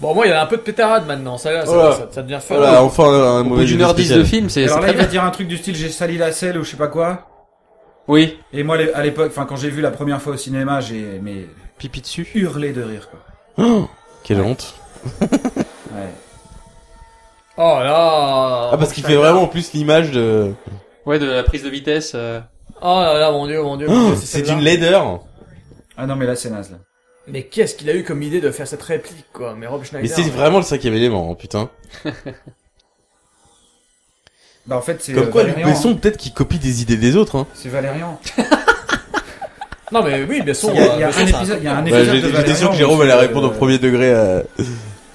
Speaker 1: Bon, moi il y a un peu de pétarade maintenant, ça, ça,
Speaker 2: Oh là.
Speaker 1: ça- ça devient fun.
Speaker 2: Voilà, enfin un
Speaker 4: Au
Speaker 2: mauvais
Speaker 4: bout d'une
Speaker 2: jeu
Speaker 4: heure dix
Speaker 2: spécial.
Speaker 4: de film, c'est c'est
Speaker 3: Alors là,
Speaker 4: très
Speaker 3: il va
Speaker 4: bien.
Speaker 3: dire un truc du style, j'ai sali la selle ou je sais pas quoi.
Speaker 4: Oui,
Speaker 3: Et moi, les- à l'époque, enfin, quand j'ai vu la première fois au cinéma, j'ai, mais,
Speaker 4: pipi dessus.
Speaker 3: hurlé de rire, quoi.
Speaker 2: Oh, Quelle honte.
Speaker 3: Ouais.
Speaker 1: Oh là
Speaker 2: Ah parce qu'il fait vraiment en plus l'image de.
Speaker 4: Ouais, de la prise de vitesse. euh.
Speaker 1: Oh là là, mon dieu, mon dieu, mon
Speaker 2: Oh,
Speaker 1: dieu,
Speaker 2: C'est
Speaker 1: celle-là.
Speaker 2: une laideur.
Speaker 3: Ah non, mais là, c'est naze, là.
Speaker 1: Mais qu'est-ce qu'il a eu comme idée de faire cette réplique, quoi Mais Rob Schneider...
Speaker 2: Mais c'est vraiment le cinquième élément, hein, putain.
Speaker 3: Bah, en fait, c'est
Speaker 2: Comme
Speaker 3: euh,
Speaker 2: quoi, Luc
Speaker 3: Valérian. hein.
Speaker 2: Besson peut-être qu'il copie des idées des autres. Hein.
Speaker 3: C'est Valérian.
Speaker 1: Non mais oui, bien sûr.
Speaker 3: Il y a,
Speaker 1: euh,
Speaker 3: il y a
Speaker 1: bien sûr,
Speaker 3: un
Speaker 1: c'est
Speaker 3: épisode, il y a
Speaker 2: Bah,
Speaker 3: un épisode
Speaker 2: J'ai
Speaker 3: de
Speaker 2: j'ai-
Speaker 3: Valérian.
Speaker 2: j'étais sûr que
Speaker 3: où
Speaker 2: Jérôme allait
Speaker 3: c'est,
Speaker 2: répondre au
Speaker 3: euh,
Speaker 2: premier degré à...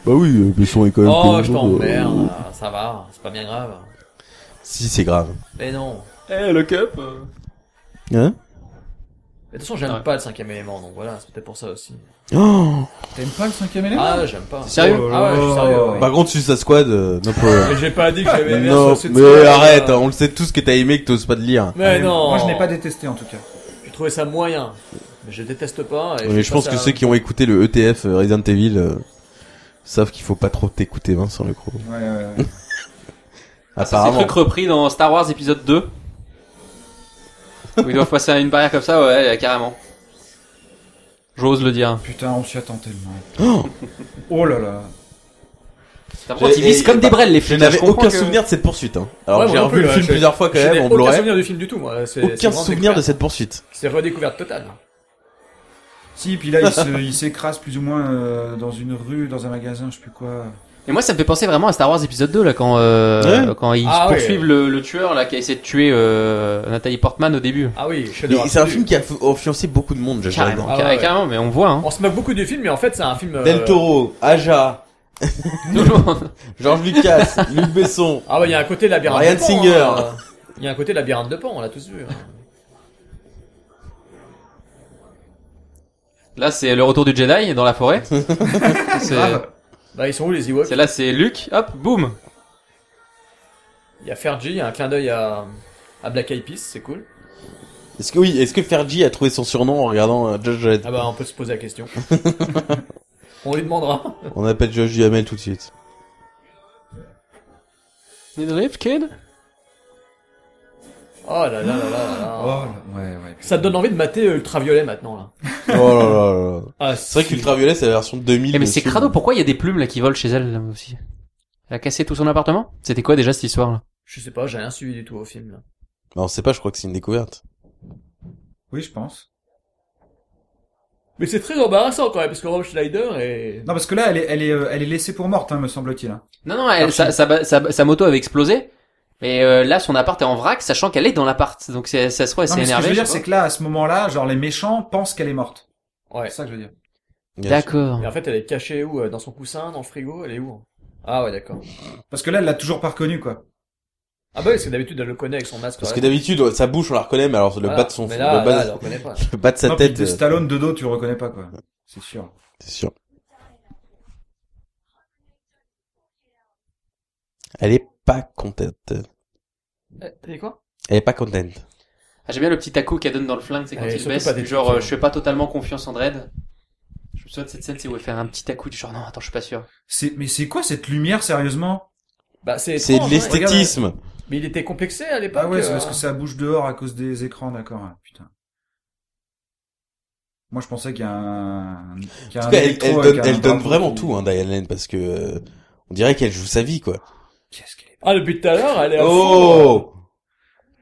Speaker 2: Bah oui, euh, Besson est quand même...
Speaker 1: Oh,
Speaker 2: connu,
Speaker 1: je
Speaker 2: euh,
Speaker 1: t'emmerde, Ah, ça va, c'est pas bien grave.
Speaker 2: Si, c'est grave.
Speaker 1: Mais non.
Speaker 4: Eh, le cup.
Speaker 2: Hein
Speaker 1: Mais de toute façon, j'aime
Speaker 4: Ouais.
Speaker 1: pas le cinquième élément, donc voilà, c'est peut-être pour ça aussi.
Speaker 2: Oh
Speaker 3: T'aimes pas le cinquième élément?
Speaker 1: Ah, j'aime pas.
Speaker 4: Sérieux
Speaker 3: Oh là
Speaker 1: Ah ouais, je suis
Speaker 3: là.
Speaker 1: sérieux. ouais.
Speaker 2: Par contre, sur sa squad, euh, non, pas-
Speaker 1: Mais j'ai pas dit que j'avais aimé
Speaker 2: Non,
Speaker 1: sur cette
Speaker 2: mais
Speaker 1: soirée,
Speaker 2: arrête,
Speaker 1: euh.
Speaker 2: hein, on le sait tous que t'as aimé, que t'oses pas de lire.
Speaker 1: Mais Eh non.
Speaker 3: Moi, je n'ai pas détesté, en tout cas.
Speaker 1: J'ai trouvé ça moyen. Mais je déteste pas. Et
Speaker 2: Mais je pense
Speaker 1: ça-
Speaker 2: que ceux qui ont écouté le ETF euh, Resident Evil euh, savent qu'il faut pas trop t'écouter, Vincent Lecroc.
Speaker 3: Ouais, ouais, ouais.
Speaker 4: Ah, ça, c'est le
Speaker 2: Apparemment.
Speaker 4: truc repris dans Star Wars épisode 2. Où ils doivent passer à une barrière comme ça, ouais, euh, carrément. J'ose le dire.
Speaker 3: Putain, on s'y attend tellement.
Speaker 2: Oh
Speaker 3: Oh là là.
Speaker 4: Par contre,
Speaker 2: J'ai-
Speaker 4: ils visent comme des brels, les
Speaker 2: Je
Speaker 4: flics. hein,
Speaker 2: n'avais
Speaker 4: comprends
Speaker 2: aucun
Speaker 4: que-
Speaker 2: souvenir de cette poursuite. Hein. Alors
Speaker 1: Ouais,
Speaker 2: j'ai
Speaker 1: moi non
Speaker 2: revu
Speaker 1: plus,
Speaker 2: le
Speaker 1: ouais,
Speaker 2: film
Speaker 1: j'ai-
Speaker 2: plusieurs fois
Speaker 1: Je
Speaker 2: quand
Speaker 1: n'ai
Speaker 2: même en
Speaker 1: aucun
Speaker 2: Blu-ray.
Speaker 1: souvenir du film du tout, moi. C'est- c'est
Speaker 2: Aucun
Speaker 1: vraiment
Speaker 2: souvenir de
Speaker 1: découverte.
Speaker 2: cette poursuite.
Speaker 1: C'est redécouverte totale.
Speaker 3: Si, puis là, il se- il s'écrase plus ou moins euh, dans une rue, dans un magasin, je sais plus quoi.
Speaker 4: Et moi, ça me fait penser vraiment à Star Wars épisode 2, là, quand, euh, quand ils
Speaker 1: Ah, ouais.
Speaker 4: poursuivent le, le tueur, là, qui a essayé de tuer euh, Nathalie Portman au début.
Speaker 1: Ah oui, je
Speaker 2: Mais C'est un film qui a f- influencé beaucoup de monde, j'adore.
Speaker 4: Carrément,
Speaker 1: Ah,
Speaker 4: carré-
Speaker 1: ouais, ouais.
Speaker 4: carrément, mais on voit, hein.
Speaker 1: On se moque beaucoup du film, mais en fait, c'est un film. euh,
Speaker 2: Del Toro, Aja,
Speaker 4: Tout le monde.
Speaker 2: Georges Lucas, Luc Besson.
Speaker 1: Ah ouais, il y a un côté labyrinthe
Speaker 2: Bryan
Speaker 1: de Pan.
Speaker 2: Singer.
Speaker 1: hein. Il y a un côté labyrinthe de Pan, on l'a tous vu. hein.
Speaker 4: Là, c'est le retour du Jedi dans la forêt. c'est,
Speaker 3: Grave.
Speaker 1: Bah, ils sont où les Ewoks
Speaker 4: c'est là, c'est Luke, hop, boum.
Speaker 1: Il y a Fergie, il y a un clin d'œil à, à Black Eyed Peas, c'est cool.
Speaker 2: Est-ce que oui, est-ce que Fergie a trouvé son surnom en regardant euh, Judge Dredd
Speaker 1: Ah bah, on peut se poser la question. on lui demandera.
Speaker 2: On appelle Josh Duhamel tout de suite.
Speaker 4: Need a lift, kid?
Speaker 1: Oh là là là là là. là.
Speaker 3: Oh là, ouais, ouais.
Speaker 1: Ah. Ça te donne envie de mater euh, Ultraviolet maintenant là.
Speaker 2: Oh là là là.
Speaker 1: Ah,
Speaker 2: C'est vrai qu'Ultraviolet c'est la version 2000.
Speaker 4: Eh, mais
Speaker 2: de
Speaker 4: c'est
Speaker 2: film.
Speaker 4: crado, pourquoi il y a des plumes, là, qui volent chez elle, là, aussi? Elle a cassé tout son appartement? C'était quoi, déjà, cette histoire, là?
Speaker 1: Je sais pas, j'ai rien suivi du tout au film. Là.
Speaker 2: Bah, on sait pas, je crois que c'est une découverte.
Speaker 3: Oui, je pense.
Speaker 1: Mais c'est très embarrassant quand même, parce que Rob Schneider est...
Speaker 3: Non, parce que là, elle est, elle est, euh, elle est laissée pour morte, hein, me semble-t-il. hein.
Speaker 4: Non, non, elle,
Speaker 3: Archie.
Speaker 4: sa, sa, sa, sa moto avait explosé. Mais euh, là, son appart est en vrac, sachant qu'elle est dans l'appart. Donc c'est- ça se trouve, elle
Speaker 3: Non,
Speaker 4: s'est
Speaker 3: mais ce que je
Speaker 4: énervée.
Speaker 3: veux dire,
Speaker 4: je sais
Speaker 3: c'est que là, à ce moment-là, genre, les méchants pensent qu'elle est morte.
Speaker 1: Ouais.
Speaker 3: C'est ça que je veux dire.
Speaker 4: pas.
Speaker 2: Bien sûr.
Speaker 4: D'accord.
Speaker 1: Mais en fait, elle est cachée où euh, Dans son coussin, dans le frigo Elle est où Ah ouais, d'accord.
Speaker 3: Parce que là, elle l'a toujours pas reconnue, quoi.
Speaker 1: Ah bah oui, parce que d'habitude, elle le connaît avec son masque.
Speaker 2: Parce
Speaker 1: ouais.
Speaker 2: que d'habitude, ouais, sa bouche, on la reconnaît, mais alors le
Speaker 1: Voilà.
Speaker 2: bas de son,
Speaker 1: Mais là,
Speaker 2: le, bas,
Speaker 1: là, elle le reconnaît pas.
Speaker 2: le bas de sa
Speaker 3: Non, puis
Speaker 2: tête,
Speaker 3: de
Speaker 2: euh,
Speaker 3: Stallone de dos, tu le reconnais pas, quoi. C'est sûr.
Speaker 2: c'est sûr. Elle est pas contente.
Speaker 1: Eh, T'as dit quoi
Speaker 2: Elle est pas contente.
Speaker 4: Ah, J'aime bien le petit taco qu'elle donne dans le flingue, c'est quand
Speaker 1: Elle est
Speaker 4: il
Speaker 1: surtout
Speaker 4: baisse.
Speaker 1: pas
Speaker 4: du
Speaker 1: détruite,
Speaker 4: genre, euh,
Speaker 1: hein.
Speaker 4: je fais pas totalement confiance en Dredd. Je me souviens de cette scène, c'est où elle fait un petit taco du genre, non, attends, je suis pas sûr.
Speaker 3: C'est, mais c'est quoi cette lumière, sérieusement?
Speaker 1: Bah c'est
Speaker 2: C'est de
Speaker 1: étrange, hein.
Speaker 2: l'esthétisme.
Speaker 1: Regarde, Mais il était complexé à l'époque.
Speaker 3: Ah ouais, c'est
Speaker 1: euh,
Speaker 3: parce que ça bouge dehors à cause des écrans, d'accord. hein, Putain. Moi, je pensais qu'il y a un, qu'il y a
Speaker 2: En
Speaker 3: un
Speaker 2: tout cas, elle,
Speaker 3: électro
Speaker 2: elle
Speaker 3: avec
Speaker 2: donne,
Speaker 3: un
Speaker 2: elle donne
Speaker 3: drapeau
Speaker 2: vraiment hein.
Speaker 3: qui-
Speaker 2: tout, hein, Diane Lane, parce que euh, On dirait qu'elle joue sa vie, quoi.
Speaker 3: Qu'est-ce qu'elle est
Speaker 1: Ah, depuis tout à l'heure, elle est à fond, euh.
Speaker 2: Oh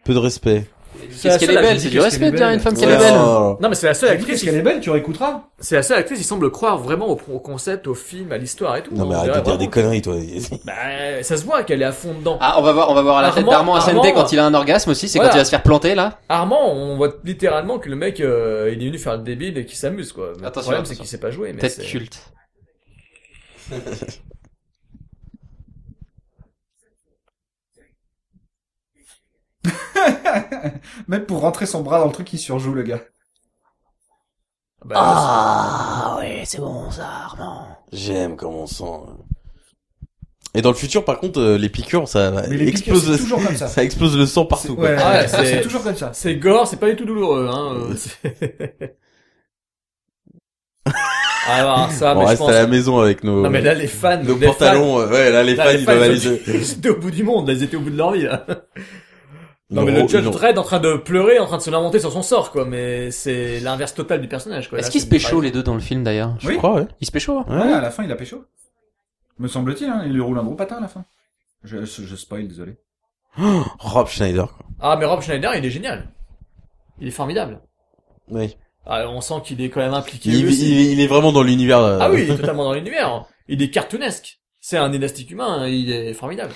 Speaker 2: Peu de respect.
Speaker 1: C'est la
Speaker 4: Qu'est-ce qu'elle
Speaker 1: seule
Speaker 4: est belle,
Speaker 1: actrice
Speaker 4: c'est
Speaker 1: qui-
Speaker 4: du respect de dire à une femme qu'elle
Speaker 2: Ouais,
Speaker 4: est belle.
Speaker 2: oh.
Speaker 1: Non, mais c'est la seule
Speaker 3: belle.
Speaker 1: actrice.
Speaker 3: Qu'est-ce
Speaker 1: qui-
Speaker 3: qu'elle est belle, tu réécouteras.
Speaker 1: C'est la seule actrice qui semble croire vraiment au, au concept, au film, à l'histoire et tout.
Speaker 2: Non, mais
Speaker 1: On
Speaker 2: arrête de
Speaker 1: dirait
Speaker 2: dire des
Speaker 1: vraiment-
Speaker 2: conneries, toi.
Speaker 1: Bah, ça se voit qu'elle est à fond dedans.
Speaker 4: Ah, on va voir, on va voir à la tête
Speaker 1: Armand-
Speaker 4: d'Armand Assante
Speaker 1: Armand-
Speaker 4: quand il a un orgasme aussi, c'est
Speaker 1: Voilà.
Speaker 4: quand il va se faire planter là.
Speaker 1: Armand, on voit littéralement que le mec, euh, il est venu faire le débile et qu'il s'amuse, quoi. Mais
Speaker 4: Attention,
Speaker 1: le problème,
Speaker 4: attention.
Speaker 1: c'est qu'il sait pas jouer. Mais
Speaker 4: Tête
Speaker 1: c'est-
Speaker 4: culte.
Speaker 3: Même pour rentrer son bras dans le truc, il surjoue, le gars.
Speaker 1: Bah,
Speaker 2: Ah, oui, c'est bon, ça, Armand. J'aime comment on sent. euh. Et dans le futur, par contre, euh, les piqûres, ça
Speaker 3: Mais les piqûres,
Speaker 2: explose
Speaker 3: c'est
Speaker 2: le...
Speaker 3: toujours comme ça.
Speaker 2: ça explose le sang partout, quoi.
Speaker 3: Ouais,
Speaker 1: Ah ouais,
Speaker 3: c'est
Speaker 1: c'est-
Speaker 3: toujours comme ça.
Speaker 1: C'est gore, c'est pas du tout douloureux, hein. euh, c'est- Alors ça,
Speaker 2: on
Speaker 1: Ah, mais je
Speaker 2: reste
Speaker 1: pense.
Speaker 2: à la maison avec nos,
Speaker 1: Non mais là les fans,
Speaker 2: nos
Speaker 1: les
Speaker 2: pantalons, euh, ouais, là, les
Speaker 1: Là,
Speaker 2: fans,
Speaker 1: les
Speaker 2: ils
Speaker 1: fans,
Speaker 2: doivent
Speaker 1: ils
Speaker 2: aller
Speaker 1: sont-
Speaker 2: se-
Speaker 1: fans, ils étaient au bout du monde, là, ils étaient au bout de leur vie. là. Non, mais
Speaker 2: Nos-
Speaker 1: le Judge
Speaker 2: nos-
Speaker 1: Dredd en train de pleurer, en train de se lamenter sur son sort, quoi. Mais c'est l'inverse total du personnage, quoi.
Speaker 4: Est-ce
Speaker 1: Là,
Speaker 4: qu'ils se
Speaker 1: c'est-
Speaker 4: pécho les deux dans le film d'ailleurs
Speaker 2: Je crois, ouais.
Speaker 4: Ils se pécho hein
Speaker 3: Ouais, à la fin, il a pécho. Me semble-t-il, hein, il lui roule un gros patin à la fin. Je, je spoil, désolé.
Speaker 2: Rob Schneider, quoi.
Speaker 1: Ah mais Rob Schneider, il est génial. Il est formidable.
Speaker 2: Oui.
Speaker 1: Ah, on sent qu'il est quand même impliqué.
Speaker 2: Il,
Speaker 1: lui aussi.
Speaker 2: il- il est vraiment dans l'univers. euh,
Speaker 1: Ah oui, il est totalement dans l'univers. hein. Il est cartoonesque. C'est un élastique humain, hein, il est formidable.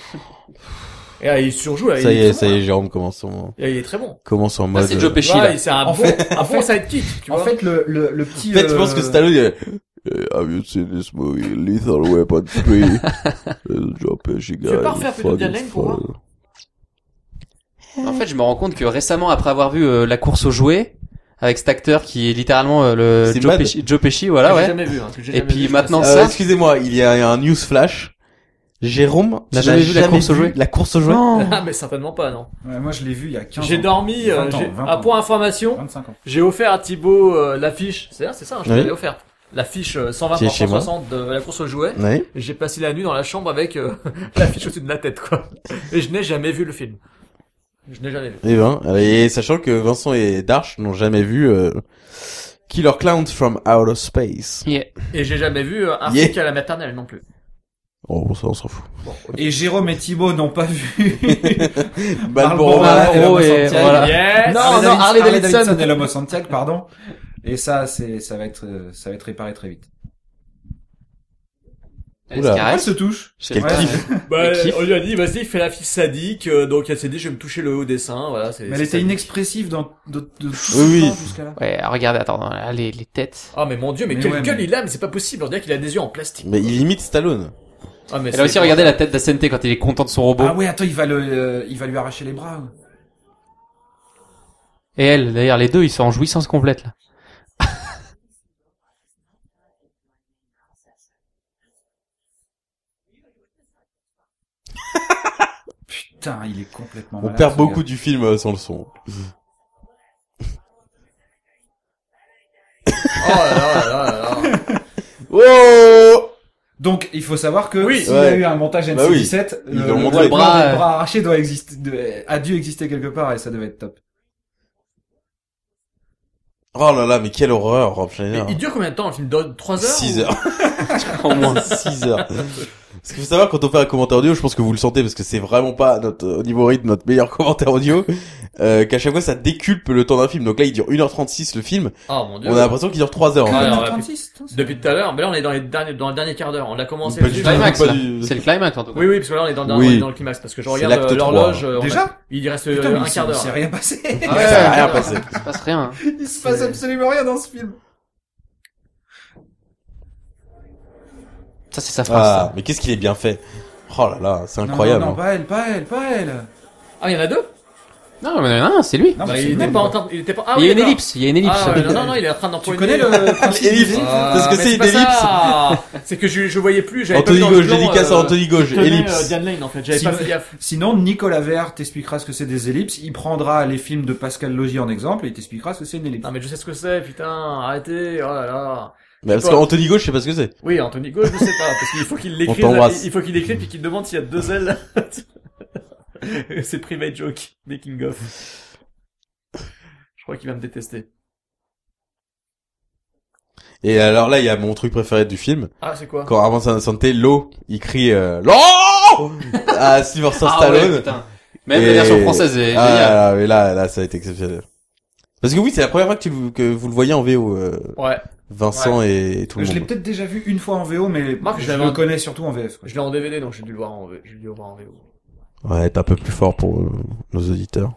Speaker 1: Et ah, il surjoue, là,
Speaker 2: Ça
Speaker 1: il
Speaker 2: y
Speaker 1: est très
Speaker 2: est, ça
Speaker 1: bon,
Speaker 2: y est, Jérôme commence en,
Speaker 1: là. Et il est très bon.
Speaker 2: commence en
Speaker 4: Là,
Speaker 2: mode.
Speaker 4: Ah, c'est Joe
Speaker 2: euh,
Speaker 4: Pesci là.
Speaker 1: Ouais, c'est un
Speaker 3: En
Speaker 1: bon,
Speaker 3: fait-
Speaker 1: un
Speaker 3: en
Speaker 1: bon
Speaker 3: fait-
Speaker 1: sidekick, tu
Speaker 3: En
Speaker 1: vois.
Speaker 3: fait, le, le, le
Speaker 2: En
Speaker 3: petit...
Speaker 2: fait, je pense
Speaker 3: euh,
Speaker 2: que Stallone. il est, Eh, have you seen this movie, Lethal Weapon 3? It's Joe Pesci guy.
Speaker 1: veux pas refaire
Speaker 2: it's
Speaker 1: Peter
Speaker 2: fucking
Speaker 1: Dinklage pour
Speaker 2: fun.
Speaker 1: voir
Speaker 4: En fait, je me rends compte que récemment, après avoir vu euh, la course aux jouets avec cet acteur qui est littéralement euh, le
Speaker 2: C'est
Speaker 4: Joe
Speaker 2: Mad.
Speaker 4: Pesci, Joe Pesci,
Speaker 1: Que
Speaker 4: voilà
Speaker 1: J'ai
Speaker 4: ouais.
Speaker 1: jamais vu. hein, que j'ai
Speaker 4: Et
Speaker 1: jamais
Speaker 4: puis
Speaker 1: vu, je
Speaker 4: maintenant,
Speaker 1: sais
Speaker 2: Euh,
Speaker 4: ça-
Speaker 2: Excusez-moi, il y a un news flash. Jérôme
Speaker 4: N'a
Speaker 2: tu
Speaker 4: jamais
Speaker 2: n'as
Speaker 4: vu la course aux
Speaker 2: vu
Speaker 4: jouets
Speaker 2: La course aux jouets.
Speaker 1: pas.
Speaker 4: Non.
Speaker 1: Ah mais certainement pas non.
Speaker 3: ouais, moi, je l'ai vu il y a 15
Speaker 1: J'ai
Speaker 3: ans.
Speaker 1: dormi. euh,
Speaker 3: 20 ans,
Speaker 1: j'ai-
Speaker 3: 20
Speaker 1: ah,
Speaker 3: ans.
Speaker 1: pour information,
Speaker 3: 25 ans.
Speaker 1: j'ai offert à Thibaut euh, l'affiche. C'est ça, c'est ça. hein, Je
Speaker 2: Oui.
Speaker 1: l'avais offerte. L'affiche euh, 120
Speaker 2: Qui est
Speaker 1: par
Speaker 2: chez moi.
Speaker 1: 160 de la course aux jouets.
Speaker 2: Oui.
Speaker 1: J'ai passé la nuit dans la chambre avec euh, l'affiche au-dessus de la tête quoi. Et je n'ai jamais vu le film. Je n'ai jamais vu.
Speaker 2: Eh ben, et sachant que Vincent et Darsh n'ont jamais vu euh, Killer Clowns from Outer Space.
Speaker 4: Yeah.
Speaker 1: Et j'ai jamais vu euh, un
Speaker 2: Yeah.
Speaker 1: flic à la maternelle non plus.
Speaker 2: Oh, bon, ça, on s'en fout.
Speaker 1: Bon, ok.
Speaker 3: Et Jérôme et Thibaut n'ont pas vu...
Speaker 2: Balboa.
Speaker 4: Balboa. Balboa et
Speaker 3: Santiago.
Speaker 4: voilà.
Speaker 1: Yes
Speaker 3: Non,
Speaker 4: Harley
Speaker 3: non,
Speaker 4: Davidson.
Speaker 3: Harley
Speaker 4: Harley
Speaker 3: Davidson,
Speaker 4: Davidson.
Speaker 3: et l'homme au Santiago, pardon. Et ça, c'est, ça va être, euh, ça va être réparé très vite.
Speaker 4: Elle
Speaker 2: Oula.
Speaker 4: se
Speaker 3: Ah, elle
Speaker 4: caresse.
Speaker 3: se touche.
Speaker 4: Je sais
Speaker 2: Quel
Speaker 4: pas.
Speaker 2: kiff.
Speaker 1: Bah,
Speaker 4: Elle kiffe.
Speaker 1: on lui a dit, vas-y, fais la fille sadique. euh, donc, elle s'est dit, je vais me toucher le haut des seins. Voilà, c'est.
Speaker 3: Mais elle
Speaker 1: c'est
Speaker 3: était
Speaker 1: sadique.
Speaker 3: inexpressive dans, de, de tout ce
Speaker 2: Oui, oui.
Speaker 3: temps jusqu'à là.
Speaker 4: Ouais, regardez, attends, là, les, les têtes.
Speaker 1: Ah mais mon dieu, mais,
Speaker 3: Mais
Speaker 1: quelle
Speaker 3: ouais,
Speaker 1: gueule
Speaker 3: mais-
Speaker 1: il a, mais c'est pas possible, on dirait qu'il a des yeux en plastique.
Speaker 2: Mais il imite Stallone.
Speaker 1: Ah mais
Speaker 4: Elle a aussi
Speaker 1: c'est-
Speaker 4: regardé la tête d'Asante quand il est content de son robot.
Speaker 3: Ah ouais, attends, il va le, euh, il va lui arracher les bras.
Speaker 4: Et elle, d'ailleurs, les deux, ils sont en jouissance complète là.
Speaker 3: Putain, il est complètement
Speaker 2: On
Speaker 3: malade,
Speaker 2: perd
Speaker 3: ce
Speaker 2: beaucoup
Speaker 3: gars.
Speaker 2: du film euh, sans le son.
Speaker 1: Oh là là là là là.
Speaker 2: Oh
Speaker 3: Donc, il faut savoir que
Speaker 1: Oui.
Speaker 3: s'il y a
Speaker 2: Ouais.
Speaker 3: eu un montage NC17,
Speaker 2: Bah oui.
Speaker 3: le,
Speaker 2: Ils ont
Speaker 3: le
Speaker 2: montré
Speaker 3: plan
Speaker 2: les
Speaker 4: bras,
Speaker 3: des
Speaker 4: euh.
Speaker 3: bras arrachés doit exister, de- a dû exister quelque part et ça devait être top.
Speaker 2: Oh là là, mais quelle horreur, Rob Schneider.
Speaker 1: Mais il dure combien de temps le film Donne 3 heures
Speaker 2: 6
Speaker 1: ou-
Speaker 2: heures.
Speaker 4: Au moins.
Speaker 2: 6 heures. Parce qu'il faut savoir, quand on fait un commentaire audio, je pense que vous le sentez, parce que c'est vraiment pas notre, au niveau rythme, notre meilleur commentaire audio, euh, qu'à chaque fois, ça déculpe le temps d'un film. Donc là, il dure 1h36 le film.
Speaker 1: Ah mon dieu.
Speaker 2: On a l'impression qu'il dure 3 heures. en
Speaker 1: Ah,
Speaker 2: fait.
Speaker 1: alors,
Speaker 3: 36, putain, c'est-
Speaker 1: Depuis tout à l'heure, mais là on est dans les derniers dans le dernier quart d'heure, on a commencé
Speaker 2: Pas
Speaker 1: le
Speaker 2: du
Speaker 4: C'est
Speaker 1: film.
Speaker 4: le
Speaker 2: tout.
Speaker 4: climax
Speaker 2: pas
Speaker 4: là.
Speaker 2: du-
Speaker 4: C'est le climax en tout cas.
Speaker 1: Oui oui, parce que là on est dans,
Speaker 2: Oui.
Speaker 1: on est dans le climax parce que je
Speaker 2: C'est
Speaker 1: regarde
Speaker 2: l'acte
Speaker 1: euh, l'horloge,
Speaker 2: trois.
Speaker 1: euh, on a-
Speaker 3: Déjà
Speaker 1: il reste
Speaker 3: Putain,
Speaker 1: euh,
Speaker 3: mais
Speaker 1: un quart
Speaker 3: il s'est- il
Speaker 1: d'heure.
Speaker 3: s'est rien passé.
Speaker 2: Ah ouais, ça a rien passé.
Speaker 4: Il se passe rien. hein.
Speaker 3: il se passe
Speaker 1: C'est-
Speaker 3: absolument rien dans ce film.
Speaker 4: Ça, c'est sa phrase.
Speaker 2: Ah,
Speaker 4: ça.
Speaker 2: mais qu'est-ce qu'il est bien fait. Oh là là, c'est
Speaker 3: Non, hein.
Speaker 2: incroyable. hein.
Speaker 3: Non, non, pas elle, pas elle, pas elle.
Speaker 1: Ah, il y en a deux
Speaker 4: Non, mais non, c'est lui.
Speaker 3: Non,
Speaker 1: Bah,
Speaker 3: Ah, mais
Speaker 1: il
Speaker 3: c'est
Speaker 1: était
Speaker 3: bon.
Speaker 1: pas en train il était pas Ah
Speaker 4: il y a
Speaker 1: oui,
Speaker 4: une
Speaker 1: d'accord.
Speaker 4: ellipse. Il y a une ellipse.
Speaker 1: Ah, ouais, non, non, non, il est en train
Speaker 3: Tu
Speaker 1: d'empoigner.
Speaker 3: connais le principe
Speaker 2: Ellipse.
Speaker 3: du film
Speaker 1: Ah,
Speaker 2: Parce que
Speaker 1: mais
Speaker 2: c'est une
Speaker 1: pas ça. C'est que je, je voyais plus, j'avais
Speaker 2: Anthony
Speaker 1: pas vu dans le
Speaker 2: Gauche,
Speaker 1: plan,
Speaker 2: dédicace à
Speaker 1: euh,
Speaker 2: Anthony Gauche,
Speaker 1: je tenais,
Speaker 2: ellipse.
Speaker 1: euh, Diane Lane en fait, j'avais
Speaker 3: Si-
Speaker 1: pas fait gaffe.
Speaker 3: Sinon, Nicolas Vert t'expliquera ce que c'est des ellipses. Il prendra les films de Pascal Logier en exemple et il t'expliquera ce que c'est une ellipse.
Speaker 1: Non mais je sais ce que c'est, putain, arrêtez, oh là là.
Speaker 2: Mais Bah, parce
Speaker 1: sais pas.
Speaker 2: qu'Anthony Gauche, je sais pas ce que c'est.
Speaker 1: Oui, Anthony Gauche, je sais pas, parce qu'il faut qu'il l'écrive,
Speaker 2: On t'embrasse.
Speaker 1: il faut qu'il l'écrive puis qu'il demande s'il y a deux L. C'est private joke, making of. Je crois qu'il va me détester.
Speaker 2: Et alors là, il y a mon truc préféré du film.
Speaker 1: Ah, c'est quoi
Speaker 2: Quand avant sa santé, l'eau, il crie euh, l'eau à Sylvester
Speaker 4: Ah ouais,
Speaker 2: Stallone.
Speaker 4: putain. Même
Speaker 2: Et-
Speaker 4: la version française est
Speaker 2: ah,
Speaker 4: géniale.
Speaker 2: là, là, mais là, là, ça a été exceptionnel. Parce que oui, c'est la première fois que, tu, le- que vous le voyez en VO, euh,
Speaker 1: Ouais.
Speaker 2: Vincent et, et tout le
Speaker 3: Je l'ai
Speaker 2: monde.
Speaker 3: peut-être déjà vu une fois en VO, mais
Speaker 1: Marc,
Speaker 3: je
Speaker 1: j'avais
Speaker 3: le
Speaker 1: un-
Speaker 3: connais surtout en VF. quoi.
Speaker 1: Je l'ai en DVD, donc j'ai dû le voir en, V- j'ai dû le voir en VO.
Speaker 2: Ouais, être un peu plus fort pour euh, nos auditeurs.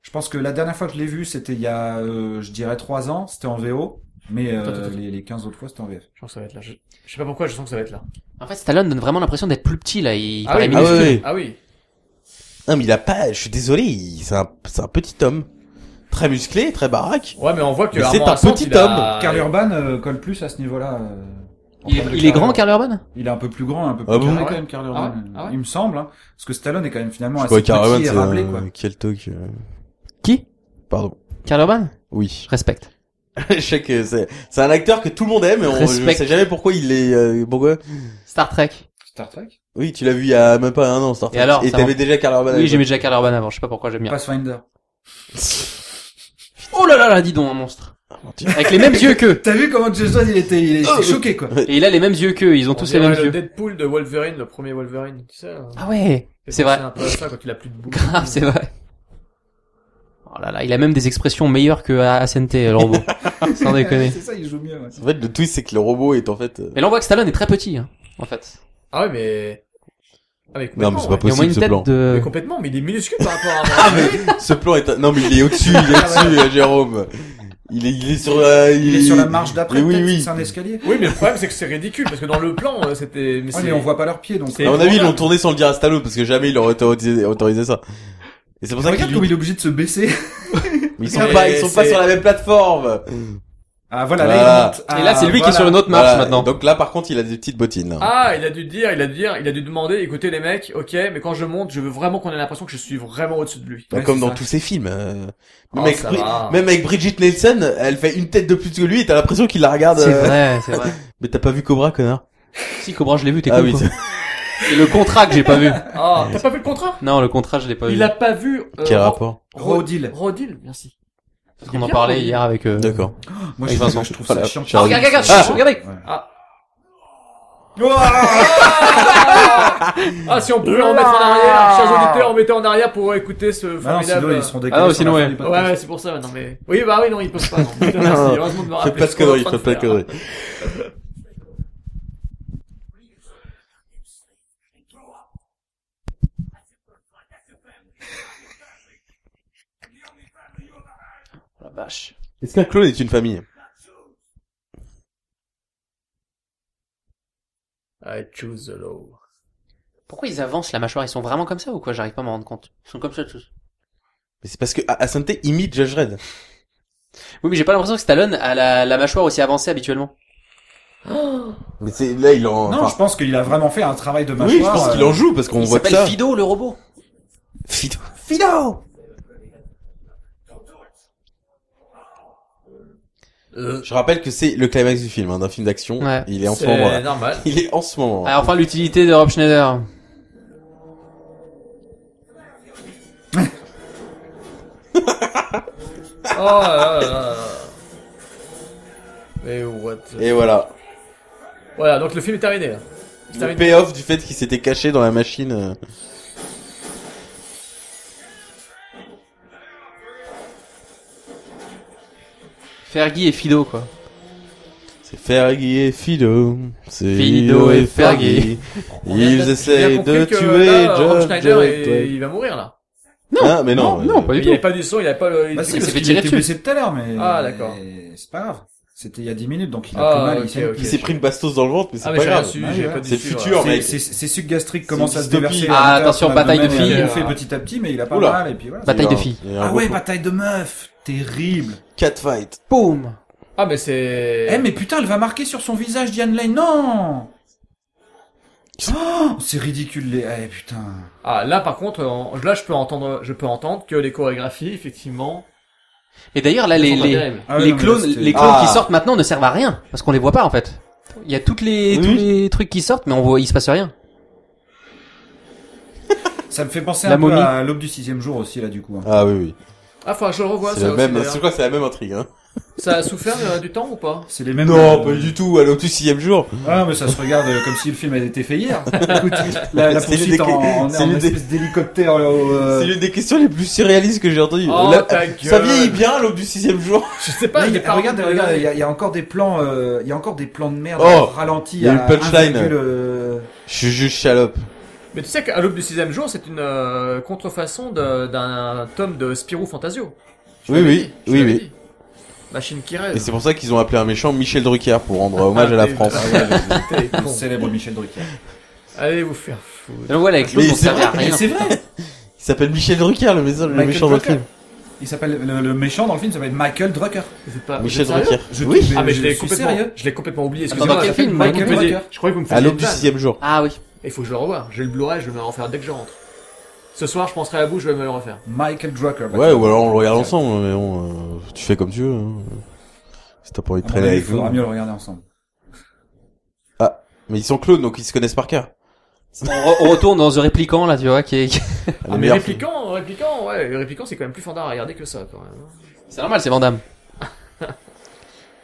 Speaker 3: Je pense que la dernière fois que je l'ai vu, c'était il y a, euh, je dirais, trois ans. C'était en VO, mais euh,
Speaker 1: Attends, attends, attends.
Speaker 3: les, les 15 autres fois, c'était en VF.
Speaker 1: Je pense que ça va être là. Je, je sais pas pourquoi, je sens que ça va être là.
Speaker 4: En fait, Stallone donne vraiment l'impression d'être plus petit là. Il
Speaker 1: Ah
Speaker 4: paraît
Speaker 1: oui.
Speaker 2: Ah
Speaker 4: minuscule.
Speaker 2: ouais, ouais.
Speaker 1: Ah oui.
Speaker 2: Non, mais il a pas. Je suis désolé. il- C'est un, c'est un petit homme, très musclé, très baraque.
Speaker 1: Ouais, mais on voit que
Speaker 2: Mais
Speaker 1: Armand
Speaker 2: c'est un
Speaker 1: Assante,
Speaker 2: petit
Speaker 1: il a-
Speaker 3: Carl Urban euh, colle plus à ce niveau-là. euh, en
Speaker 4: Ah, Il, est,
Speaker 3: termes de
Speaker 4: il est grand,
Speaker 3: carrure.
Speaker 4: Karl Urban
Speaker 3: Il est un peu plus grand, un peu plus
Speaker 2: Ah bon
Speaker 3: carré
Speaker 1: Ah ouais
Speaker 3: quand même, Carl
Speaker 1: Ah
Speaker 3: Urban.
Speaker 1: ouais Ah ouais
Speaker 3: Il me semble, hein, parce que Stallone est quand même finalement
Speaker 2: Je
Speaker 3: assez
Speaker 2: crois
Speaker 3: petit
Speaker 2: Caravan,
Speaker 3: et
Speaker 2: c'est
Speaker 3: rablé, quoi.
Speaker 2: un... quel talk. euh,
Speaker 4: Qui
Speaker 2: Pardon.
Speaker 4: Karl Urban
Speaker 2: Oui.
Speaker 4: Respecte.
Speaker 2: je sais que c'est c'est un acteur que tout le monde aime. Et on, je
Speaker 4: Respect.
Speaker 2: sais jamais pourquoi il est. euh, pourquoi
Speaker 4: Star Trek.
Speaker 3: Star Trek
Speaker 2: Oui, tu l'as vu il y a même pas un an, Star Trek.
Speaker 4: Et alors, ça
Speaker 2: t'avais
Speaker 4: rend-
Speaker 2: déjà Carl Urban. à
Speaker 4: oui,
Speaker 2: l'époque.
Speaker 4: j'aimais déjà Karl Urban avant. Je sais pas pourquoi j'aime bien.
Speaker 3: Pathfinder.
Speaker 4: Oh là là là, dis donc un monstre.
Speaker 2: Oh, tiens.
Speaker 4: Avec les mêmes yeux qu'eux.
Speaker 3: T'as vu comment Jason il était, il était
Speaker 2: Oh,
Speaker 3: choqué quoi.
Speaker 4: Et il a les mêmes yeux qu'eux. Ils ont
Speaker 1: On
Speaker 4: tous les
Speaker 1: dirait
Speaker 4: mêmes
Speaker 1: le
Speaker 4: yeux.
Speaker 1: Deadpool de Wolverine, le premier Wolverine, tu sais. hein.
Speaker 4: Ah ouais. C'est vrai.
Speaker 1: C'est un peu à ça quand il a plus de boule.
Speaker 4: Grave, c'est vrai. Oh là là, il a même des expressions meilleures que ASNT, le robot. Sans déconner.
Speaker 3: C'est ça, il joue mieux. Ouais.
Speaker 2: En fait, le twist c'est que le robot est en fait. euh,
Speaker 4: Mais là, on voit que Stallone est très petit, hein, en fait.
Speaker 1: Ah ouais, mais. Ah, mais
Speaker 2: Non,
Speaker 1: complètement.
Speaker 2: mais c'est pas
Speaker 1: ouais.
Speaker 4: Il y a au moins
Speaker 2: possible
Speaker 4: une
Speaker 2: ce
Speaker 4: tête
Speaker 2: plan.
Speaker 1: Mais
Speaker 4: de...
Speaker 1: complètement, mais il est minuscule par rapport à Ah, mais
Speaker 2: Ce plan est. un- Non, mais il est au-dessus, il est au-dessus, euh, Jérôme. Il est, il est sur. la-
Speaker 3: Ah, Il est sur la marche d'après,
Speaker 2: Mais oui,
Speaker 3: peut-être
Speaker 2: oui.
Speaker 3: c'est un escalier.
Speaker 1: Oui, mais le problème, c'est que c'est ridicule, parce que dans le plan, euh, c'était. Mais
Speaker 3: Ouais,
Speaker 1: c'est-
Speaker 3: Ah, mais on voit pas leurs pieds donc. euh,
Speaker 1: C'est-
Speaker 2: À mon avis, ils l'ont
Speaker 1: épouvantable.
Speaker 2: tourné sans le dire à Stallone parce que jamais il leur autorisé, autorisé ça. Et c'est pour ça qu'ils
Speaker 3: Regarde comme
Speaker 2: lui...
Speaker 3: il est obligé de se baisser.
Speaker 2: ils sont
Speaker 1: Regarde,
Speaker 2: pas,
Speaker 1: et
Speaker 2: ils sont pas
Speaker 1: c'est-
Speaker 2: sur la même plateforme.
Speaker 3: Ah voilà,
Speaker 2: Voilà.
Speaker 3: là il monte.
Speaker 4: Et là, c'est lui qui est sur une
Speaker 3: autre.
Speaker 4: autre marche
Speaker 2: Ah, Voilà.
Speaker 4: maintenant.
Speaker 2: Donc là, par contre, il a des petites bottines.
Speaker 1: Ah, il a dû dire, il a dû dire, il a dû demander, écoutez les mecs, ok, mais quand je monte, je veux vraiment qu'on ait l'impression que je suis vraiment au-dessus de lui.
Speaker 2: Bah,
Speaker 3: ouais,
Speaker 2: comme
Speaker 3: c'est
Speaker 2: dans
Speaker 3: ça.
Speaker 2: tous ses films. euh,
Speaker 1: Oh,
Speaker 2: Même, avec
Speaker 1: ça
Speaker 2: Bri-
Speaker 1: va.
Speaker 2: même avec Bridget Nelson, elle fait une tête de plus que lui et t'as l'impression qu'il la regarde.
Speaker 4: C'est
Speaker 2: euh,
Speaker 4: vrai, c'est vrai.
Speaker 2: Mais t'as pas vu Cobra, connard
Speaker 4: Si, Cobra, je l'ai vu, t'es
Speaker 2: Ah
Speaker 4: con,
Speaker 2: oui.
Speaker 4: quoi.
Speaker 2: c'est-
Speaker 4: C'est le contrat que j'ai pas vu.
Speaker 1: Ah, t'as pas vu le contrat
Speaker 4: Non, le contrat, je l'ai pas vu.
Speaker 1: Il a pas vu. euh,
Speaker 2: Quel
Speaker 1: Ro-
Speaker 2: rapport
Speaker 3: Rodil.
Speaker 1: Rodil, merci.
Speaker 4: Parce qu'on en parlait hier avec... euh,
Speaker 2: D'accord.
Speaker 3: Moi
Speaker 4: Avec
Speaker 3: je,
Speaker 4: Vincent.
Speaker 3: je trouve ça
Speaker 2: Voilà.
Speaker 3: chiant.
Speaker 2: Ah, regarde,
Speaker 4: regarde,
Speaker 2: regarde,
Speaker 4: regardez.
Speaker 3: Ouah
Speaker 1: Ah, si on pouvait en mettre en arrière, chers auditeurs, on mettait en arrière pour écouter ce
Speaker 3: Bah non, sinon
Speaker 1: formidable.
Speaker 3: ils seront
Speaker 4: Ah non,
Speaker 3: décalés. sur
Speaker 4: sinon,
Speaker 3: la
Speaker 4: ouais.
Speaker 3: fin du
Speaker 1: Ouais,
Speaker 3: podcast.
Speaker 1: ouais, c'est pour ça, non mais. Oui, bah oui, non, il pose pas, non. Putain,
Speaker 2: Non, non.
Speaker 1: merci, heureusement de me
Speaker 2: Fais
Speaker 1: rappeler.
Speaker 2: pas de
Speaker 1: ce qu'on est en
Speaker 2: conneries,
Speaker 1: train
Speaker 2: fais pas de
Speaker 1: faire.
Speaker 2: conneries.
Speaker 4: Oh, La vache.
Speaker 2: Est-ce qu'un clone est une famille
Speaker 1: I choose the law.
Speaker 4: Pourquoi ils avancent la mâchoire Ils sont vraiment comme ça ou quoi J'arrive pas à m'en rendre compte. Ils sont comme ça tous.
Speaker 2: Mais c'est parce que A- Asante imite Judge Red.
Speaker 4: Oui, mais j'ai pas l'impression que Stallone a la, la mâchoire aussi avancée habituellement.
Speaker 2: Mais c'est là, il en.
Speaker 3: Non,
Speaker 2: enfin,
Speaker 3: je pense qu'il a vraiment fait un travail de mâchoire. euh,
Speaker 2: oui, je pense qu'il en joue parce qu'on
Speaker 4: Il
Speaker 2: voit que
Speaker 4: s'appelle
Speaker 2: ça.
Speaker 4: Fido, le robot.
Speaker 2: Fido.
Speaker 4: Fido
Speaker 1: Euh,
Speaker 2: Je rappelle que c'est le climax du film, hein, d'un film d'action.
Speaker 4: Ouais.
Speaker 2: Il est en ce moment.
Speaker 1: c'est
Speaker 2: là.
Speaker 1: normal.
Speaker 2: Il est en ce moment.
Speaker 4: Ah, enfin, l'utilité de Rob Schneider.
Speaker 1: Oh là là là là. Mais what
Speaker 2: Et voilà.
Speaker 1: Voilà, donc le film est terminé. hein. là. C'est
Speaker 2: Le
Speaker 1: terminé.
Speaker 2: payoff du fait qu'il s'était caché dans la machine. euh.
Speaker 4: Fergie et Fido, quoi.
Speaker 2: C'est Fergie et Fido. C'est
Speaker 4: Fido et Fergie.
Speaker 1: On vient
Speaker 2: Ils
Speaker 1: de-
Speaker 2: essayent
Speaker 1: j'ai bien
Speaker 2: de
Speaker 1: compris que,
Speaker 2: tuer
Speaker 1: là, Rob
Speaker 2: John.
Speaker 1: Schneider et il va mourir là.
Speaker 2: Non, mais non. euh,
Speaker 4: pas
Speaker 1: Il n'y avait pas du son, il n'y avait pas le. il-
Speaker 3: Bah si,
Speaker 4: Il
Speaker 3: parce
Speaker 4: s'est fait
Speaker 3: qu'il
Speaker 4: tirer
Speaker 3: était
Speaker 4: dessus.
Speaker 3: blessé tout à l'heure, mais.
Speaker 1: Ah, d'accord.
Speaker 3: mais C'est pas grave. C'était il y a 10 minutes, donc il a
Speaker 1: Ah,
Speaker 3: plus mal.
Speaker 1: ok,
Speaker 3: il s'est-
Speaker 1: ok.
Speaker 2: Il s'est pris une bastos dans le ventre, mais c'est
Speaker 1: Ah mais
Speaker 2: pas
Speaker 1: j'ai rien
Speaker 2: grave.
Speaker 1: su,
Speaker 3: Ouais,
Speaker 1: j'ai
Speaker 3: ouais.
Speaker 1: pas dit
Speaker 2: C'est le
Speaker 1: suite,
Speaker 2: futur.
Speaker 1: ouais.
Speaker 2: Sûr, mec.
Speaker 3: Ses- Ses ses sucs gastriques
Speaker 2: C'est
Speaker 3: commencent
Speaker 2: une
Speaker 3: à se
Speaker 2: dystopie.
Speaker 3: déverser.
Speaker 4: Ah,
Speaker 3: à l'intérieur
Speaker 4: attention,
Speaker 3: de la
Speaker 4: bataille de
Speaker 3: domaine,
Speaker 1: filles.
Speaker 3: Il le fait
Speaker 1: Ah.
Speaker 3: petit à petit, mais il a pas
Speaker 2: Oula.
Speaker 3: mal, et puis voilà.
Speaker 2: Il
Speaker 4: Bataille
Speaker 2: y a
Speaker 4: des
Speaker 2: un-
Speaker 4: filles.
Speaker 2: il y a un
Speaker 3: Ah
Speaker 2: gros
Speaker 3: ouais,
Speaker 2: plan.
Speaker 3: bataille de meufs. Terrible.
Speaker 1: bah.
Speaker 2: Catfight.
Speaker 4: Boum
Speaker 1: Ah mais c'est.
Speaker 3: Eh mais putain, elle va marquer sur son visage Diane Lane. Non Oh, c'est ridicule les. Eh putain.
Speaker 1: Ah là par contre, en- là je peux entendre, je peux entendre que les chorégraphies effectivement.
Speaker 4: Et d'ailleurs, là, les,
Speaker 1: sont pas
Speaker 4: les,
Speaker 1: terribles.
Speaker 3: Ah ouais,
Speaker 4: les
Speaker 3: non, mais là,
Speaker 4: clones,
Speaker 3: c'était-
Speaker 4: les clones
Speaker 2: Ah.
Speaker 4: qui sortent maintenant ne servent à rien. Parce qu'on les voit pas, en fait. Il y a toutes les,
Speaker 2: Oui,
Speaker 4: tous
Speaker 2: oui.
Speaker 4: les trucs qui sortent, mais on voit, il se passe rien.
Speaker 3: Ah, Ça me fait penser
Speaker 4: La
Speaker 3: un peu
Speaker 4: momie.
Speaker 3: à l'aube du sixième jour aussi là du coup. hein.
Speaker 2: Ah oui, oui.
Speaker 1: Ah faut que je le revois.
Speaker 2: C'est
Speaker 1: ça
Speaker 2: la
Speaker 1: aussi,
Speaker 2: même,
Speaker 1: d'ailleurs.
Speaker 2: je crois que c'est la même intrigue, hein.
Speaker 1: Ça a souffert euh, du temps ou pas
Speaker 3: C'est les mêmes. euh,
Speaker 2: Non, pas du tout. Allô, tout sixième jour.
Speaker 3: Ah, mais ça se regarde euh, comme si le film avait été fait hier. Écoute, la, la
Speaker 2: C'est l'une des-
Speaker 3: poursuite en, en,
Speaker 2: c'est
Speaker 3: en
Speaker 2: l'une des-
Speaker 3: espèce d'hélicoptère. euh,
Speaker 2: C'est l'une des questions les plus surréalistes que j'ai entendues.
Speaker 1: Oh,
Speaker 2: La-
Speaker 1: ta gueule.
Speaker 2: Ça vieillit bien, l'aube du sixième jour.
Speaker 1: Je sais
Speaker 3: Non,
Speaker 1: pas, il est
Speaker 3: il-
Speaker 1: pas
Speaker 3: regarde,
Speaker 1: rendu-
Speaker 3: regarde, il y, a- il y a encore des plans, euh, il y a encore des plans de merde
Speaker 2: Oh,
Speaker 3: ralentis.
Speaker 2: il y a
Speaker 3: à
Speaker 2: une punchline.
Speaker 3: 1,1, euh,
Speaker 2: Je suis juste salope.
Speaker 1: Mais tu sais qu'à l'aube du sixième jour, c'est une euh, contrefaçon de- d'un tome de Spirou Fantasio. Je
Speaker 2: Oui,
Speaker 1: l'avais
Speaker 2: oui,
Speaker 1: dit, je
Speaker 2: oui,
Speaker 1: l'avais
Speaker 2: oui.
Speaker 1: dit. Machine qui
Speaker 2: Et
Speaker 1: rêve.
Speaker 2: c'est pour ça qu'ils ont appelé un méchant Michel Drucker pour rendre hommage à la
Speaker 1: Ah,
Speaker 2: France.
Speaker 1: T'es
Speaker 3: le
Speaker 1: con.
Speaker 3: célèbre Michel Drucker.
Speaker 1: Allez vous faire foutre.
Speaker 4: Donc voilà, avec l'autre,
Speaker 2: Mais
Speaker 4: on
Speaker 2: c'est
Speaker 4: servait à
Speaker 2: vrai,
Speaker 3: Mais
Speaker 4: rien.
Speaker 3: c'est vrai.
Speaker 2: Il s'appelle Michel Drucker, le, méchant- le
Speaker 3: Michael
Speaker 2: méchant dans le
Speaker 3: Drucker.
Speaker 2: film.
Speaker 3: Il s'appelle le, le méchant dans le film s'appelle Michael Drucker.
Speaker 1: Vous êtes pas- vous
Speaker 2: Michel
Speaker 1: êtes Ah, sérieux
Speaker 2: Drucker.
Speaker 3: Je
Speaker 2: Oui.
Speaker 3: trouve-
Speaker 1: Ah mais je,
Speaker 3: je
Speaker 1: l'ai
Speaker 3: suis
Speaker 1: complètement,
Speaker 3: sérieux.
Speaker 1: je l'ai complètement oublié.
Speaker 4: Attends,
Speaker 1: Excusez-moi.
Speaker 4: dans quel
Speaker 1: ça fait-
Speaker 4: film,
Speaker 1: vous me
Speaker 3: Michael
Speaker 1: faisiez-
Speaker 3: Drucker
Speaker 1: Je croyais que vous me
Speaker 2: À
Speaker 1: faisiez
Speaker 2: l'aube
Speaker 1: une
Speaker 2: du
Speaker 1: vanne.
Speaker 2: sixième jour.
Speaker 4: Ah oui.
Speaker 1: Il faut que je le revoie. J'ai le Blu-ray, je vais me le refaire dès que je rentre. Ce soir, je penserai à vous, je vais me le refaire.
Speaker 3: Michael Drucker. bah,
Speaker 2: Ouais,
Speaker 3: tiens.
Speaker 2: ou alors on le regarde ensemble, mais bon, euh, tu fais comme tu veux. hein. Si t'as pas envie de
Speaker 3: À mon
Speaker 2: traîner
Speaker 3: avis, Il
Speaker 2: avec nous.
Speaker 3: faudra mieux le regarder ensemble.
Speaker 2: Mais ils sont clones, donc ils se connaissent par cœur.
Speaker 4: On, re- on retourne dans The Répliquant, là, tu vois, qui est... qui-
Speaker 2: Les
Speaker 1: Ah, mais
Speaker 2: meilleurs
Speaker 1: répliquant, répliquant, ouais, le répliquant c'est quand même plus fandard à regarder que ça quand même.
Speaker 4: C'est normal, c'est Vandame.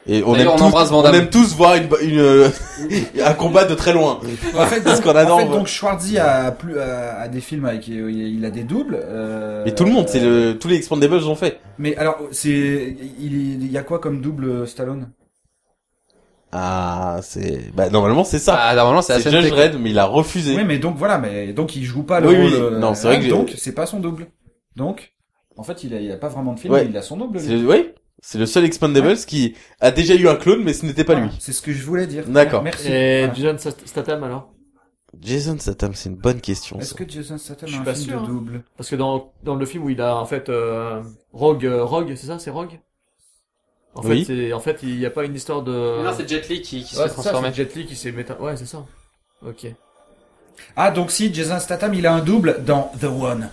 Speaker 2: Et on aime,
Speaker 4: D'ailleurs, on
Speaker 2: tous,
Speaker 4: embrasse Van
Speaker 2: on
Speaker 4: Damme.
Speaker 2: aime tous voir une, une, euh, un combat de très loin.
Speaker 3: En fait,
Speaker 2: Parce qu'on
Speaker 3: en
Speaker 2: adore.
Speaker 3: fait, donc Schwarzy a, plus, a, a des films avec il a des doubles. euh,
Speaker 2: mais tout le monde, c'est le, tous les Expandables ont fait.
Speaker 3: Mais alors c'est il il y a quoi comme double euh, Stallone
Speaker 2: Ah, c'est, bah, normalement, c'est ça.
Speaker 4: Ah, normalement, c'est
Speaker 2: c'est
Speaker 4: la
Speaker 2: Judge
Speaker 4: scène.
Speaker 2: Red, mais il a refusé.
Speaker 3: Oui, mais donc voilà, mais donc il joue pas le
Speaker 2: Oui,
Speaker 3: rôle.
Speaker 2: oui.
Speaker 3: euh,
Speaker 2: Non, c'est vrai que j'ai-
Speaker 3: donc c'est pas son double. Donc en fait, il a, il a pas vraiment de film,
Speaker 2: Ouais.
Speaker 3: il a son double. lui.
Speaker 2: C'est, oui, c'est le seul Expandables qui a déjà eu un clone, mais ce n'était pas lui.
Speaker 3: Voilà, C'est ce que je voulais dire.
Speaker 2: D'accord.
Speaker 3: Merci.
Speaker 1: Et
Speaker 3: Voilà.
Speaker 1: John Statham alors
Speaker 2: Jason Statham, c'est une bonne question.
Speaker 3: Est-ce
Speaker 2: Ça.
Speaker 3: que Jason Statham
Speaker 1: Je suis
Speaker 3: a un
Speaker 1: pas
Speaker 3: film
Speaker 1: sûr,
Speaker 3: de
Speaker 1: hein.
Speaker 3: double
Speaker 1: Parce que dans, dans le film où il a en fait euh, Rogue, euh, Rogue, c'est ça, c'est Rogue. En
Speaker 2: Oui.
Speaker 1: fait, c'est en fait il n'y a pas une histoire de.
Speaker 4: Non, c'est Jet Li qui, qui se
Speaker 1: Ouais,
Speaker 4: fait
Speaker 1: c'est ça,
Speaker 4: transformer.
Speaker 1: c'est Jet Li qui s'est méta... Ouais, c'est ça. Ok.
Speaker 3: Ah donc si Jason Statham, il a un double dans The One.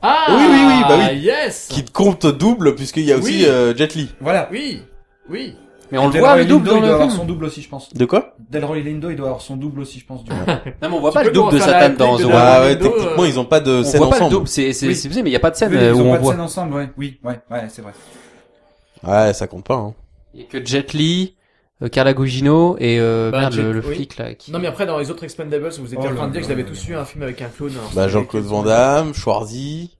Speaker 1: Ah
Speaker 2: Oui, oui, oui, bah oui.
Speaker 1: Yes.
Speaker 2: Qui compte double, puisqu'il y a aussi
Speaker 1: Oui.
Speaker 2: euh, Jet Li.
Speaker 3: Voilà.
Speaker 1: Oui, oui.
Speaker 4: Mais on le
Speaker 3: Delroy
Speaker 4: voit, le
Speaker 3: Lindo,
Speaker 4: double dans
Speaker 3: il doit
Speaker 4: le
Speaker 3: avoir
Speaker 4: film.
Speaker 3: son double aussi, je pense.
Speaker 2: De quoi
Speaker 3: Delroy Lindo, il doit avoir son double aussi, je pense. Du
Speaker 4: Non, mais on voit
Speaker 1: Tu
Speaker 4: pas
Speaker 1: peux
Speaker 4: le double de
Speaker 1: nous refaire la
Speaker 4: Satan dans The
Speaker 1: réplique de
Speaker 4: One.
Speaker 1: la-
Speaker 2: Ah ouais,
Speaker 1: Lindo, euh,
Speaker 2: techniquement, ils ont pas de
Speaker 4: On
Speaker 2: scène
Speaker 4: voit pas le
Speaker 2: ensemble.
Speaker 4: double, c'est, c'est,
Speaker 3: Oui.
Speaker 4: c'est bizarre, mais il n'y a pas de scène
Speaker 3: Oui,
Speaker 4: euh,
Speaker 3: ils
Speaker 4: où
Speaker 3: ont
Speaker 4: on
Speaker 3: pas de
Speaker 4: voit.
Speaker 3: scène ensemble, ouais. Oui, ouais, ouais, c'est vrai.
Speaker 2: Ouais, ça compte pas. Hein.
Speaker 4: Il y a que Jet Li, euh, Carla Gugino et euh,
Speaker 1: Bah,
Speaker 4: merde,
Speaker 1: Jet-
Speaker 4: le, le
Speaker 1: oui.
Speaker 4: flic là. Qui...
Speaker 1: Non mais après dans les autres Expendables, vous étiez
Speaker 3: Oh
Speaker 1: en train
Speaker 3: là
Speaker 1: de dire
Speaker 3: là
Speaker 1: qu'ils avaient
Speaker 3: là
Speaker 1: tous eu un film avec un clown. hein. alors
Speaker 2: Bah,
Speaker 1: c'était-
Speaker 2: Jean-Claude Van Damme, Schwarzy.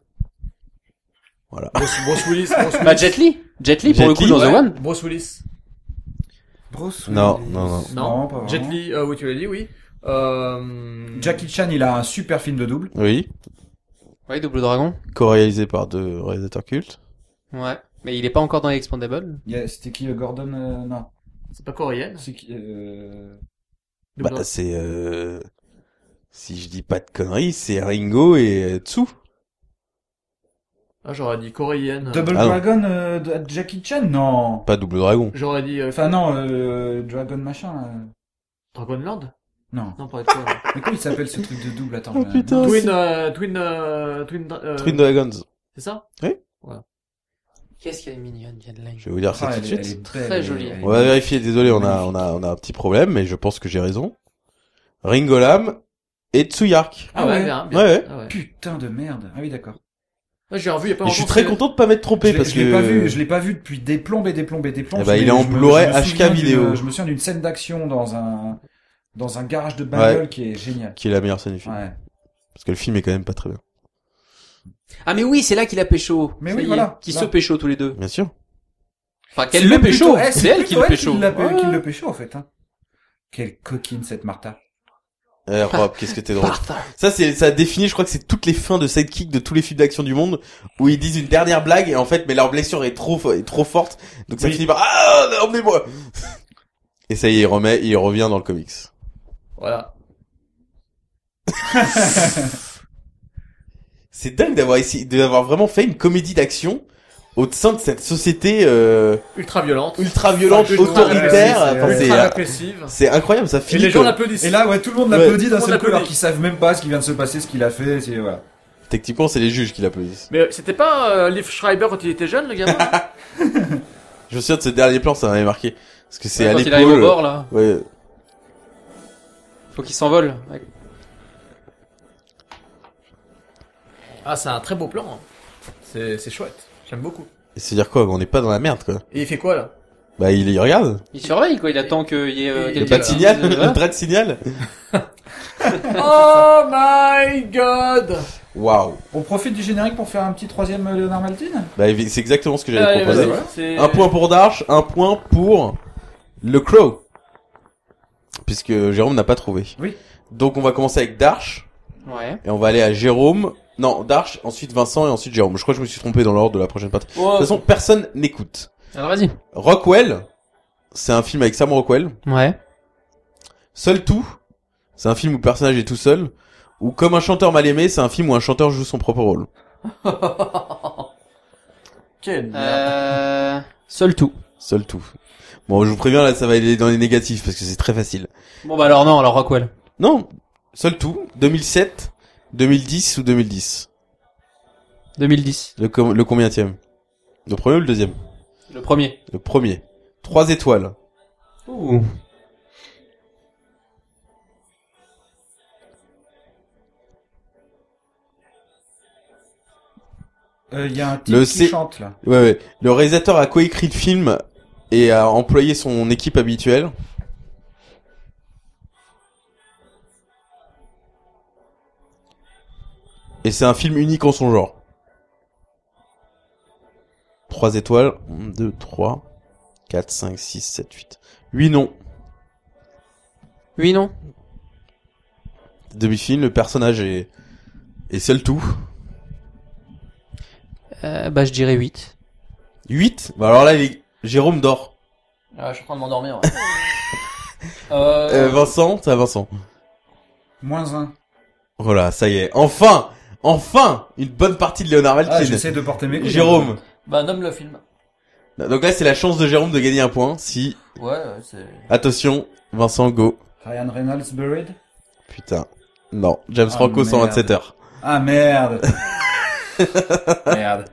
Speaker 1: Bruce, Bruce Willis. Bruce Willis.
Speaker 4: Bah Jet Li, Jet Li pour
Speaker 2: Jet
Speaker 4: le coup
Speaker 2: Li,
Speaker 4: dans The
Speaker 1: Ouais,
Speaker 4: One.
Speaker 1: Bruce Willis.
Speaker 3: Bruce
Speaker 2: Non,
Speaker 3: Willis.
Speaker 2: non, non.
Speaker 1: Non.
Speaker 3: pas vraiment.
Speaker 1: Jet Li, euh, oui tu l'as dit, oui. Euh...
Speaker 3: Jackie Chan, il a un super film de double.
Speaker 2: Oui.
Speaker 4: Ouais, Double Dragon.
Speaker 2: Co-réalisé par deux réalisateurs cultes.
Speaker 4: Ouais. Mais il est pas encore dans les Expandables.
Speaker 3: Il y a- C'était qui, euh, Gordon euh, Non.
Speaker 1: C'est pas coréenne.
Speaker 3: C'est qui euh...
Speaker 1: Double
Speaker 2: Bah, c'est, euh, si je dis pas de conneries, c'est Ringo et euh, Tsu.
Speaker 1: Ah, j'aurais dit coréenne.
Speaker 3: Double
Speaker 2: Ah non.
Speaker 3: Dragon euh, de- Jackie Chan Non.
Speaker 2: Pas Double Dragon.
Speaker 1: J'aurais dit euh,
Speaker 3: Enfin non, euh, Dragon machin. là.
Speaker 1: Dragonland
Speaker 3: Non.
Speaker 1: Non, pas être coréenne.
Speaker 3: Mais comment il s'appelle ce truc de double Attends.
Speaker 2: Oh,
Speaker 3: euh,
Speaker 2: putain.
Speaker 3: non.
Speaker 1: Twin, euh, Twin, euh, Twin, euh,
Speaker 2: Twin Dragons.
Speaker 1: c'est ça
Speaker 4: Qu'est-ce qu'elle est mignonne, Yann
Speaker 2: Je vais vous dire ça
Speaker 3: Ah,
Speaker 2: tout
Speaker 3: elle,
Speaker 2: de
Speaker 3: elle
Speaker 2: suite.
Speaker 3: est belle,
Speaker 4: Très
Speaker 3: elle-
Speaker 4: jolie.
Speaker 3: elle-
Speaker 2: On va vérifier, désolé, on a,
Speaker 3: Magnifique.
Speaker 2: on a, on a un petit problème, mais je pense que j'ai raison. Ringo Lam et Tsuyark.
Speaker 3: Ah ouais.
Speaker 1: bien,
Speaker 2: Ouais, ouais.
Speaker 1: Ah ouais.
Speaker 3: Putain de merde. Ah oui d'accord.
Speaker 1: Ouais, J'ai revu il y a pas
Speaker 2: Et
Speaker 1: longtemps.
Speaker 2: je suis très
Speaker 1: c'est-
Speaker 2: content de pas m'être trompé
Speaker 3: Je l'ai
Speaker 2: parce
Speaker 3: je
Speaker 2: que.
Speaker 3: l'ai pas vu, je l'ai pas vu depuis des plombes et des plombes et des plombes.
Speaker 2: Eh ben, il
Speaker 3: Je me-
Speaker 2: est en
Speaker 3: je me-
Speaker 2: Blu-ray
Speaker 3: je me souviens
Speaker 2: HK
Speaker 3: d'une-
Speaker 2: vidéo.
Speaker 3: Je me souviens d'une scène d'action dans un dans un garage de bagnole qui est génial.
Speaker 2: Qui est la meilleure scène du film.
Speaker 3: Ouais.
Speaker 2: Parce que le film est quand même pas très bien.
Speaker 4: Ah mais oui, c'est là qu'il a pécho.
Speaker 3: Mais
Speaker 4: Ça
Speaker 3: oui,
Speaker 4: y est.
Speaker 3: voilà.
Speaker 4: Qui
Speaker 3: Là.
Speaker 4: se pécho tous les deux.
Speaker 2: Bien sûr.
Speaker 4: Enfin,
Speaker 3: C'est
Speaker 4: qu'elle le
Speaker 3: même
Speaker 4: pécho.
Speaker 3: plutôt- eh,
Speaker 4: C'est elle qui
Speaker 3: plutôt
Speaker 4: le pécho.
Speaker 3: l'a-
Speaker 4: Ouais.
Speaker 3: Qui le pécho en fait. hein. Quelle coquine cette Martha.
Speaker 2: Eh, Rob, qu'est-ce que t'es drôle.
Speaker 4: Martha.
Speaker 2: Ça, c'est, ça définit, je crois que c'est toutes les fins de sidekick de tous les films d'action du monde où ils disent une dernière blague et en fait, mais leur blessure est trop, fo- est trop forte. Donc ça
Speaker 3: Oui. Mm.
Speaker 2: finit par, ah, emmenez-moi! et ça y est, il remet, il revient dans le comics.
Speaker 1: Voilà.
Speaker 2: C'est dingue d'avoir essayé, d'avoir vraiment fait une comédie d'action au sein de cette société, euh,
Speaker 1: Ultra violente.
Speaker 2: ultra violente,
Speaker 1: Ultra
Speaker 2: autoritaire.
Speaker 3: agressive,
Speaker 2: Enfin,
Speaker 3: c'est-
Speaker 2: c'est,
Speaker 1: Ultra répressive.
Speaker 2: c'est incroyable, ça
Speaker 1: Et
Speaker 2: finit.
Speaker 1: les gens
Speaker 2: comme-
Speaker 1: l'applaudissent.
Speaker 3: Et là, ouais, tout le monde
Speaker 2: Ouais.
Speaker 3: l'applaudit d'un
Speaker 1: Tout le
Speaker 3: seul
Speaker 1: monde
Speaker 3: coup, alors
Speaker 1: l'applaudit.
Speaker 3: qu'ils savent même pas ce qui vient de se passer, ce qu'il a fait, c'est, voilà.
Speaker 2: Techniquement, c'est les juges qui l'applaudissent.
Speaker 1: Mais c'était pas euh, Liv Schreiber quand il était jeune, le gamin là
Speaker 2: Je me souviens de ce dernier plan, ça m'avait marqué. Parce que c'est à
Speaker 4: Quand il arrive au
Speaker 2: l'épaule.
Speaker 4: bord là,
Speaker 2: Ouais.
Speaker 4: faut qu'il s'envole. Ouais.
Speaker 1: Ah, c'est un très beau plan. hein. C'est c'est chouette. J'aime beaucoup.
Speaker 2: C'est-à-dire quoi On n'est pas dans la merde, quoi.
Speaker 1: Et il fait quoi là
Speaker 2: Bah, il y regarde.
Speaker 4: Il surveille quoi, il attend qu'il y ait
Speaker 1: Il y a
Speaker 2: Il y
Speaker 4: euh,
Speaker 2: a
Speaker 4: quelqu'un.
Speaker 2: pas de signal,
Speaker 4: Euh, voilà.
Speaker 2: pas de signal.
Speaker 1: Oh my god
Speaker 2: Waouh.
Speaker 5: On profite du générique pour faire un petit troisième euh, Leonard Maltin
Speaker 2: Bah, c'est exactement ce que j'allais
Speaker 4: Ah,
Speaker 1: Allez,
Speaker 2: proposer.
Speaker 1: vas-y, c'est-
Speaker 2: Un point pour Darche, un point pour le Crow. Puisque Jérôme n'a pas trouvé.
Speaker 5: Oui.
Speaker 2: Donc on va commencer avec Darche,
Speaker 4: Ouais.
Speaker 2: et on va aller à Jérôme. Non, Darche, ensuite Vincent et ensuite Jérôme. Je crois que je me suis trompé dans l'ordre de la prochaine partie. De
Speaker 4: Oh.
Speaker 2: toute façon, personne n'écoute.
Speaker 4: Alors vas-y.
Speaker 2: Rockwell, c'est un film avec Sam Rockwell.
Speaker 4: Ouais.
Speaker 2: Seul tout, c'est un film où le personnage est tout seul. Ou comme un chanteur mal aimé, c'est un film où un chanteur joue son propre rôle.
Speaker 1: Quelle merde.
Speaker 4: Euh... Seul tout.
Speaker 2: Seul tout. Bon, je vous préviens, là, ça va aller dans les négatifs parce que c'est très facile.
Speaker 4: Bon bah alors non, alors Rockwell.
Speaker 2: Non, seul tout. 2007, 2010 ou 2010
Speaker 4: 2010.
Speaker 2: Le, com- le combienième Le premier ou le deuxième
Speaker 4: Le premier.
Speaker 2: Le premier. Trois étoiles.
Speaker 4: Ouh.
Speaker 5: Euh, Il y a un type
Speaker 2: Le
Speaker 5: qui
Speaker 2: C-
Speaker 5: chante là.
Speaker 2: Ouais, ouais. Le réalisateur a coécrit le film et a employé son équipe habituelle. Et c'est un film unique en son genre. Trois étoiles. 2, 3, 4, 5, 6, 7, 8. 8 noms.
Speaker 4: Oui non.
Speaker 2: Demi-film, le personnage est... Et c'est le tout.
Speaker 4: Euh, bah je dirais 8.
Speaker 2: 8 bah Alors là, il est- Jérôme dort.
Speaker 1: Ah, je suis en train de m'endormir. ouais. euh...
Speaker 2: Euh, Vincent, c'est à Vincent.
Speaker 5: Moins un.
Speaker 2: Voilà, ça y est. Enfin Enfin Une bonne partie de Léonard Maltin.
Speaker 5: Ah, j'essaie de porter mes couilles.
Speaker 2: Jérôme.
Speaker 1: Bah nomme le film.
Speaker 2: Donc là, c'est la chance de Jérôme de gagner un point. Si...
Speaker 1: Ouais, ouais, c'est...
Speaker 2: Attention, Vincent, go.
Speaker 5: Ryan Reynolds Buried.
Speaker 2: Putain. Non, James
Speaker 5: Ah,
Speaker 2: Franco,
Speaker 5: merde.
Speaker 2: 127 heures.
Speaker 5: Ah merde. merde.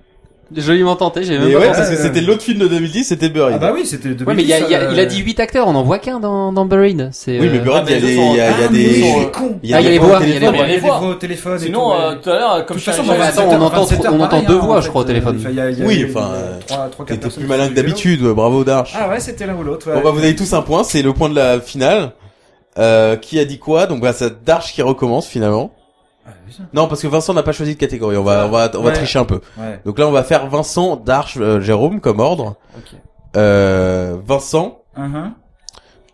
Speaker 4: Joliment tenté, j'ai même
Speaker 2: Mais
Speaker 4: pas
Speaker 2: ouais,
Speaker 4: pensé.
Speaker 2: parce que
Speaker 5: ouais,
Speaker 2: c'était
Speaker 5: ouais.
Speaker 2: l'autre film de 2010, c'était Buried.
Speaker 5: Ah bah oui, c'était 2010.
Speaker 4: Ouais, mais il, y a, il y a-
Speaker 5: euh,
Speaker 4: il a dit 8 acteurs, on n'en voit qu'un dans, dans Buried. C'est,
Speaker 2: Oui, mais
Speaker 4: euh,
Speaker 2: Buried,
Speaker 1: ah,
Speaker 2: il y a
Speaker 1: mais ils
Speaker 2: les-
Speaker 1: sont-
Speaker 2: il y a il y a
Speaker 5: ah, mais
Speaker 2: des... euh,
Speaker 5: ils
Speaker 1: sont-
Speaker 5: Je suis con.
Speaker 2: il
Speaker 4: Ah, il y a les
Speaker 2: voix
Speaker 4: voix,
Speaker 2: au
Speaker 4: il y a les
Speaker 2: téléphone.
Speaker 4: voix.
Speaker 1: les voix.
Speaker 5: au téléphone. et
Speaker 1: Sinon,
Speaker 5: tout, ouais.
Speaker 1: euh, tout à l'heure, comme
Speaker 5: De toute
Speaker 1: je
Speaker 5: façon,
Speaker 1: t'ai-
Speaker 5: dans
Speaker 1: j'ai-
Speaker 4: attends,
Speaker 5: 27
Speaker 4: on
Speaker 5: heures,
Speaker 4: entend
Speaker 5: 27 heures,
Speaker 4: on entend
Speaker 5: pareil,
Speaker 4: deux
Speaker 5: hein,
Speaker 4: voix,
Speaker 5: en
Speaker 4: je
Speaker 5: fait,
Speaker 4: crois, au
Speaker 5: euh,
Speaker 4: téléphone.
Speaker 5: enfin, il y a- il y a
Speaker 2: Oui,
Speaker 5: eu,
Speaker 2: enfin,
Speaker 5: euh,
Speaker 2: euh,
Speaker 5: trois- trois, quatre
Speaker 2: T'étais
Speaker 5: personnes
Speaker 2: plus malin
Speaker 5: qui
Speaker 2: que
Speaker 5: l'ont vu.
Speaker 2: d'habitude, euh, bravo Darche.
Speaker 5: Ah ouais, c'était l'un ou l'autre. ouais.
Speaker 2: Bon bah vous avez tous un point, c'est le point de la finale. Euh, qui a dit quoi Donc bah c'est Darche qui recommence finalement.
Speaker 5: Ah, oui, ça.
Speaker 2: Non parce que Vincent n'a pas choisi de catégorie, on va on va on va
Speaker 5: Ouais.
Speaker 2: tricher un peu.
Speaker 5: Ouais.
Speaker 2: Donc là on va faire Vincent, Darche, euh, Jérôme comme ordre.
Speaker 1: Ok.
Speaker 2: Euh, Vincent,
Speaker 5: Mhm.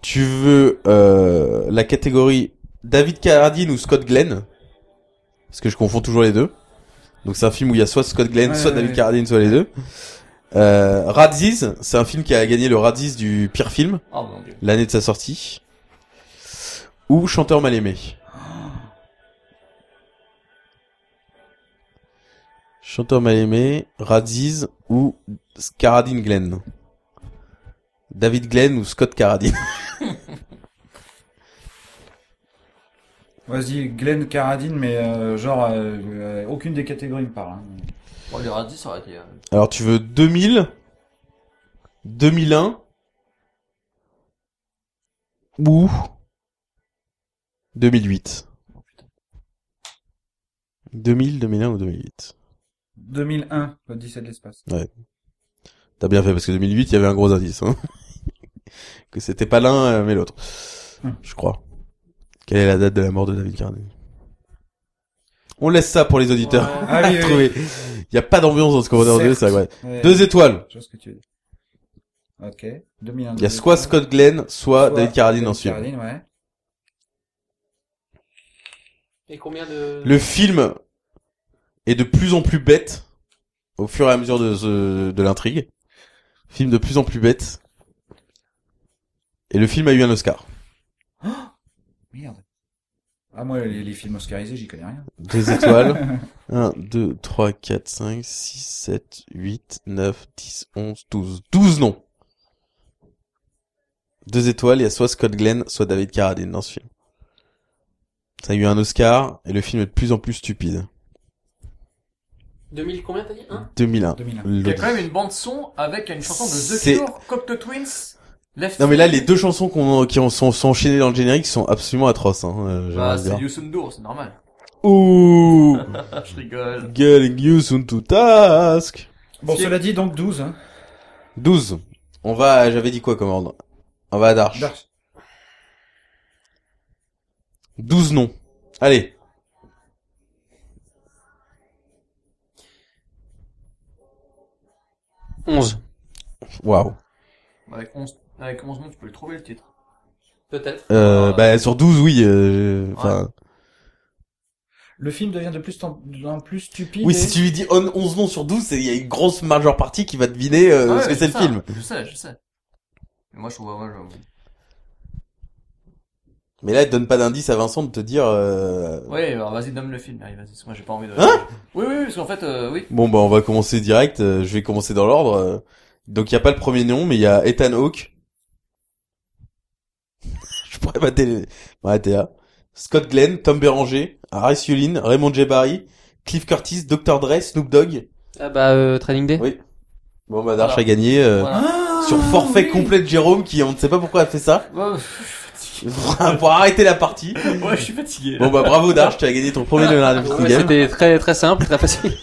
Speaker 2: tu veux euh, la catégorie David Carradine ou Scott Glenn Parce que je confonds toujours les deux. Donc c'est un film où il y a soit Scott Glenn,
Speaker 5: Ouais,
Speaker 2: soit
Speaker 5: ouais,
Speaker 2: David
Speaker 5: ouais.
Speaker 2: Carradine, soit les deux. Euh, Radziz, c'est un film qui a gagné le Radziz du pire film.
Speaker 1: Oh mon dieu.
Speaker 2: l'année de sa sortie, ou chanteur mal aimé. Chanteur mal aimé, Radziz ou Caradine Glenn. David Glenn ou Scott Caradine.
Speaker 5: Vas-y, Glenn Carradine, mais euh, genre, euh, euh, aucune des catégories me parle. hein.
Speaker 1: Bon, les radis, ça aurait été... euh,
Speaker 2: Alors tu veux 2000, 2001 ou 2008. 2000, 2001 ou 2008.
Speaker 5: 2001, Odyssée de l'espace.
Speaker 2: T'as bien fait parce que 2008, il y avait un gros indice. Hein que c'était pas l'un euh, mais l'autre.
Speaker 5: Hmm.
Speaker 2: Je crois. Quelle est la date de la mort de David Carradine On laisse ça pour les auditeurs.
Speaker 5: Ah oui,
Speaker 2: à
Speaker 5: oui, oui.
Speaker 2: trouver. Il y a pas d'ambiance dans ce qu'on va dire, ça
Speaker 5: Certes.
Speaker 2: ouais.
Speaker 5: Ouais,
Speaker 2: Deux étoiles.
Speaker 5: Je vois ce que tu veux dire. Ok. 2001.
Speaker 2: Il y a soit Scott Glenn, soit, David Carradine en film.
Speaker 5: Carradine, ouais.
Speaker 4: Et combien de...
Speaker 2: Le film est de plus en plus bête au fur et à mesure de, ce- de l'intrigue. Film de plus en plus bête. Et le film a eu un Oscar.
Speaker 5: Merde. Ah, moi, les, les films oscarisés, j'y connais rien.
Speaker 2: Deux étoiles. 1, 2, 3, 4, 5, 6, 7, 8, 9, 10, 11, 12. 12 noms. Deux étoiles, il y a soit Scott Glenn, soit David Carradine dans ce film. Ça a eu un Oscar, et le film est de plus en plus stupide.
Speaker 4: 2000 combien t'as dit 1
Speaker 2: 2001.
Speaker 5: 2001.
Speaker 1: Il y a
Speaker 2: L'audi.
Speaker 1: quand même une bande-son avec une chanson de The
Speaker 2: C'est-
Speaker 1: Cure, Cocteau Twins, Left...
Speaker 2: Non mais là, les deux chansons qu'on, qui en sont, sont enchaînées dans le générique sont absolument atroces. Hein, euh, j'aimerais
Speaker 1: Bah,
Speaker 2: le
Speaker 1: c'est
Speaker 2: dire.
Speaker 1: Yusundur, c'est normal.
Speaker 2: Ouh
Speaker 1: Ah, je rigole.
Speaker 2: Getting you soon to task
Speaker 5: Bon,
Speaker 2: Si-
Speaker 5: cela dit, donc 12. Hein.
Speaker 2: 12. On va, à- j'avais dit quoi comme ordre On va à Darch.
Speaker 5: Dark.
Speaker 2: 12 noms. Allez.
Speaker 4: Onze.
Speaker 2: Waouh.
Speaker 1: Avec 11, avec 11 noms, tu peux le trouver le titre.
Speaker 4: Peut-être.
Speaker 2: Euh, bah, sur 12, oui, euh, je- enfin.
Speaker 5: Le film devient de plus en de plus en plus stupide.
Speaker 2: Oui,
Speaker 5: et-
Speaker 2: si tu lui dis on- 11 noms sur 12, c'est- il y a une grosse majeure partie qui va deviner euh,
Speaker 1: Ah ouais,
Speaker 2: ce que c'est le
Speaker 1: ça.
Speaker 2: film.
Speaker 1: Je sais, je sais. Mais moi, je trouve, moi, je-
Speaker 2: Mais là, elle donne pas d'indice à Vincent de te dire... euh,
Speaker 1: Ouais, alors vas-y, donne le film, allez, vas-y, parce que moi, j'ai pas envie de...
Speaker 2: Hein
Speaker 1: oui, oui, oui, parce qu'en fait, euh, oui.
Speaker 2: Bon, bah, on va commencer direct. euh, je vais commencer dans l'ordre. euh. Donc, il y a pas le premier nom, mais il y a Ethan Hawke. je pourrais m'arrêter les- m'arrêter là. Scott Glenn, Tom Béranger, Harris Yulin, Raymond J. Barry, Cliff Curtis, Dr. Dre, Snoop Dogg.
Speaker 4: Ah bah, euh, Training Day.
Speaker 2: Oui. Bon, bah, Darch
Speaker 1: Voilà.
Speaker 2: a gagné. euh,
Speaker 1: Voilà.
Speaker 5: Ah,
Speaker 2: Sur forfait
Speaker 5: oui.
Speaker 2: complet de Jérôme, qui on ne sait pas pourquoi a fait ça,
Speaker 1: Ouais, je suis fatigué.
Speaker 2: pour, pour arrêter la partie.
Speaker 1: Ouais, je suis fatigué.
Speaker 2: Bon bah bravo Darch, tu as gagné ton premier Leonardo
Speaker 4: Ouais,
Speaker 2: Game.
Speaker 4: C'était très très simple, très facile.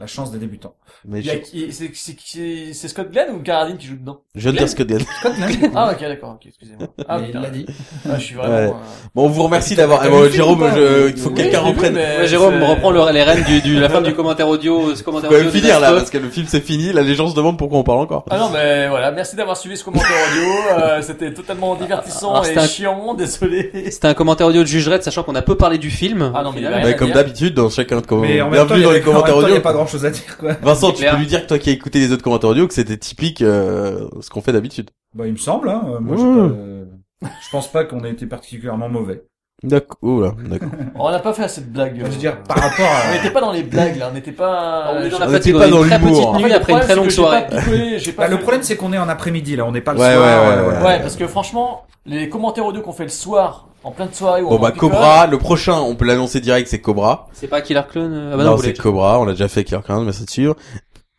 Speaker 5: La chance des débutants.
Speaker 2: Mais
Speaker 1: Il
Speaker 2: je,
Speaker 1: y a qui- c'est- c'est- C'est c'est Scott Glenn ou Carradine qui joue dedans
Speaker 2: je viens de dire ce que Glenn.
Speaker 5: Scott Lang, du coup.
Speaker 1: Ah ok d'accord, ok, excusez-moi. Ah,
Speaker 5: Mais il
Speaker 1: putain.
Speaker 5: l'a dit.
Speaker 1: Ah, je suis vraiment... euh,
Speaker 2: Bon, on vous remercie d'avoir.
Speaker 5: t'as
Speaker 2: eh
Speaker 5: vu le
Speaker 2: bon,
Speaker 5: film
Speaker 2: Jérôme,
Speaker 5: ou pas
Speaker 2: je- il faut que
Speaker 1: oui,
Speaker 2: quelqu'un
Speaker 1: je l'ai vu,
Speaker 2: reprenne.
Speaker 1: mais
Speaker 4: Ouais, Jérôme
Speaker 1: c'est-
Speaker 4: reprend le- les rênes du, du la fin du commentaire audio, euh, ce commentaire
Speaker 2: Faut quand
Speaker 4: audio
Speaker 2: même
Speaker 4: de
Speaker 2: finir
Speaker 4: Daft
Speaker 2: là,
Speaker 4: Punk.
Speaker 2: parce que le film c'est fini. Là, les gens se demandent pourquoi on parle encore.
Speaker 1: Ah non mais voilà, merci d'avoir suivi ce commentaire audio, euh, c'était
Speaker 2: Ah,
Speaker 1: totalement divertissant
Speaker 4: Alors,
Speaker 1: et
Speaker 4: c'est un-
Speaker 1: chiant, désolé.
Speaker 4: C'était un commentaire audio de Jugerette, sachant qu'on a peu parlé du film. Euh,
Speaker 1: Ah non, mais il a
Speaker 4: Finalement.
Speaker 1: rien
Speaker 2: Bah,
Speaker 1: à
Speaker 2: comme
Speaker 1: dire.
Speaker 2: d'habitude, dans chacun de
Speaker 5: Mais en même
Speaker 2: commentaires.
Speaker 5: temps,
Speaker 2: Bienvenue
Speaker 5: il y
Speaker 2: dans
Speaker 5: a-
Speaker 2: les commentaires
Speaker 5: en même temps, il y a
Speaker 2: audio.
Speaker 5: pas grand chose à dire, quoi.
Speaker 2: Vincent,
Speaker 4: C'est
Speaker 2: tu
Speaker 4: clair.
Speaker 2: peux lui dire que toi qui as écouté les autres commentaires audio que c'était typique euh, ce qu'on fait d'habitude.
Speaker 5: Bah, il me semble, hein. euh, Moi, j'ai
Speaker 2: Ouais.
Speaker 5: pas, euh, je pense pas qu'on ait été particulièrement mauvais.
Speaker 2: D'accord. Oh là, d'accord.
Speaker 1: On n'a pas fait assez de blagues.
Speaker 5: Je
Speaker 1: euh,
Speaker 5: veux dire, par rapport
Speaker 1: On
Speaker 5: à...
Speaker 1: n'était pas dans les blagues là, on n'était pas...
Speaker 4: Ah. On est dans
Speaker 2: on
Speaker 4: la
Speaker 2: était
Speaker 4: fatigue,
Speaker 2: Ah, pas
Speaker 4: on a eu
Speaker 2: dans
Speaker 4: une très
Speaker 2: l'humour.
Speaker 4: petite
Speaker 1: En fait,
Speaker 4: nuit
Speaker 1: le
Speaker 4: après une
Speaker 1: problème,
Speaker 4: très longue
Speaker 1: c'est que j'ai
Speaker 4: soirée.
Speaker 1: pas picolé, j'ai pas
Speaker 5: Bah, le
Speaker 1: fait-
Speaker 5: problème, c'est qu'on est en après-midi, là. On n'est pas le
Speaker 2: Ouais,
Speaker 5: soir.
Speaker 2: ouais, ouais,
Speaker 5: euh,
Speaker 2: ouais,
Speaker 5: voilà.
Speaker 1: Ouais, parce que franchement, les commentaires audio qu'on fait le soir, en pleine soirée ou
Speaker 2: Bon
Speaker 1: en
Speaker 2: bah
Speaker 1: picole,
Speaker 2: Cobra, le prochain, on peut l'annoncer direct, c'est Cobra.
Speaker 4: C'est pas Killer Clone euh, Ah bah non,
Speaker 2: non,
Speaker 4: vous
Speaker 2: c'est
Speaker 4: l'avez-
Speaker 2: Cobra, on l'a déjà fait avec Clark Hunt, mais c'est sûr.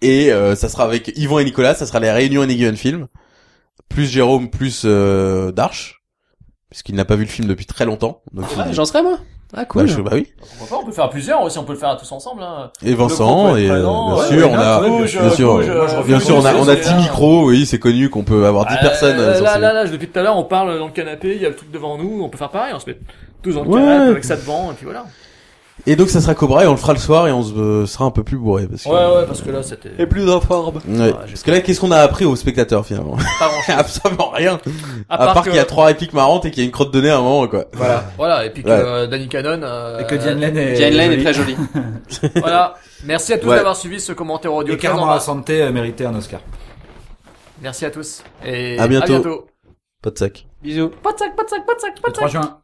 Speaker 2: Et euh, ça sera avec Yvan et Nicolas, ça sera les réunions Any Given Film, plus Jérôme, plus euh, Darch, puisqu'il n'a pas vu le film depuis très longtemps. Donc, il-
Speaker 4: Ah, J'en serais moi. Ah
Speaker 2: Bah,
Speaker 4: cool.
Speaker 2: je- bah oui.
Speaker 1: Pourquoi pas, on peut faire plusieurs aussi, on peut le faire tous ensemble. Hein.
Speaker 2: Et
Speaker 1: Le
Speaker 2: Vincent,
Speaker 1: groupe
Speaker 2: et
Speaker 1: est
Speaker 2: euh,
Speaker 1: présent,
Speaker 2: bien
Speaker 1: ouais,
Speaker 2: sûr,
Speaker 5: ouais,
Speaker 2: on a,
Speaker 5: là,
Speaker 1: bouge,
Speaker 2: bien sûr,
Speaker 1: bouge,
Speaker 2: euh,
Speaker 1: euh,
Speaker 5: je
Speaker 2: bien
Speaker 5: refuse
Speaker 2: sûr, on a,
Speaker 5: de
Speaker 2: on a
Speaker 5: bouger,
Speaker 2: 10
Speaker 5: là.
Speaker 2: micros, oui, c'est connu qu'on peut avoir 10
Speaker 1: Euh,
Speaker 2: personnes. euh, sur
Speaker 1: là,
Speaker 2: ces-
Speaker 1: là, là, je- depuis tout à l'heure, on parle dans le canapé, il y a le truc devant nous, on peut faire pareil, on se met tous en
Speaker 2: Ouais.
Speaker 1: canapé avec ça devant, et puis voilà.
Speaker 2: Et donc ça sera Cobra et on le fera le soir et on se, euh, sera un peu plus bourré parce que.
Speaker 1: Ouais, ouais, Ah, parce que là, c'était
Speaker 2: plus d'informes.
Speaker 1: Ouais,
Speaker 2: parce que là, qu'est-ce qu'on a appris aux spectateurs finalement
Speaker 1: pas grand chose.
Speaker 2: Absolument rien.
Speaker 1: À
Speaker 2: À
Speaker 1: part,
Speaker 2: part
Speaker 1: que-
Speaker 2: qu'il y a trois répliques marrantes et qu'il y a une crotte de nez à un moment, quoi.
Speaker 5: Voilà.
Speaker 1: Voilà, et puis que
Speaker 2: Ouais.
Speaker 1: euh, Danny Cannon... euh,
Speaker 5: Et que Diane Lane est...
Speaker 4: Jane Lane est
Speaker 5: jolie.
Speaker 4: très jolie.
Speaker 1: Voilà. Merci à tous
Speaker 2: Ouais.
Speaker 1: d'avoir suivi ce commentaire audio.
Speaker 5: Et
Speaker 1: Très
Speaker 5: Carmen
Speaker 1: embarrassant.
Speaker 5: Asante euh, méritait un Oscar.
Speaker 1: Merci à tous. Et
Speaker 2: À bientôt.
Speaker 1: À bientôt.
Speaker 2: Pas de sac.
Speaker 4: Bisous.
Speaker 1: Pas de sac, pas de sac, pas de sac, pas
Speaker 5: Le
Speaker 1: de
Speaker 5: 3
Speaker 1: sac.
Speaker 5: juin.